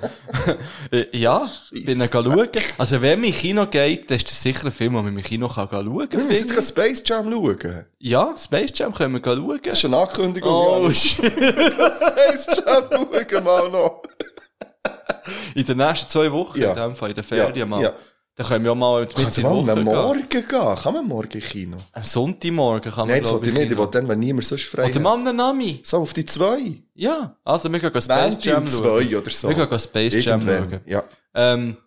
A: Äh, ja, bin ich schauen. Also wenn man im Kino geht, dann ist das sicher ein Film, den man im Kino kann schauen
B: Wir
A: kann.
B: müssen jetzt gerade Space Jam schauen.
A: Ja, Space Jam können wir schauen.
B: Das ist eine Ankündigung.
A: Oh,
B: Janis.
A: shit.
B: Space Jam schauen mal noch.
A: In den nächsten zwei Wochen,
B: Ja.
A: in dem Fall, in der Ferien
B: Ja,
A: mal.
B: ja.
A: Dann können wir auch mal mit
B: Kannst
A: in
B: du
A: die
B: mal
A: Woche gehen.
B: am Morgen gehen? Kann man morgen in Kino?
A: Am Sonntagmorgen kann man,
B: Nein, das
A: glaub
B: wollte ich nicht. Ich
A: Kino.
B: wollte dann, wenn niemand sonst frei
A: Oder
B: hat.
A: Mann, der Nami.
B: So, auf die zwei.
A: Ja, also wir gehen Space
B: Während
A: Jam
B: um
A: schauen.
B: zwei oder so.
A: Wir gehen Space Jam
B: Irgendwann,
A: schauen.
B: Ja.
A: Ähm,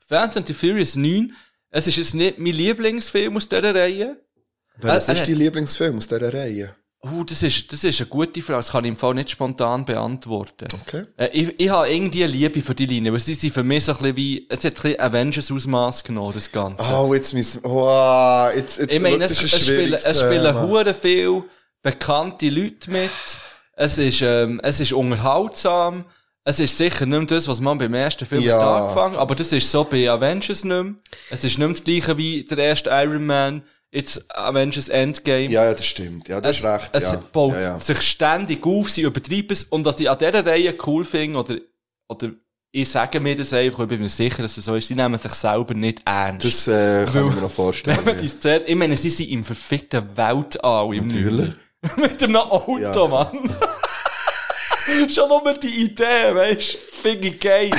A: Fast and the Furious 9, es ist jetzt nicht mein Lieblingsfilm aus dieser Reihe.
B: Was
A: Äh,
B: ist
A: äh,
B: dein Lieblingsfilm aus dieser Reihe?
A: Uh, das ist, das ist eine gute Frage, das kann ich im Fall nicht spontan beantworten.
B: Okay.
A: Äh, ich, ich habe irgendwie eine Liebe für die Linie, weil sie sind für mich so ein bisschen wie, es hat ein bisschen Avengers-Ausmaß genommen, das Ganze.
B: Oh, jetzt müssen Wow, jetzt, jetzt
A: Ich meine,
B: das
A: es,
B: ist ein
A: es spielen,
B: schwieriges
A: es spielen
B: Thema.
A: hure viel bekannte Leute mit. Es ist, ähm, es ist unterhaltsam. Es ist sicher nicht mehr das, was man beim ersten Film
B: Ja.
A: hat angefangen hat, aber das ist so bei Avengers nicht mehr. Es ist nicht mehr das gleiche wie der erste Iron Man, jetzt Avengers Endgame.
B: Ja, ja, das stimmt. Ja, das
A: es
B: ist recht.
A: es
B: ja.
A: baut
B: ja, ja.
A: sich ständig auf, sie übertreiben es. Und was ich an dieser Reihe cool finde, oder, oder Ich sage mir das einfach, ich bin mir sicher, dass es so ist. Sie nehmen sich selber nicht ernst.
B: Das äh, kann
A: Weil-
B: ich mir noch vorstellen.
A: Wenn man die Szene, ich meine, sie sind im verfickten Weltall. Im
B: Natürlich.
A: Mit einem Auto,
B: Ja, klar.
A: Mann. Schon nur die Idee, weißt du? Finde ich geil.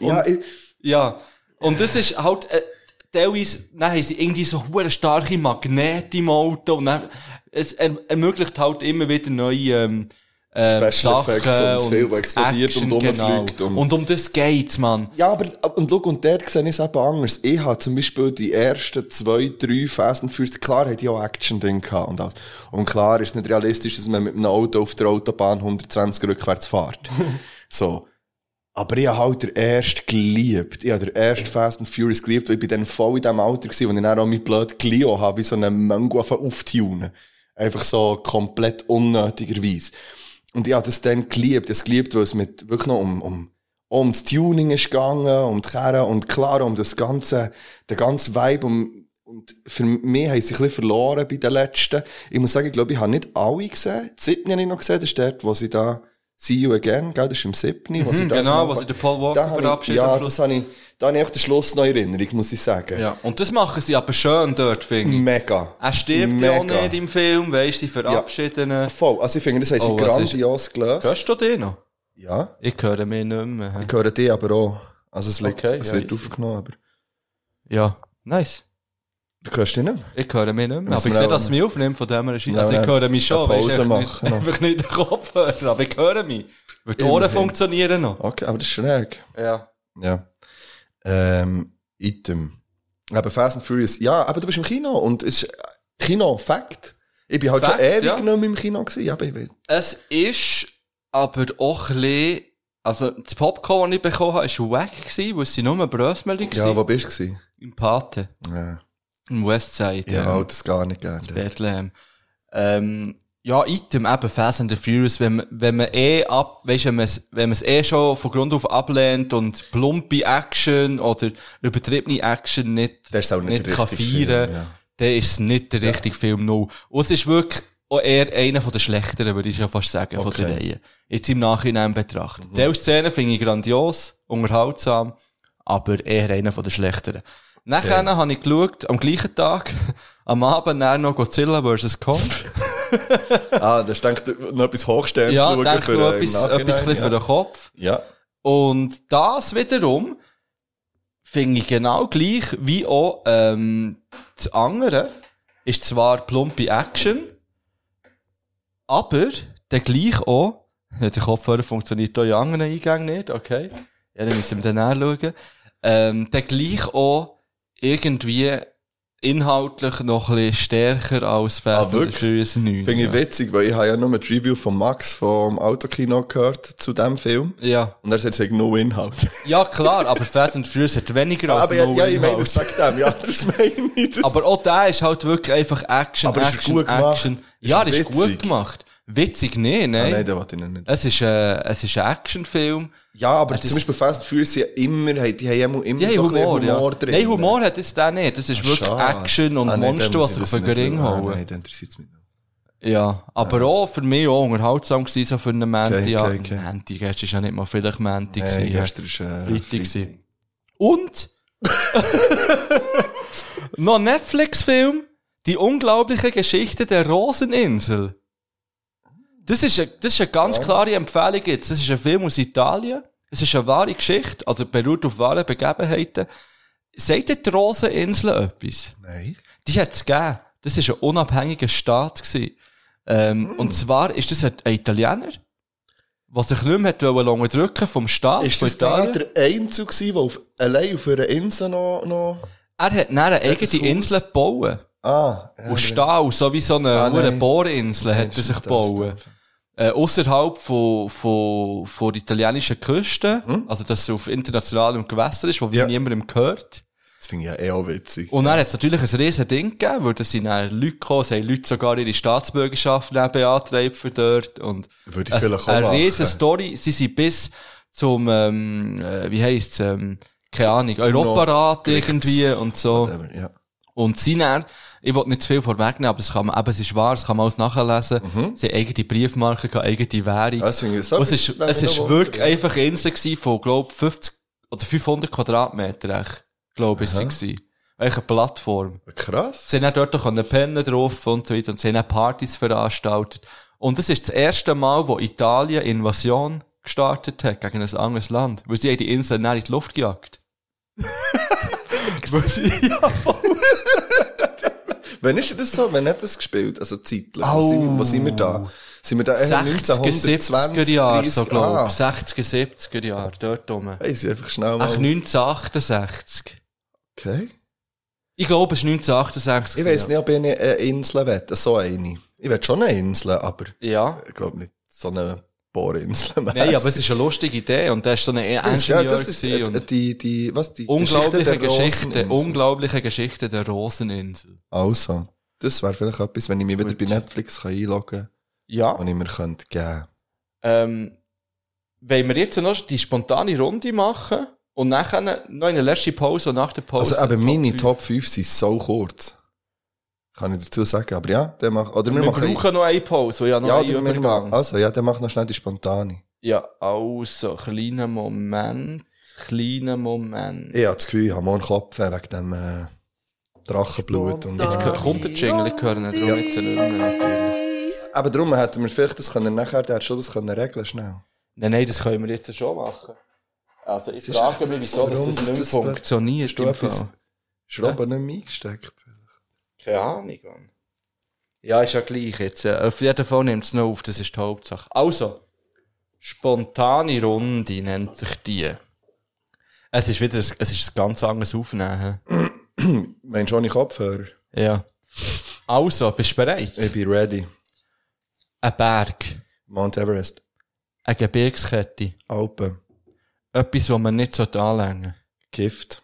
B: ja, ich,
A: Ja. Und das ist halt, äh, teilweise, dann haben sie irgendwie so hure starke Magnete im Auto und dann, es er, ermöglicht halt immer wieder neue, ähm, äh,
B: Special Effects
A: Sachen
B: und viel, was explodiert und rumfliegt
A: Genau.
B: und-
A: Und, um das geht's, Mann.
B: Ja, aber und, schau, und dort sehe ich es eben anders. Ich habe zum Beispiel die ersten zwei, drei Fast and Furious, klar hatte ich auch Action-Ding gehabt und alles. Und klar ist es nicht realistisch, dass man mit einem Auto auf der Autobahn 120 rückwärts fährt. so. Aber ich habe halt den ersten geliebt. Ich habe den ersten Fast and Furious geliebt, weil ich bin dann voll in diesem Alter gewesen, wo ich dann auch mein blöd Clio habe, wie so einen Mango auf auftunen. Einfach so komplett unnötigerweise. Und ich habe das dann geliebt. Das geliebt, weil es mit wirklich noch um, um, um das Tuning ist gegangen, um die Kerne und klar, um das ganze, den ganzen Vibe. Um, und für mich haben sie ein bisschen verloren bei den letzten. Ich muss sagen, ich glaube, ich habe nicht alle gesehen. Die siebten habe ich noch gesehen. Das ist dort, wo sie da See You Again, gell? Das ist im siebten, wo sie da
A: genau,
B: so-
A: wo sie den Paul Walker
B: Da habe ich-
A: verabschiedet am
B: Ja,
A: Schluss.
B: das habe ich, da habe ich echt den Schluss noch in Erinnerung, muss ich sagen.
A: Ja. Und das machen sie aber schön dort, finde ich.
B: Mega.
A: Er stirbt ja auch nicht im Film, weißt du, sie verabschieden ihn.
B: Voll. Also ich finde, das haben sie
A: Oh, was ist-
B: grandios gelöst.
A: Hörst du den noch?
B: Ja.
A: Ich höre mich nicht mehr. hä?
B: Ich höre die aber auch. Also es, liegt,
A: Okay,
B: es
A: ja,
B: wird
A: easy.
B: aufgenommen, aber
A: Ja, nice.
B: du hörst ihn nicht mehr.
A: Ich höre mich nicht mehr. Aber
B: Müssen
A: ich
B: wir
A: sehe,
B: auch-
A: dass es mich aufnimmt, von dem her ist Also
B: Ja,
A: ich höre mich schon,
B: eine
A: weißt du,
B: Pause
A: einfach nicht,
B: machen.
A: einfach nicht den Kopfhörer, aber ich höre mich. Weil die Ohren
B: Immerhin.
A: funktionieren noch.
B: Okay, aber das ist schräg.
A: Ja.
B: Ja. Ähm, Item. Aber Fast and Furious. Ja, aber du bist im Kino und es ist äh, Kino, Fakt. Ich bin halt
A: Fact,
B: schon ewig
A: ja.
B: nicht mehr im Kino gewesen, aber ich will.
A: Es ist aber auch ein bisschen, also das Popcorn, das ich bekommen habe, war weg, gewesen, weil es sind nur Brösmeli
B: Ja,
A: waren.
B: wo bist du gewesen?
A: Im Pate,
B: Ja.
A: im Westside.
B: Ich ja. habe das gar nicht gerne.
A: Bethlehem. Ähm, ja, Item, eben Fast and the Furious, wenn man, wenn man eh ab, weißt, wenn man es, wenn man es eh schon von Grund auf ablehnt und plumpe Action oder übertriebene Action nicht,
B: Der ist auch nicht der
A: kann
B: richtige
A: feiern,
B: Film, ja.
A: dann ist es nicht der richtige Film, no. Und es ist wirklich auch eher einer von den schlechteren, würde ich ja fast sagen, von der
B: Okay.
A: Reihe. Jetzt im Nachhinein betrachtet. Mhm. Teil Szenen finde ich grandios, unterhaltsam, aber eher einer von den schlechteren. Nachher habe ich geschaut, am gleichen Tag, am Abend dann noch Godzilla vs. Kong.
B: Ah, da denkt noch etwas Hochstehendes
A: ja,
B: schauen
A: denke noch
B: äh, im
A: etwas,
B: Nachhinein,
A: etwas ein bisschen
B: ja.
A: für den Kopf.
B: Ja.
A: Und das wiederum finde ich genau gleich wie auch ähm, das andere. Ist zwar plumpe Action, aber der gleich auch. Ja, der Kopfhörer funktioniert hier in anderen Eingang nicht, okay. Ja, dann müssen wir dann schauen. Ähm, der gleich auch irgendwie inhaltlich noch ein bisschen stärker als Fast and the
B: Ah, wirklich?
A: Furious 9.
B: Finde ich
A: ja.
B: witzig, weil ich habe ja nur ein Review von Max vom Autokino gehört zu diesem Film.
A: ja.
B: Und er sagt, es hat no Inhalt. Also
A: ja, klar, aber Fast and the Furious hat weniger als halt.
B: aber ja,
A: null
B: ja, ich meine
A: Inhalt.
B: das wegen dem. Ja, das meine ich. Das
A: Aber auch der ist halt wirklich einfach Action,
B: Aber ist er
A: Action,
B: gut gemacht?
A: Action.
B: Ist
A: Ja,
B: er
A: das ist
B: witzig?
A: gut gemacht. Witzig, nee,
B: ah,
A: nein.
B: nein, den wollte ich nicht.
A: es ist, äh, es ist ein Actionfilm.
B: Ja, aber
A: das-
B: zum Beispiel Fast and Furious, die haben immer, die haben immer, immer
A: Ja,
B: so ein bisschen
A: Humor,
B: Humor
A: ja.
B: drin. Ah, ne?
A: Nein, Humor hat es da nicht. Das ist wirklich
B: Schade.
A: Action und
B: Ah, nein, dann
A: Monster,
B: muss
A: was
B: ich
A: sich auf
B: das
A: den
B: nicht
A: Ring
B: schauen. Ah,
A: holen.
B: Nein, dann interessiert es mich nicht.
A: Ja, aber auch für mich auch unterhaltsam gewesen, so für einen Menti.
B: Okay,
A: ja,
B: okay, okay.
A: Menti, gestern ist ja nicht mal vielleicht Menti
B: Nein,
A: gewesen. ja.
B: gestern ist, äh,
A: Freitag gewesen. Und noch ein Netflix-Film, die unglaubliche Geschichte der Roseninsel. Das ist eine, das ist eine ganz klare Empfehlung jetzt. Das ist ein Film aus Italien. Es ist eine wahre Geschichte, also beruht auf wahren Begebenheiten. Sagt dir die Roseninsel etwas?
B: Nein.
A: Die hat es gegeben. Das war ein unabhängiger Staat. Gewesen. Ähm,
B: Mm.
A: Und zwar ist das ein Italiener, der sich nicht mehr hat wollen unterdrücken vom Staat.
B: Ist
A: von
B: das da
A: Italien.
B: der Einzug gewesen, der auf, allein auf einer Insel noch, noch...
A: Er hat dann eine
B: das
A: eigene
B: Haus?
A: Insel gebaut.
B: Ah. ja,
A: Aus Stahl, so wie so eine
B: Ah,
A: ah,
B: nein.
A: Bohrinsel
B: nein,
A: hat er
B: ist
A: sich
B: nicht das
A: gebaut.
B: da.
A: Äh, Außerhalb von, von, von der italienischen Küste, also dass es auf internationalem Gewässer ist, wo
B: Hm? Ja.
A: niemandem gehört.
B: Das finde ich ja eh auch witzig.
A: Und dann hat es natürlich ein riesen Ding gegeben, weil da sind dann Leute gekommen, es haben Leute sogar ihre Staatsbürgerschaft dann beantragt für dort. Und
B: Würde ich
A: ein-
B: vielleicht auch
A: Eine
B: machen.
A: riesen Story, sie sind bis zum, ähm, äh, wie heisst's, ähm, keine Ahnung, Europarat
B: Gerichts-
A: irgendwie und so.
B: Whatever, ja.
A: Und sie dann, ich will nicht zu viel vorwegnehmen, aber es kann man, eben, es ist wahr, es kann man alles nachlesen. Sie haben eigene Briefmarken, gehabt, eigene Währung.
B: Das finde ich Mhm. so-
A: Und es ist,
B: das
A: es
B: wäre
A: ist
B: noch
A: wirklich
B: wunderbar.
A: einfach eine Insel gewesen von, glaub, 50 oder 500 Quadratmeter, glaube ich, war sie. Eigentlich eine Plattform.
B: Krass.
A: Sie haben dann dort auch können pennen drauf und so weiter und sie haben auch Partys veranstaltet. Und das ist das erste Mal, wo Italien Invasion gestartet hat gegen ein anderes Land. Weil sie haben die Insel dann in die Luft gejagt. Weil sie, ja,
B: Wann ist denn das so? Wann hat das gespielt? Also zeitlich.
A: Au.
B: Wo, sind wir, wo sind wir da? Sind wir da eher
A: 60er, 70er
B: 1920,
A: Jahre, so
B: 30?
A: glaube
B: Ah,
A: ich. 60er, 70er Jahre, dort rum.
B: Hey, sie einfach schnell
A: Ach,
B: mal.
A: 1968.
B: Okay.
A: Ich glaube, es war 1968.
B: Ich weiss
A: ja.
B: nicht, ob ich eine eine Insel will. So eine. Ich will schon eine Insel, aber
A: Ja.
B: ich glaube nicht so eine Bohrinsel.
A: Nein, aber es ist eine lustige Idee und da ist so ein Ingenieur
B: ja, das ist
A: gewesen
B: äh,
A: und
B: die, die, was, die
A: unglaubliche
B: der
A: Geschichte,
B: Roseninsel.
A: unglaubliche Geschichte der Roseninsel.
B: Also, das wäre vielleicht etwas, wenn ich mich wieder bei Netflix kann einloggen
A: Ja.
B: kann, was ich mir könnte geben
A: Ähm, wollen wir jetzt noch die spontane Runde machen und nachher noch eine letzte Pause und nach der Pause.
B: Also eben,
A: Top
B: meine
A: fünf.
B: Top 5 sind so kurz. Kann ich dazu sagen, aber ja, der macht, oder wir,
A: Wir
B: machen...
A: brauchen noch eine Pause, weil ich habe noch
B: ja,
A: einen
B: oder wir machen...
A: Übergang.
B: Also, ja, der macht noch schnell die spontane.
A: Ja, also, kleiner Moment, kleiner Moment.
B: Ich habe das Gefühl, ich habe morgen Kopf wegen dem äh, Drachenblut und...
A: Jetzt gehört- kommt der Jingle, ich höre ihn darum jetzt nicht mehr natürlich.
B: Aber darum hätten wir vielleicht das können nachher, der hat schon das können regeln schnell.
A: Nein, nein, das können wir jetzt schon machen. Also, ich
B: ist
A: frage
B: echt
A: mich,
B: das,
A: wieso dass
B: warum
A: das
B: das
A: nicht
B: das
A: funktioniert.
B: Hast du
A: im
B: etwas
A: Fall.
B: Schrauben nicht mehr eingesteckt?
A: Keine Ahnung. Mann. Ja, ist ja gleich jetzt. äh, Auf jeden Fall nimmt es noch auf, das ist die Hauptsache. Also, spontane Runde nennt sich die. Es ist wieder ein, es ist ein ganz anderes Aufnehmen.
B: Meinst du ohne Kopfhörer?
A: Ja. Also, bist du bereit?
B: Ich bin ready.
A: Ein Berg,
B: Mount Everest,
A: eine Gebirgskette,
B: Alpen,
A: etwas, was man nicht so anlängen
B: Gift,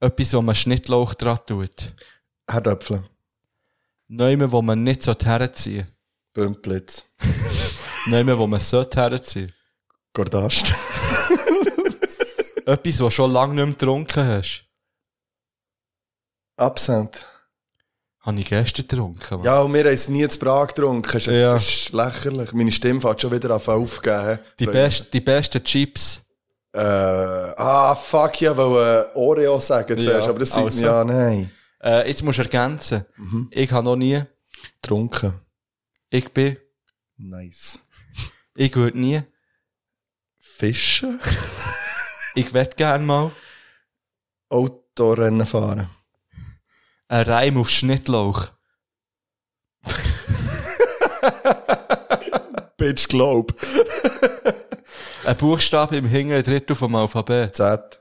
A: Etwas, wo man Schnittlauch dran tut.
B: Herdöpfel,
A: Neume, wo man nicht so herziehen
B: Bümplitz,
A: Neume, wo man sollte herziehen.
B: Gordast,
A: Etwas, was schon lange nicht mehr getrunken hast.
B: Absent.
A: Habe ich gestern getrunken. Mann.
B: Ja, und wir haben es nie zu Prag getrunken. Ist
A: Ja.
B: ja. ist lächerlich. Meine Stimme fängt schon wieder auf aufgeben.
A: Die, best, die besten Chips.
B: Äh, ah, fuck, ich wollte äh, Oreo sagen zuerst,
A: Ja,
B: aber das sieht
A: also.
B: ja, nein.
A: Äh, jetzt musst du ergänzen.
B: Mhm.
A: Ich habe noch nie,
B: Trunken.
A: ich bin,
B: Nice.
A: ich würde nie,
B: Fischen?
A: ich werde gerne mal
B: Autorennen fahren.
A: einen Reim auf Schnittlauch.
B: Bitch, glaub.
A: Ein Buchstabe im hinteren Drittel vom Alphabet.
B: Z.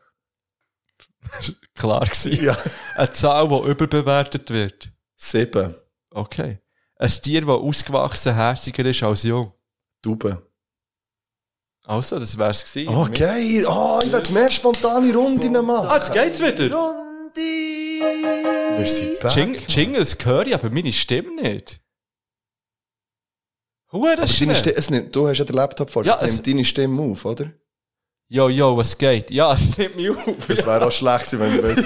A: Klar gewesen.
B: Ja.
A: Eine Zahl, die überbewertet wird.
B: Sieben.
A: Okay. Ein Tier, das ausgewachsen herziger ist als jung.
B: Tauben.
A: Also, das wär's gewesen.
B: Oh, geil. Oh, ich will mehr spontane Runden
A: Ah,
B: machen.
A: jetzt geht's wieder.
B: Wir sind back.
A: Jing Jingles höre ich, aber meine Stimme nicht. Hure
B: Aber deine
A: schnell.
B: Stimme, es nimmt, du hast ja den Laptop vor,
A: Ja,
B: es
A: es-
B: nimmt deine Stimme auf, oder?
A: Yo, yo, was geht? Ja, es nimmt mich auf.
B: Das wäre auch schlecht gewesen, wenn wir jetzt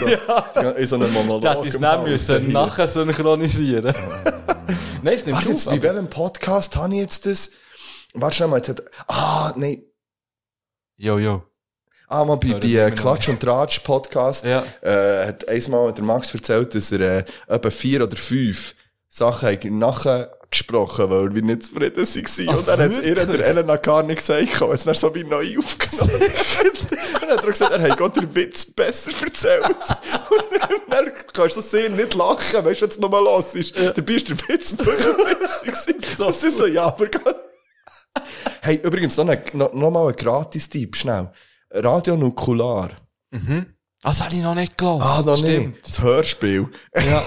B: so, in so einem Monolog
A: Das hätte ich es
B: gemacht
A: nicht müssen
B: hätten.
A: nachher synchronisieren. Nein, es nimmt
B: Oh. Warte jetzt,
A: auf.
B: bei
A: aber-
B: welchem Podcast habe ich jetzt das? Warte schnell mal, jetzt hat, ah, nein,
A: Yo, yo.
B: ah, mal bei,
A: Ja, das
B: bei
A: nehmen wir
B: äh,
A: noch.
B: Klatsch und Tratsch Podcast,
A: Ja.
B: äh, hat einmal der Max erzählt, dass er, äh, etwa vier oder fünf Sachen hat nachher gesprochen, weil wir nicht zufrieden waren. und er hat es ihr, der Elena, gar nicht gesagt, er hat es dann so wie neu aufgenommen. und hat er gesagt, er hat Gott den Witz besser erzählt. und dann kannst du so sehen, nicht lachen, weißt du, wenn es nochmal los ist. Dabei ist der Witz wirklich witzig. Das ist so, ja, aber gar Hey, übrigens, noch, eine, noch, noch mal ein Gratis-Tipp, schnell. Radio Nukular.
A: Ah, Das habe ich noch nicht gelassen.
B: Ah,
A: Oh,
B: noch
A: Stimmt.
B: nicht. Das Hörspiel.
A: Ja.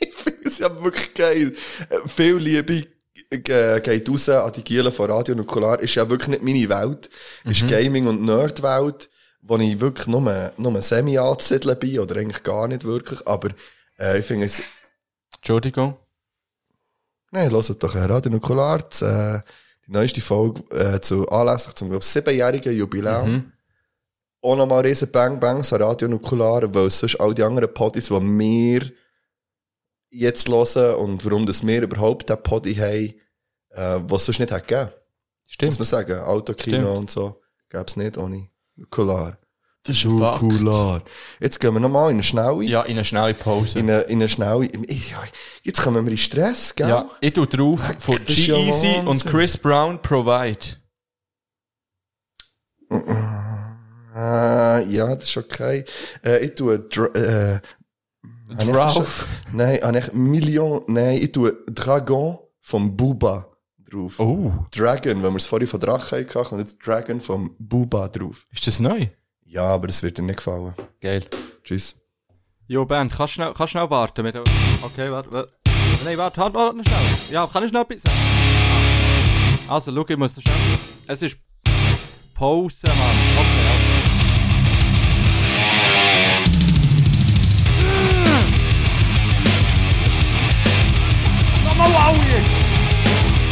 B: ich finde es ja wirklich geil. Äh, Viel Liebe äh, geht raus an die Gielen von Radio Nukular. Ist ja wirklich nicht meine Welt.
A: Mhm.
B: Ist Gaming- und Nerdwelt, wo ich wirklich nur, nur semi anzusiedeln bin oder eigentlich gar nicht wirklich. Aber äh, ich finde es...
A: Entschuldigung.
B: Nein, hört doch äh, Radio Nukular. Das,
A: Mhm.
B: äh, die neueste Folge äh, zu anlässlich zum glaub, siebenjährigen Jubiläum. auch nochmal riesen Bang Bangs an Radio Nukular, weil sonst all die anderen Podis, die wir jetzt hören und warum das wir überhaupt diesen Podi haben, äh, was es sonst nicht hat gegeben. Muss
A: Stimmt.
B: man sagen, Autokino
A: Stimmt.
B: und so gäbe es nicht ohne Nukular.
A: Das ist ein Fakt.
B: Nukular. Jetzt gehen wir nochmal in eine Schnaue.
A: Ja, in eine schnelle Pause.
B: In eine, in eine Schnaue. Ich- ja, Jetzt kommen wir in Stress, gell?
A: ja, ich tu drauf von
B: das ist ja
A: G-Eazy
B: Wahnsinn.
A: und Chris Brown Provide.
B: Äh, ja, das ist okay. Äh, ich tue Dr äh, habe ich das
A: Drauf.
B: schon- Nein, habe ich Million. Nein, ich tue Dragon vom Buba drauf.
A: Oh,
B: Dragon, wenn wir es vorhin von Drachen hatten, kommt jetzt Dragon vom Buba drauf.
A: ist das neu?
B: Ja, aber es wird dir nicht gefallen.
A: Geil.
B: Tschüss.
A: Jo, Bernd, kannst schnell, kannst schnell warten mit Okay, warte, warte. Nein, warte, halt, warte noch schnell. Ja, kann ich schnell etwas sagen? Ah. Also, schau, ich muss noch schnell... Es ist... Pause, Mann. Okay, also. Nochmal Aui!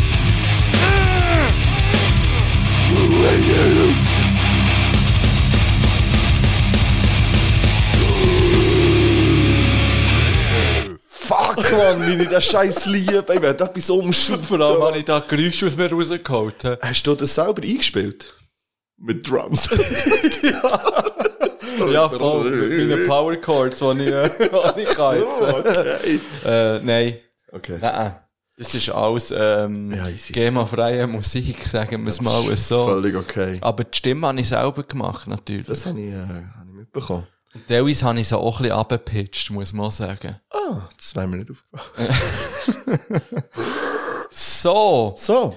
B: Fuck, Mann, wie ich das scheiß liebe. Ich werde etwas umschupfen.
A: habe ich da Geräusche aus mir rausgeholt. hä?
B: Hast du das selber eingespielt? Mit Drums.
A: Ja, voll. Mit meinen Power Chords, die ich, äh, die ich kann jetzt.
B: okay.
A: Äh, nein.
B: Oh, okay.
A: Nein, das ist alles ähm,
B: Ja, easy.
A: GEMA-freie Musik, sagen wir es mal so.
B: Völlig okay.
A: Aber die Stimme habe ich selber gemacht, natürlich.
B: Das habe ich, äh, habe ich mitbekommen.
A: Teilweise habe ich sie auch ein bisschen abgepitcht, muss man auch sagen.
B: Ah, das wäre mir nicht aufgefallen.
A: So,
B: So,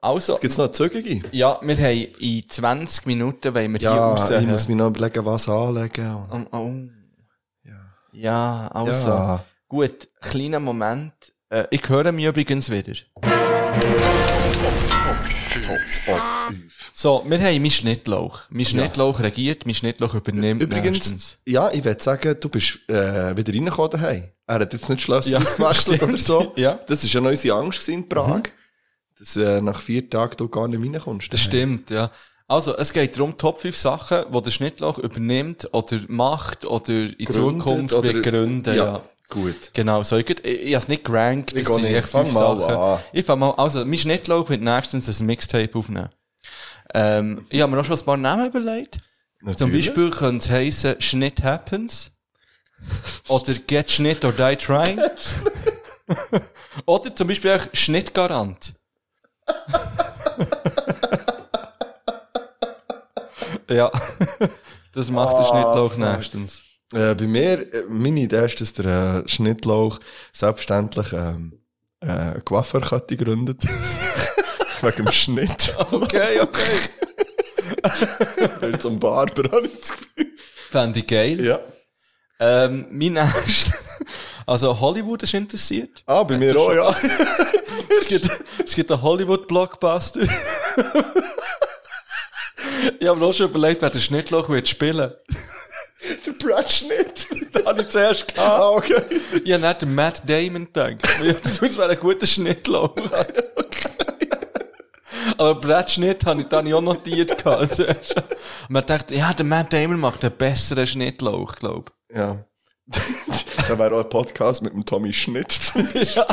A: also,
B: jetzt gibt es noch eine Zögige.
A: ja, wir haben in 20 Minuten, wollen wir hier raus.
B: ich muss mir noch überlegen, was anlegen. Und,
A: oh, oh. Ja, also,
B: Ja.
A: gut, kleiner Moment. Äh, ich höre mich übrigens wieder. So, wir haben meinen Schnittlauch. Mein Schnittlauch regiert, mein Schnittlauch übernimmt
B: Übrigens,
A: nächstens.
B: ja, ich würde sagen, du bist äh, wieder reingekommen daheim. Er hat jetzt nicht Schlösser
A: Ja,
B: ausgewechselt
A: stimmt.
B: oder so.
A: Ja.
B: Das war ja Mhm. noch unsere Angst gewesen in Prag, dass äh, nach vier Tagen du gar nicht reinkommst.
A: Das stimmt, ja. Also, es geht darum, Top 5 Sachen, die der Schnittlauch übernimmt oder macht oder in
B: Gründet
A: Zukunft
B: oder-
A: begründet. Ja.
B: Ja, gut.
A: Genau, so. Ich, ich, ich habe es nicht gerankt.
B: Ich
A: das
B: auch
A: sind
B: nicht.
A: echt
B: Fang
A: fünf
B: mal
A: Sachen.
B: an.
A: Ich fange mal Also, mein Schnittlauch wird nächstens ein Mixtape aufnehmen. Ähm, ich habe mir auch schon ein paar Namen überlegt. Zum
B: Natürlich.
A: Beispiel könnte es heissen Schnitt Happens. Oder Get Schnitt or Die Trying. oder zum Beispiel auch Schnittgarant. ja. Das macht
B: Ah,
A: der Schnittlauch nächstens.
B: Äh, bei mir, äh, meine Idee ist, dass der äh, Schnittlauch selbstverständlich ähm, äh, eine Coiffeurkette gründet. Wegen dem Schnitt.
A: Okay, okay.
B: Weil zum Barber habe ich das Gefühl.
A: Fände ich geil.
B: Ja.
A: Ähm, mein nächstes. Also, Hollywood ist interessiert.
B: Ah, bei mir
A: Also,
B: auch, ja.
A: Es gibt, es gibt einen Hollywood-Blockbuster. ich habe mir auch schon überlegt, wer den Schnittloch wird spielen.
B: der Brad Schnitt.
A: Da habe ich zuerst gehabt.
B: ah, okay.
A: Ich habe nicht an Matt Damon gedacht. Ja, Das wäre ein guter Schnittloch. Aber Brad Schnitt habe ich dann auch notiert gehabt. Also, zuerst. Und man dachte, ja, der Matt Damon macht einen besseren Schnittlauch, glaube ich.
B: Ja. da wäre auch ein Podcast mit dem Tommy Schnitt zum Beispiel.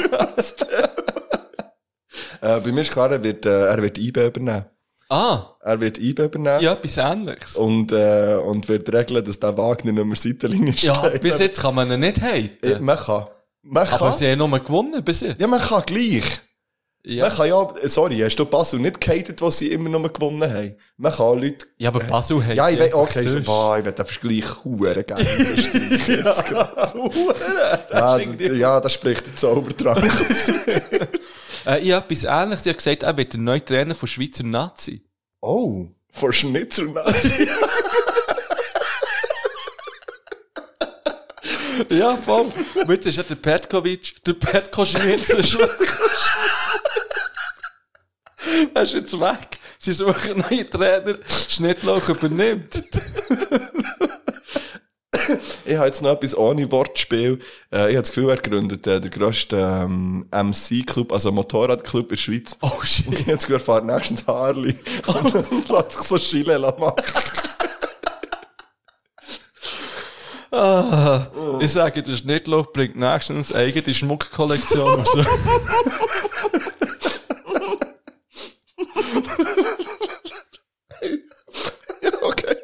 B: äh, bei mir ist klar, er wird, äh, er wird IBE übernehmen.
A: Ah,
B: Er wird IBE übernehmen.
A: ja, etwas Ähnliches.
B: Und, äh, und wird regeln, dass der Wagner nicht mehr Seitenlinie steht.
A: Ja, bis jetzt kann man ihn nicht
B: Äh,
A: haten.
B: man kann. Man
A: Aber
B: kann.
A: sie haben nur gewonnen bis jetzt.
B: Ja, man kann gleich. Man
A: ja.
B: kann ja, äh, sorry, hast du Basel nicht gehatet, was sie immer noch gewonnen haben? Man kann Leute
A: ja aber Basel hat
B: Ja, ich weiß,
A: einfach
B: okay,
A: sonst.
B: ist, wow, ich werde einfach gleich Huren geben. ja, d- ja, das spricht der Zaubertrank aus.
A: Äh, ich habe etwas Ähnliches. Ich habe gesagt, er wird der neue Trainer von Schweizer Nazi.
B: Oh, vor Schnitzel Nazi.
A: Ja, voll. Und Jetzt ist ja der Petkovic, der Petko Schnitzer schon. Er ist jetzt weg. Sie suchen einen neuen Trainer. Schnittlauch übernimmt.
B: ich habe jetzt noch etwas ohne Wortspiel. Äh, ich habe das Gefühl, er gründet äh, den grössten ähm, MC-Club, also Motorradclub in der Schweiz.
A: Oh shit. Oh.
B: Ich habe das Gefühl, er fährt nächstens Harley und lässt sich so Chile machen.
A: Ah,
B: Oh.
A: Ich sage, der Schnittloch bringt nächstens eigene Schmuckkollektion Also, raus.
B: Okay.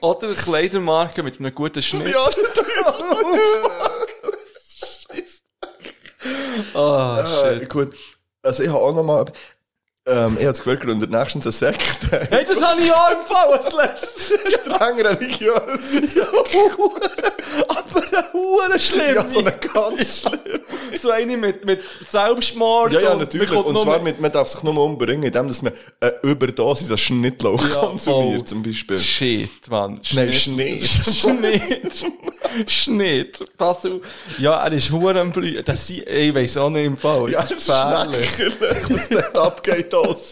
A: Oder eine Kleidermarke mit einem guten Schnitt.
B: Ja,
A: Ah,
B: äh,
A: shit.
B: gut. Also ich habe auch nochmal... Ähm, ich habe das Gefühl gegründet, nächstens eine Sekte.
A: Hey, das habe ich auch empfohlen als letztes.
B: Streng religiös.
A: Aber eine Hure schlimm.
B: Ja, so eine ganz schlimme.
A: so eine mit, mit Selbstmord.
B: Ja, ja,
A: und
B: natürlich.
A: man kommt
B: Und
A: nur
B: zwar,
A: mit-
B: mit, man darf sich nur umbringen, indem dass man eine Überdosis an Schnittlauch
A: Ja, voll.
B: konsumiert, zum Beispiel.
A: Shit, Mann.
B: Nein,
A: Schnitt.
B: Schnitt.
A: Schnitt. Schnitt. Pass auf. Ja, er ist hure am Blühen. Das sie, ich weiss auch nicht im Fall. Es
B: Ja,
A: ist
B: das ist
A: gefährlich.
B: schrecklich, was dort abgeht aus.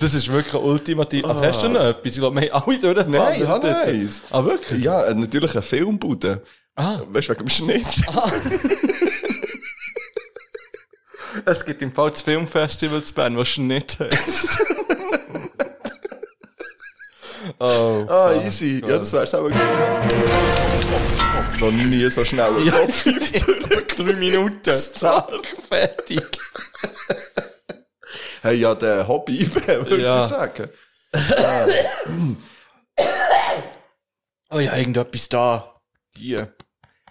A: Das ist wirklich ultimativ. Also hast du noch etwas? Ich glaube, wir haben alle durchgefahren.
B: Ah. Nein, ich habe
A: Dort.
B: eins.
A: Ah, wirklich?
B: Ja, äh, natürlich ein Filmbude. Ah. Weißt du, wegen dem Schnitt.
A: Es gibt im Fall das Filmfestival zu Bern, was Schnitt heisst. oh.
B: Ah, easy. Ja, das wär's auch gewesen. Noch nie so schnell.
A: Ja, drei Minuten. Zack, fertig.
B: Hey, eh, ja, der Hobby, würde
A: Ja.
B: ich sagen.
A: Oh ja, irgendetwas da. Hier.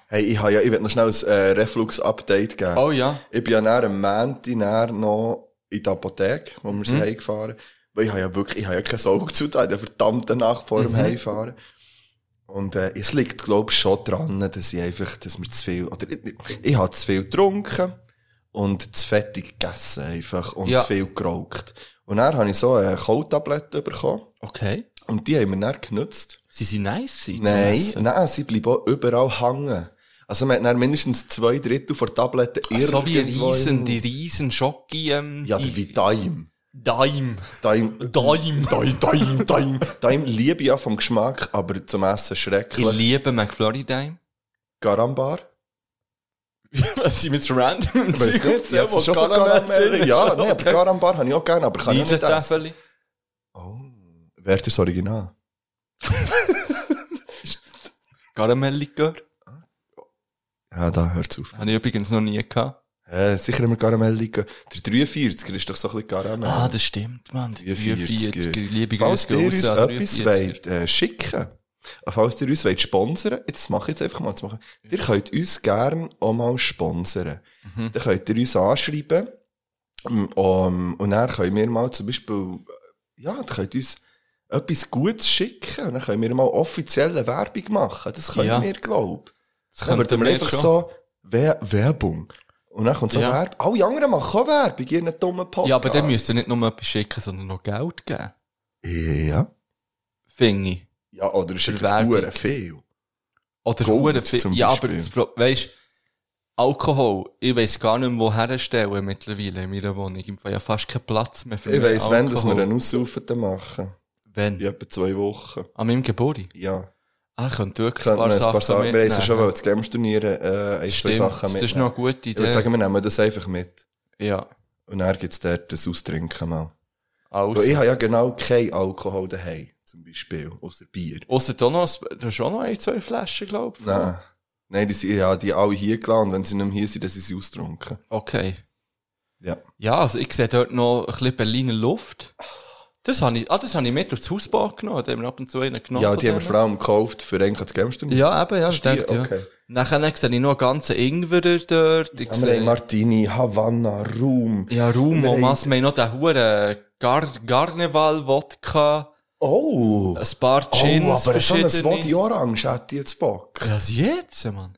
B: Hey, ich, hab ja, ich will noch schnell ein äh, Reflux-Update geben.
A: Oh ja.
B: Ich bin ja nach am Montag nachher noch in der Apotheke, wo wir mhm. heimgefahren Weil ich habe ja wirklich, ich habe ja kein Auge zu tun, in der verdammten Nacht vor dem
A: Mhm.
B: Heimfahren. Und äh, es liegt, glaube ich, schon dran, dass ich einfach, dass mir zu viel, oder ich, ich- ich habe zu viel getrunken und zu fettig gegessen einfach und
A: Ja.
B: zu viel geraucht. Und dann habe ich so eine Kohltablette bekommen
A: Okay.
B: und die haben mir dann genutzt.
A: Sie sind nice. sie
B: Nein,
A: zu essen.
B: nein, sie bleiben auch überall hängen. Also man hat dann mindestens zwei Drittel von der Tablette
A: So wie
B: irgendwo
A: riesen,
B: im-
A: die riesen Schocki, ähm,
B: Ja,
A: die
B: wie Daim.
A: Daim.
B: Daim.
A: Daim.
B: Daim, Daim, Daim. Daim liebe ich ja vom Geschmack, aber zum Essen
A: Ich
B: schrecklich.
A: liebe McFlurry Daim.
B: Garambar?
A: Was sind wir jetzt random im
B: Weiss nicht, ja, das ist schon so Garamell. Ja, nee, aber Garambar habe ich auch gerne, aber kann ich auch nicht essen. Oh,
A: Niedertäfeli.
B: Wer ist das Original?
A: Karamellikör.
B: Ja, da hört's auf.
A: Habe ich übrigens noch nie gehabt.
B: Äh, sicher immer Garamell liegen. Der 43er ist doch so ein bisschen Garamell.
A: Ah, das stimmt, Mann. Die
B: 43er.
A: 43er. Liebe
B: Falls ihr uns
A: Grüße gehen raus an
B: etwas
A: 43er.
B: wollt, äh, schicken äh, falls ihr uns wollt sponsern jetzt mache ich jetzt einfach mal, jetzt mache ich. ihr könnt uns gerne auch mal sponsern.
A: Mhm.
B: Dann könnt ihr uns anschreiben ähm, um, und dann können wir mal zum Beispiel, äh, ja, dann könnt ihr uns etwas Gutes schicken und dann können wir mal offizielle Werbung machen. Das können
A: Ja.
B: wir, glaube ich. Das
A: könnten
B: können wir
A: wir
B: einfach
A: schon.
B: so Wer Werbung. Und dann kommt so
A: Ja.
B: Werbung. Alle anderen machen auch Werbung, ihren dummen Podcast.
A: Ja, aber dann müsst ihr nicht nur etwas schicken, sondern noch Geld geben.
B: Ja.
A: Finde ich.
B: Ja, oder es ist
A: Werbung.
B: Huren viel.
A: Oder
B: Gold
A: Huren viel.
B: zum
A: Ja, aber
B: Beispiel.
A: das Pro- weisst, Alkohol, ich weiss gar nicht mehr, wo herstellen mittlerweile in meiner Wohnung. Ich habe ja fast keinen Platz mehr für
B: Ich
A: mehr
B: weiss, wenn, dass wir
A: Alkohol.
B: einen Aussaufen machen.
A: Wenn?
B: In etwa zwei Wochen.
A: An meinem Geburtstag?
B: Ja.
A: Ah, ich könnte wirklich
B: Könnten wir ein paar Sachen, wir haben ja
A: mitnehmen.
B: schon das Games-Turnier, äh, ein, zwei
A: Stimmt,
B: Sachen
A: das
B: mit.
A: ist noch eine gute
B: Ich würde sagen,
A: Idee.
B: wir nehmen das einfach mit.
A: Ja,
B: Und dann gibt's dort das Austrinken mal. Weil
A: alles.
B: ich habe ja genau keinen Alkohol daheim. Zum Beispiel. Außer Bier.
A: Ausser da noch, ein- du hast auch noch ein, zwei Flaschen, glaub ich.
B: Nein. Nein, die sind ja die alle hier geladen. Wenn sie nicht mehr hier sind, dann sind sie austrunken.
A: Okay.
B: Ja.
A: Ja, also ich sehe dort noch ein bisschen Berliner Luft. Das habe ich, ah, das habe ich mit aufs Hausbad genommen. Da haben wir ab und zu einen genommen.
B: Ja,
A: von
B: die haben wir
A: denen.
B: vor allem gekauft für eigentlich das Games-Turnier.
A: Ja, eben, ja, ich
B: ist die,
A: denke, ja.
B: okay.
A: Nachher sehe ich noch einen ganzen Ingwer dort. Ich
B: Ja, wir haben
A: sehe,
B: Martini, Havanna, Rum.
A: ja, Raum,
B: wir haben-
A: Omas, wir haben noch den Huren Gar Garneval-Wodka,
B: Oh!
A: ein paar Gins,
B: oh, aber so ein
A: verschiedene.
B: Wodka Orange hätte ich jetzt Bock.
A: Was jetzt, Mann?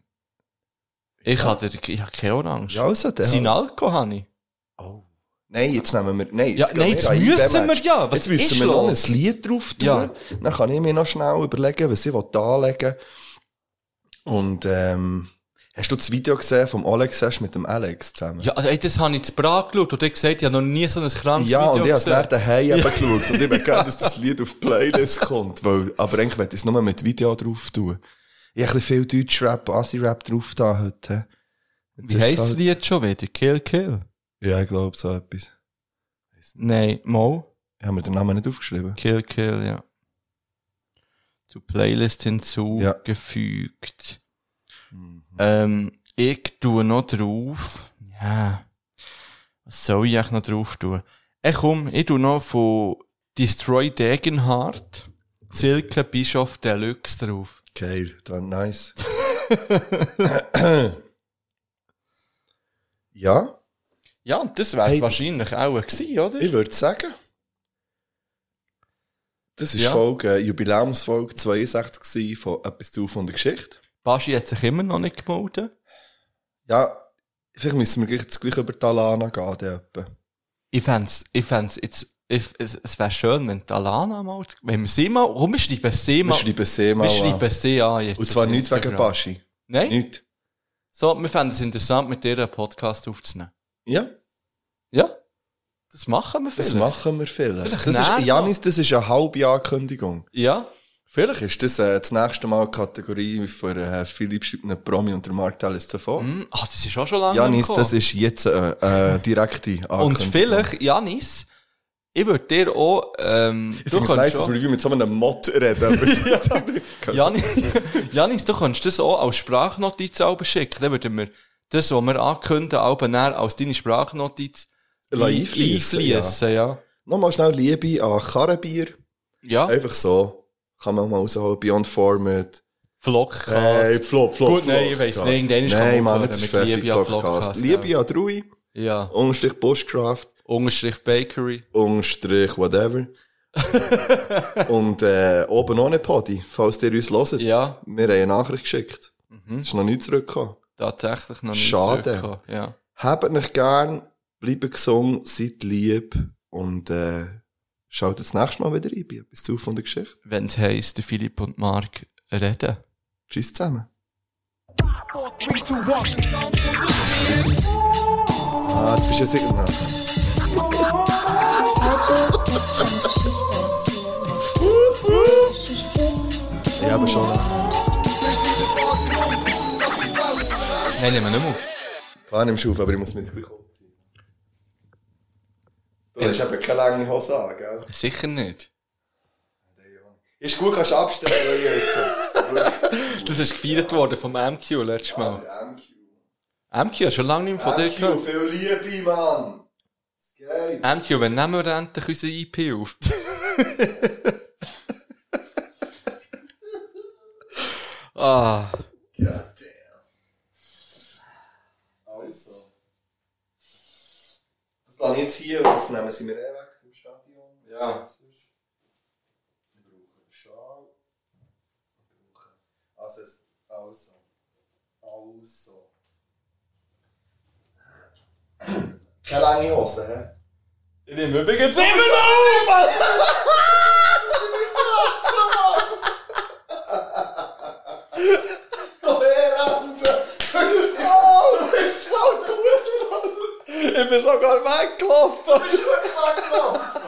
A: Ich ja. habe ich hab keine Orange.
B: Ja, also der.
A: Sein Alkohol habe ich.
B: Nein, jetzt nehmen wir. Nein,
A: Ja,
B: gehen
A: nein,
B: wir
A: jetzt
B: an
A: müssen wir
B: Ideenmatch.
A: ja. Was
B: jetzt müssen
A: ist
B: wir noch
A: los?
B: ein Lied drauf tun.
A: Ja.
B: Dann kann ich mir noch schnell überlegen, was ich anlegen will. Und ähm, hast du das Video gesehen vom Alex Sesch mit dem Alex zusammen?
A: Ja, ey, das habe ich zu Prag geschaut und ich gesagt, ich habe noch nie so ein krankes
B: Ja,
A: Video
B: und ich habe es
A: gesehen.
B: dann daheim eben geschaut. Und ich würde gerne, dass das Lied auf die Playlist kommt. Weil, aber eigentlich möchte ich es nur mit Video drauf tun. Ich habe ein bisschen viel Deutschrap, Asi-Rap drauf da heute. Jetzt
A: Wie
B: ist es
A: heisst das
B: halt-
A: Lied schon wieder? Kill Kill?
B: Ja, ich glaube so etwas.
A: Nein, Mo.
B: Ich habe mir den Namen nicht aufgeschrieben.
A: Kill Kill, ja. zu Playlist hinzugefügt. Ähm, ich tue noch drauf. Ja. Was soll ich eigentlich noch drauf tun? Ich komm, ich tue noch von Destroy Degenhardt Silke Bischof Deluxe drauf.
B: Geil, dann nice. ja,
A: Ja, und das wär's
B: Hey.
A: wahrscheinlich auch gewesen, oder?
B: ich würde sagen. Das ist
A: Ja.
B: Folge, äh, Jubiläumsfolge 62 gewesen von «Etwas zu von der Geschichte».
A: Baschi hat sich immer noch nicht gemeldet.
B: Ja, vielleicht müssen wir gleich- jetzt gleich über die Alana gehen. dann etwa.
A: Ich fänd's, ich fänd's jetzt, ich, es, es wär schön, wenn die Alana mal, wenn wir sie mal, komm, wir schreiben sie
B: Wir
A: mal,
B: schreiben sie mal
A: wir
B: an.
A: schreiben sie an eh, jetzt.
B: Und zwar
A: auf
B: nicht wegen
A: Instagram.
B: Baschi.
A: Nein?
B: Nicht.
A: So, wir fänden es interessant, mit dir einen Podcast aufzunehmen.
B: Ja,
A: Ja? Das machen wir
B: das
A: vielleicht.
B: machen wir vielleicht.
A: Vielleicht
B: Das ist,
A: näher
B: Janis, das ist eine halbe Ankündigung.
A: Ja?
B: Vielleicht ist das äh, das nächste Mal die Kategorie für äh, Philipp schreibt einen Promi und der Markt alles zuvor.
A: Hm, Ah, das ist auch schon lange
B: Janis,
A: gekommen.
B: das ist jetzt eine äh, äh, direkte Ankündigung.
A: Und vielleicht, Janis, ich würde dir auch, ähm,
B: Ich finde es nice, dass wir wie mit so einem Mod reden. aber-
A: Janis, Janis, du kannst das auch als Sprachnotiz selber schicken. Dann würden wir das, was wir ankündigen, auch näher als deine Sprachnotiz
B: Lassen einfliessen,
A: einfliessen, ja.
B: Nochmal schnell Liebe an Karrenbier.
A: Ja,
B: Einfach so. Kann man mal rausholen. Beyond Format.
A: Vloggcast.
B: Hey, Flop, Flop,
A: Ah, Gut, nein, ich weiss
B: Flopcast.
A: nicht, irgendwann kann man
B: Nein, Mann,
A: aufhören
B: jetzt ist
A: mit
B: fertig,
A: Liebe an
B: Flopcast.
A: Flopcast,
B: Liebe an Drui,
A: Ja.
B: Unterstrich Bushcraft,
A: Unterstrich Bakery.
B: Unterstrich whatever. und äh, oben ohne Podi, falls ihr uns hört.
A: Ja.
B: Wir haben eine Nachricht geschickt. Ist noch nicht zurückgekommen.
A: Tatsächlich noch nicht
B: Schade.
A: zurückgekommen, Ja.
B: Habt euch gern, bleibt gesund, seid lieb und äh, schaut das nächste Mal wieder rein. bei Bis zu von der Geschichte.
A: wenn es heisst, der Philipp und Mark reden.
B: Tschüss zusammen. Ah, jetzt bist du ja sicher noch.
C: Heute geht's um Geschichte. Geschichte
B: Ja, aber schon.
A: Nein, nehmen wir nicht mehr auf.
B: Klar, nimmst du auf, aber ich muss mir jetzt gleich umziehen. Du hast eben keine lange Hose an, gell?
A: Sicher nicht.
B: Ist gut, kannst du abstellen, jetzt.
A: Das ist gefeiert worden vom MQ letztes Mal. MQ hat schon lange nicht mehr von dir
B: MQ,
A: gehört.
B: viel Liebe, Mann! Es geht!
A: MQ, wenn nehmen wir endlich unsere IP auf? ah.
B: Also. Das lasse ich jetzt hier, weil das nehmen sie mir eh weg vom Stadion. Ja. Sonst. Ich brauche den Schal. Ich brauche. Also, es- also. Also. Keine lange Hose, hä?
A: Ich nehme übrigens immer noch! Ich bin sogar weggelaufen!
B: Schau, Ah,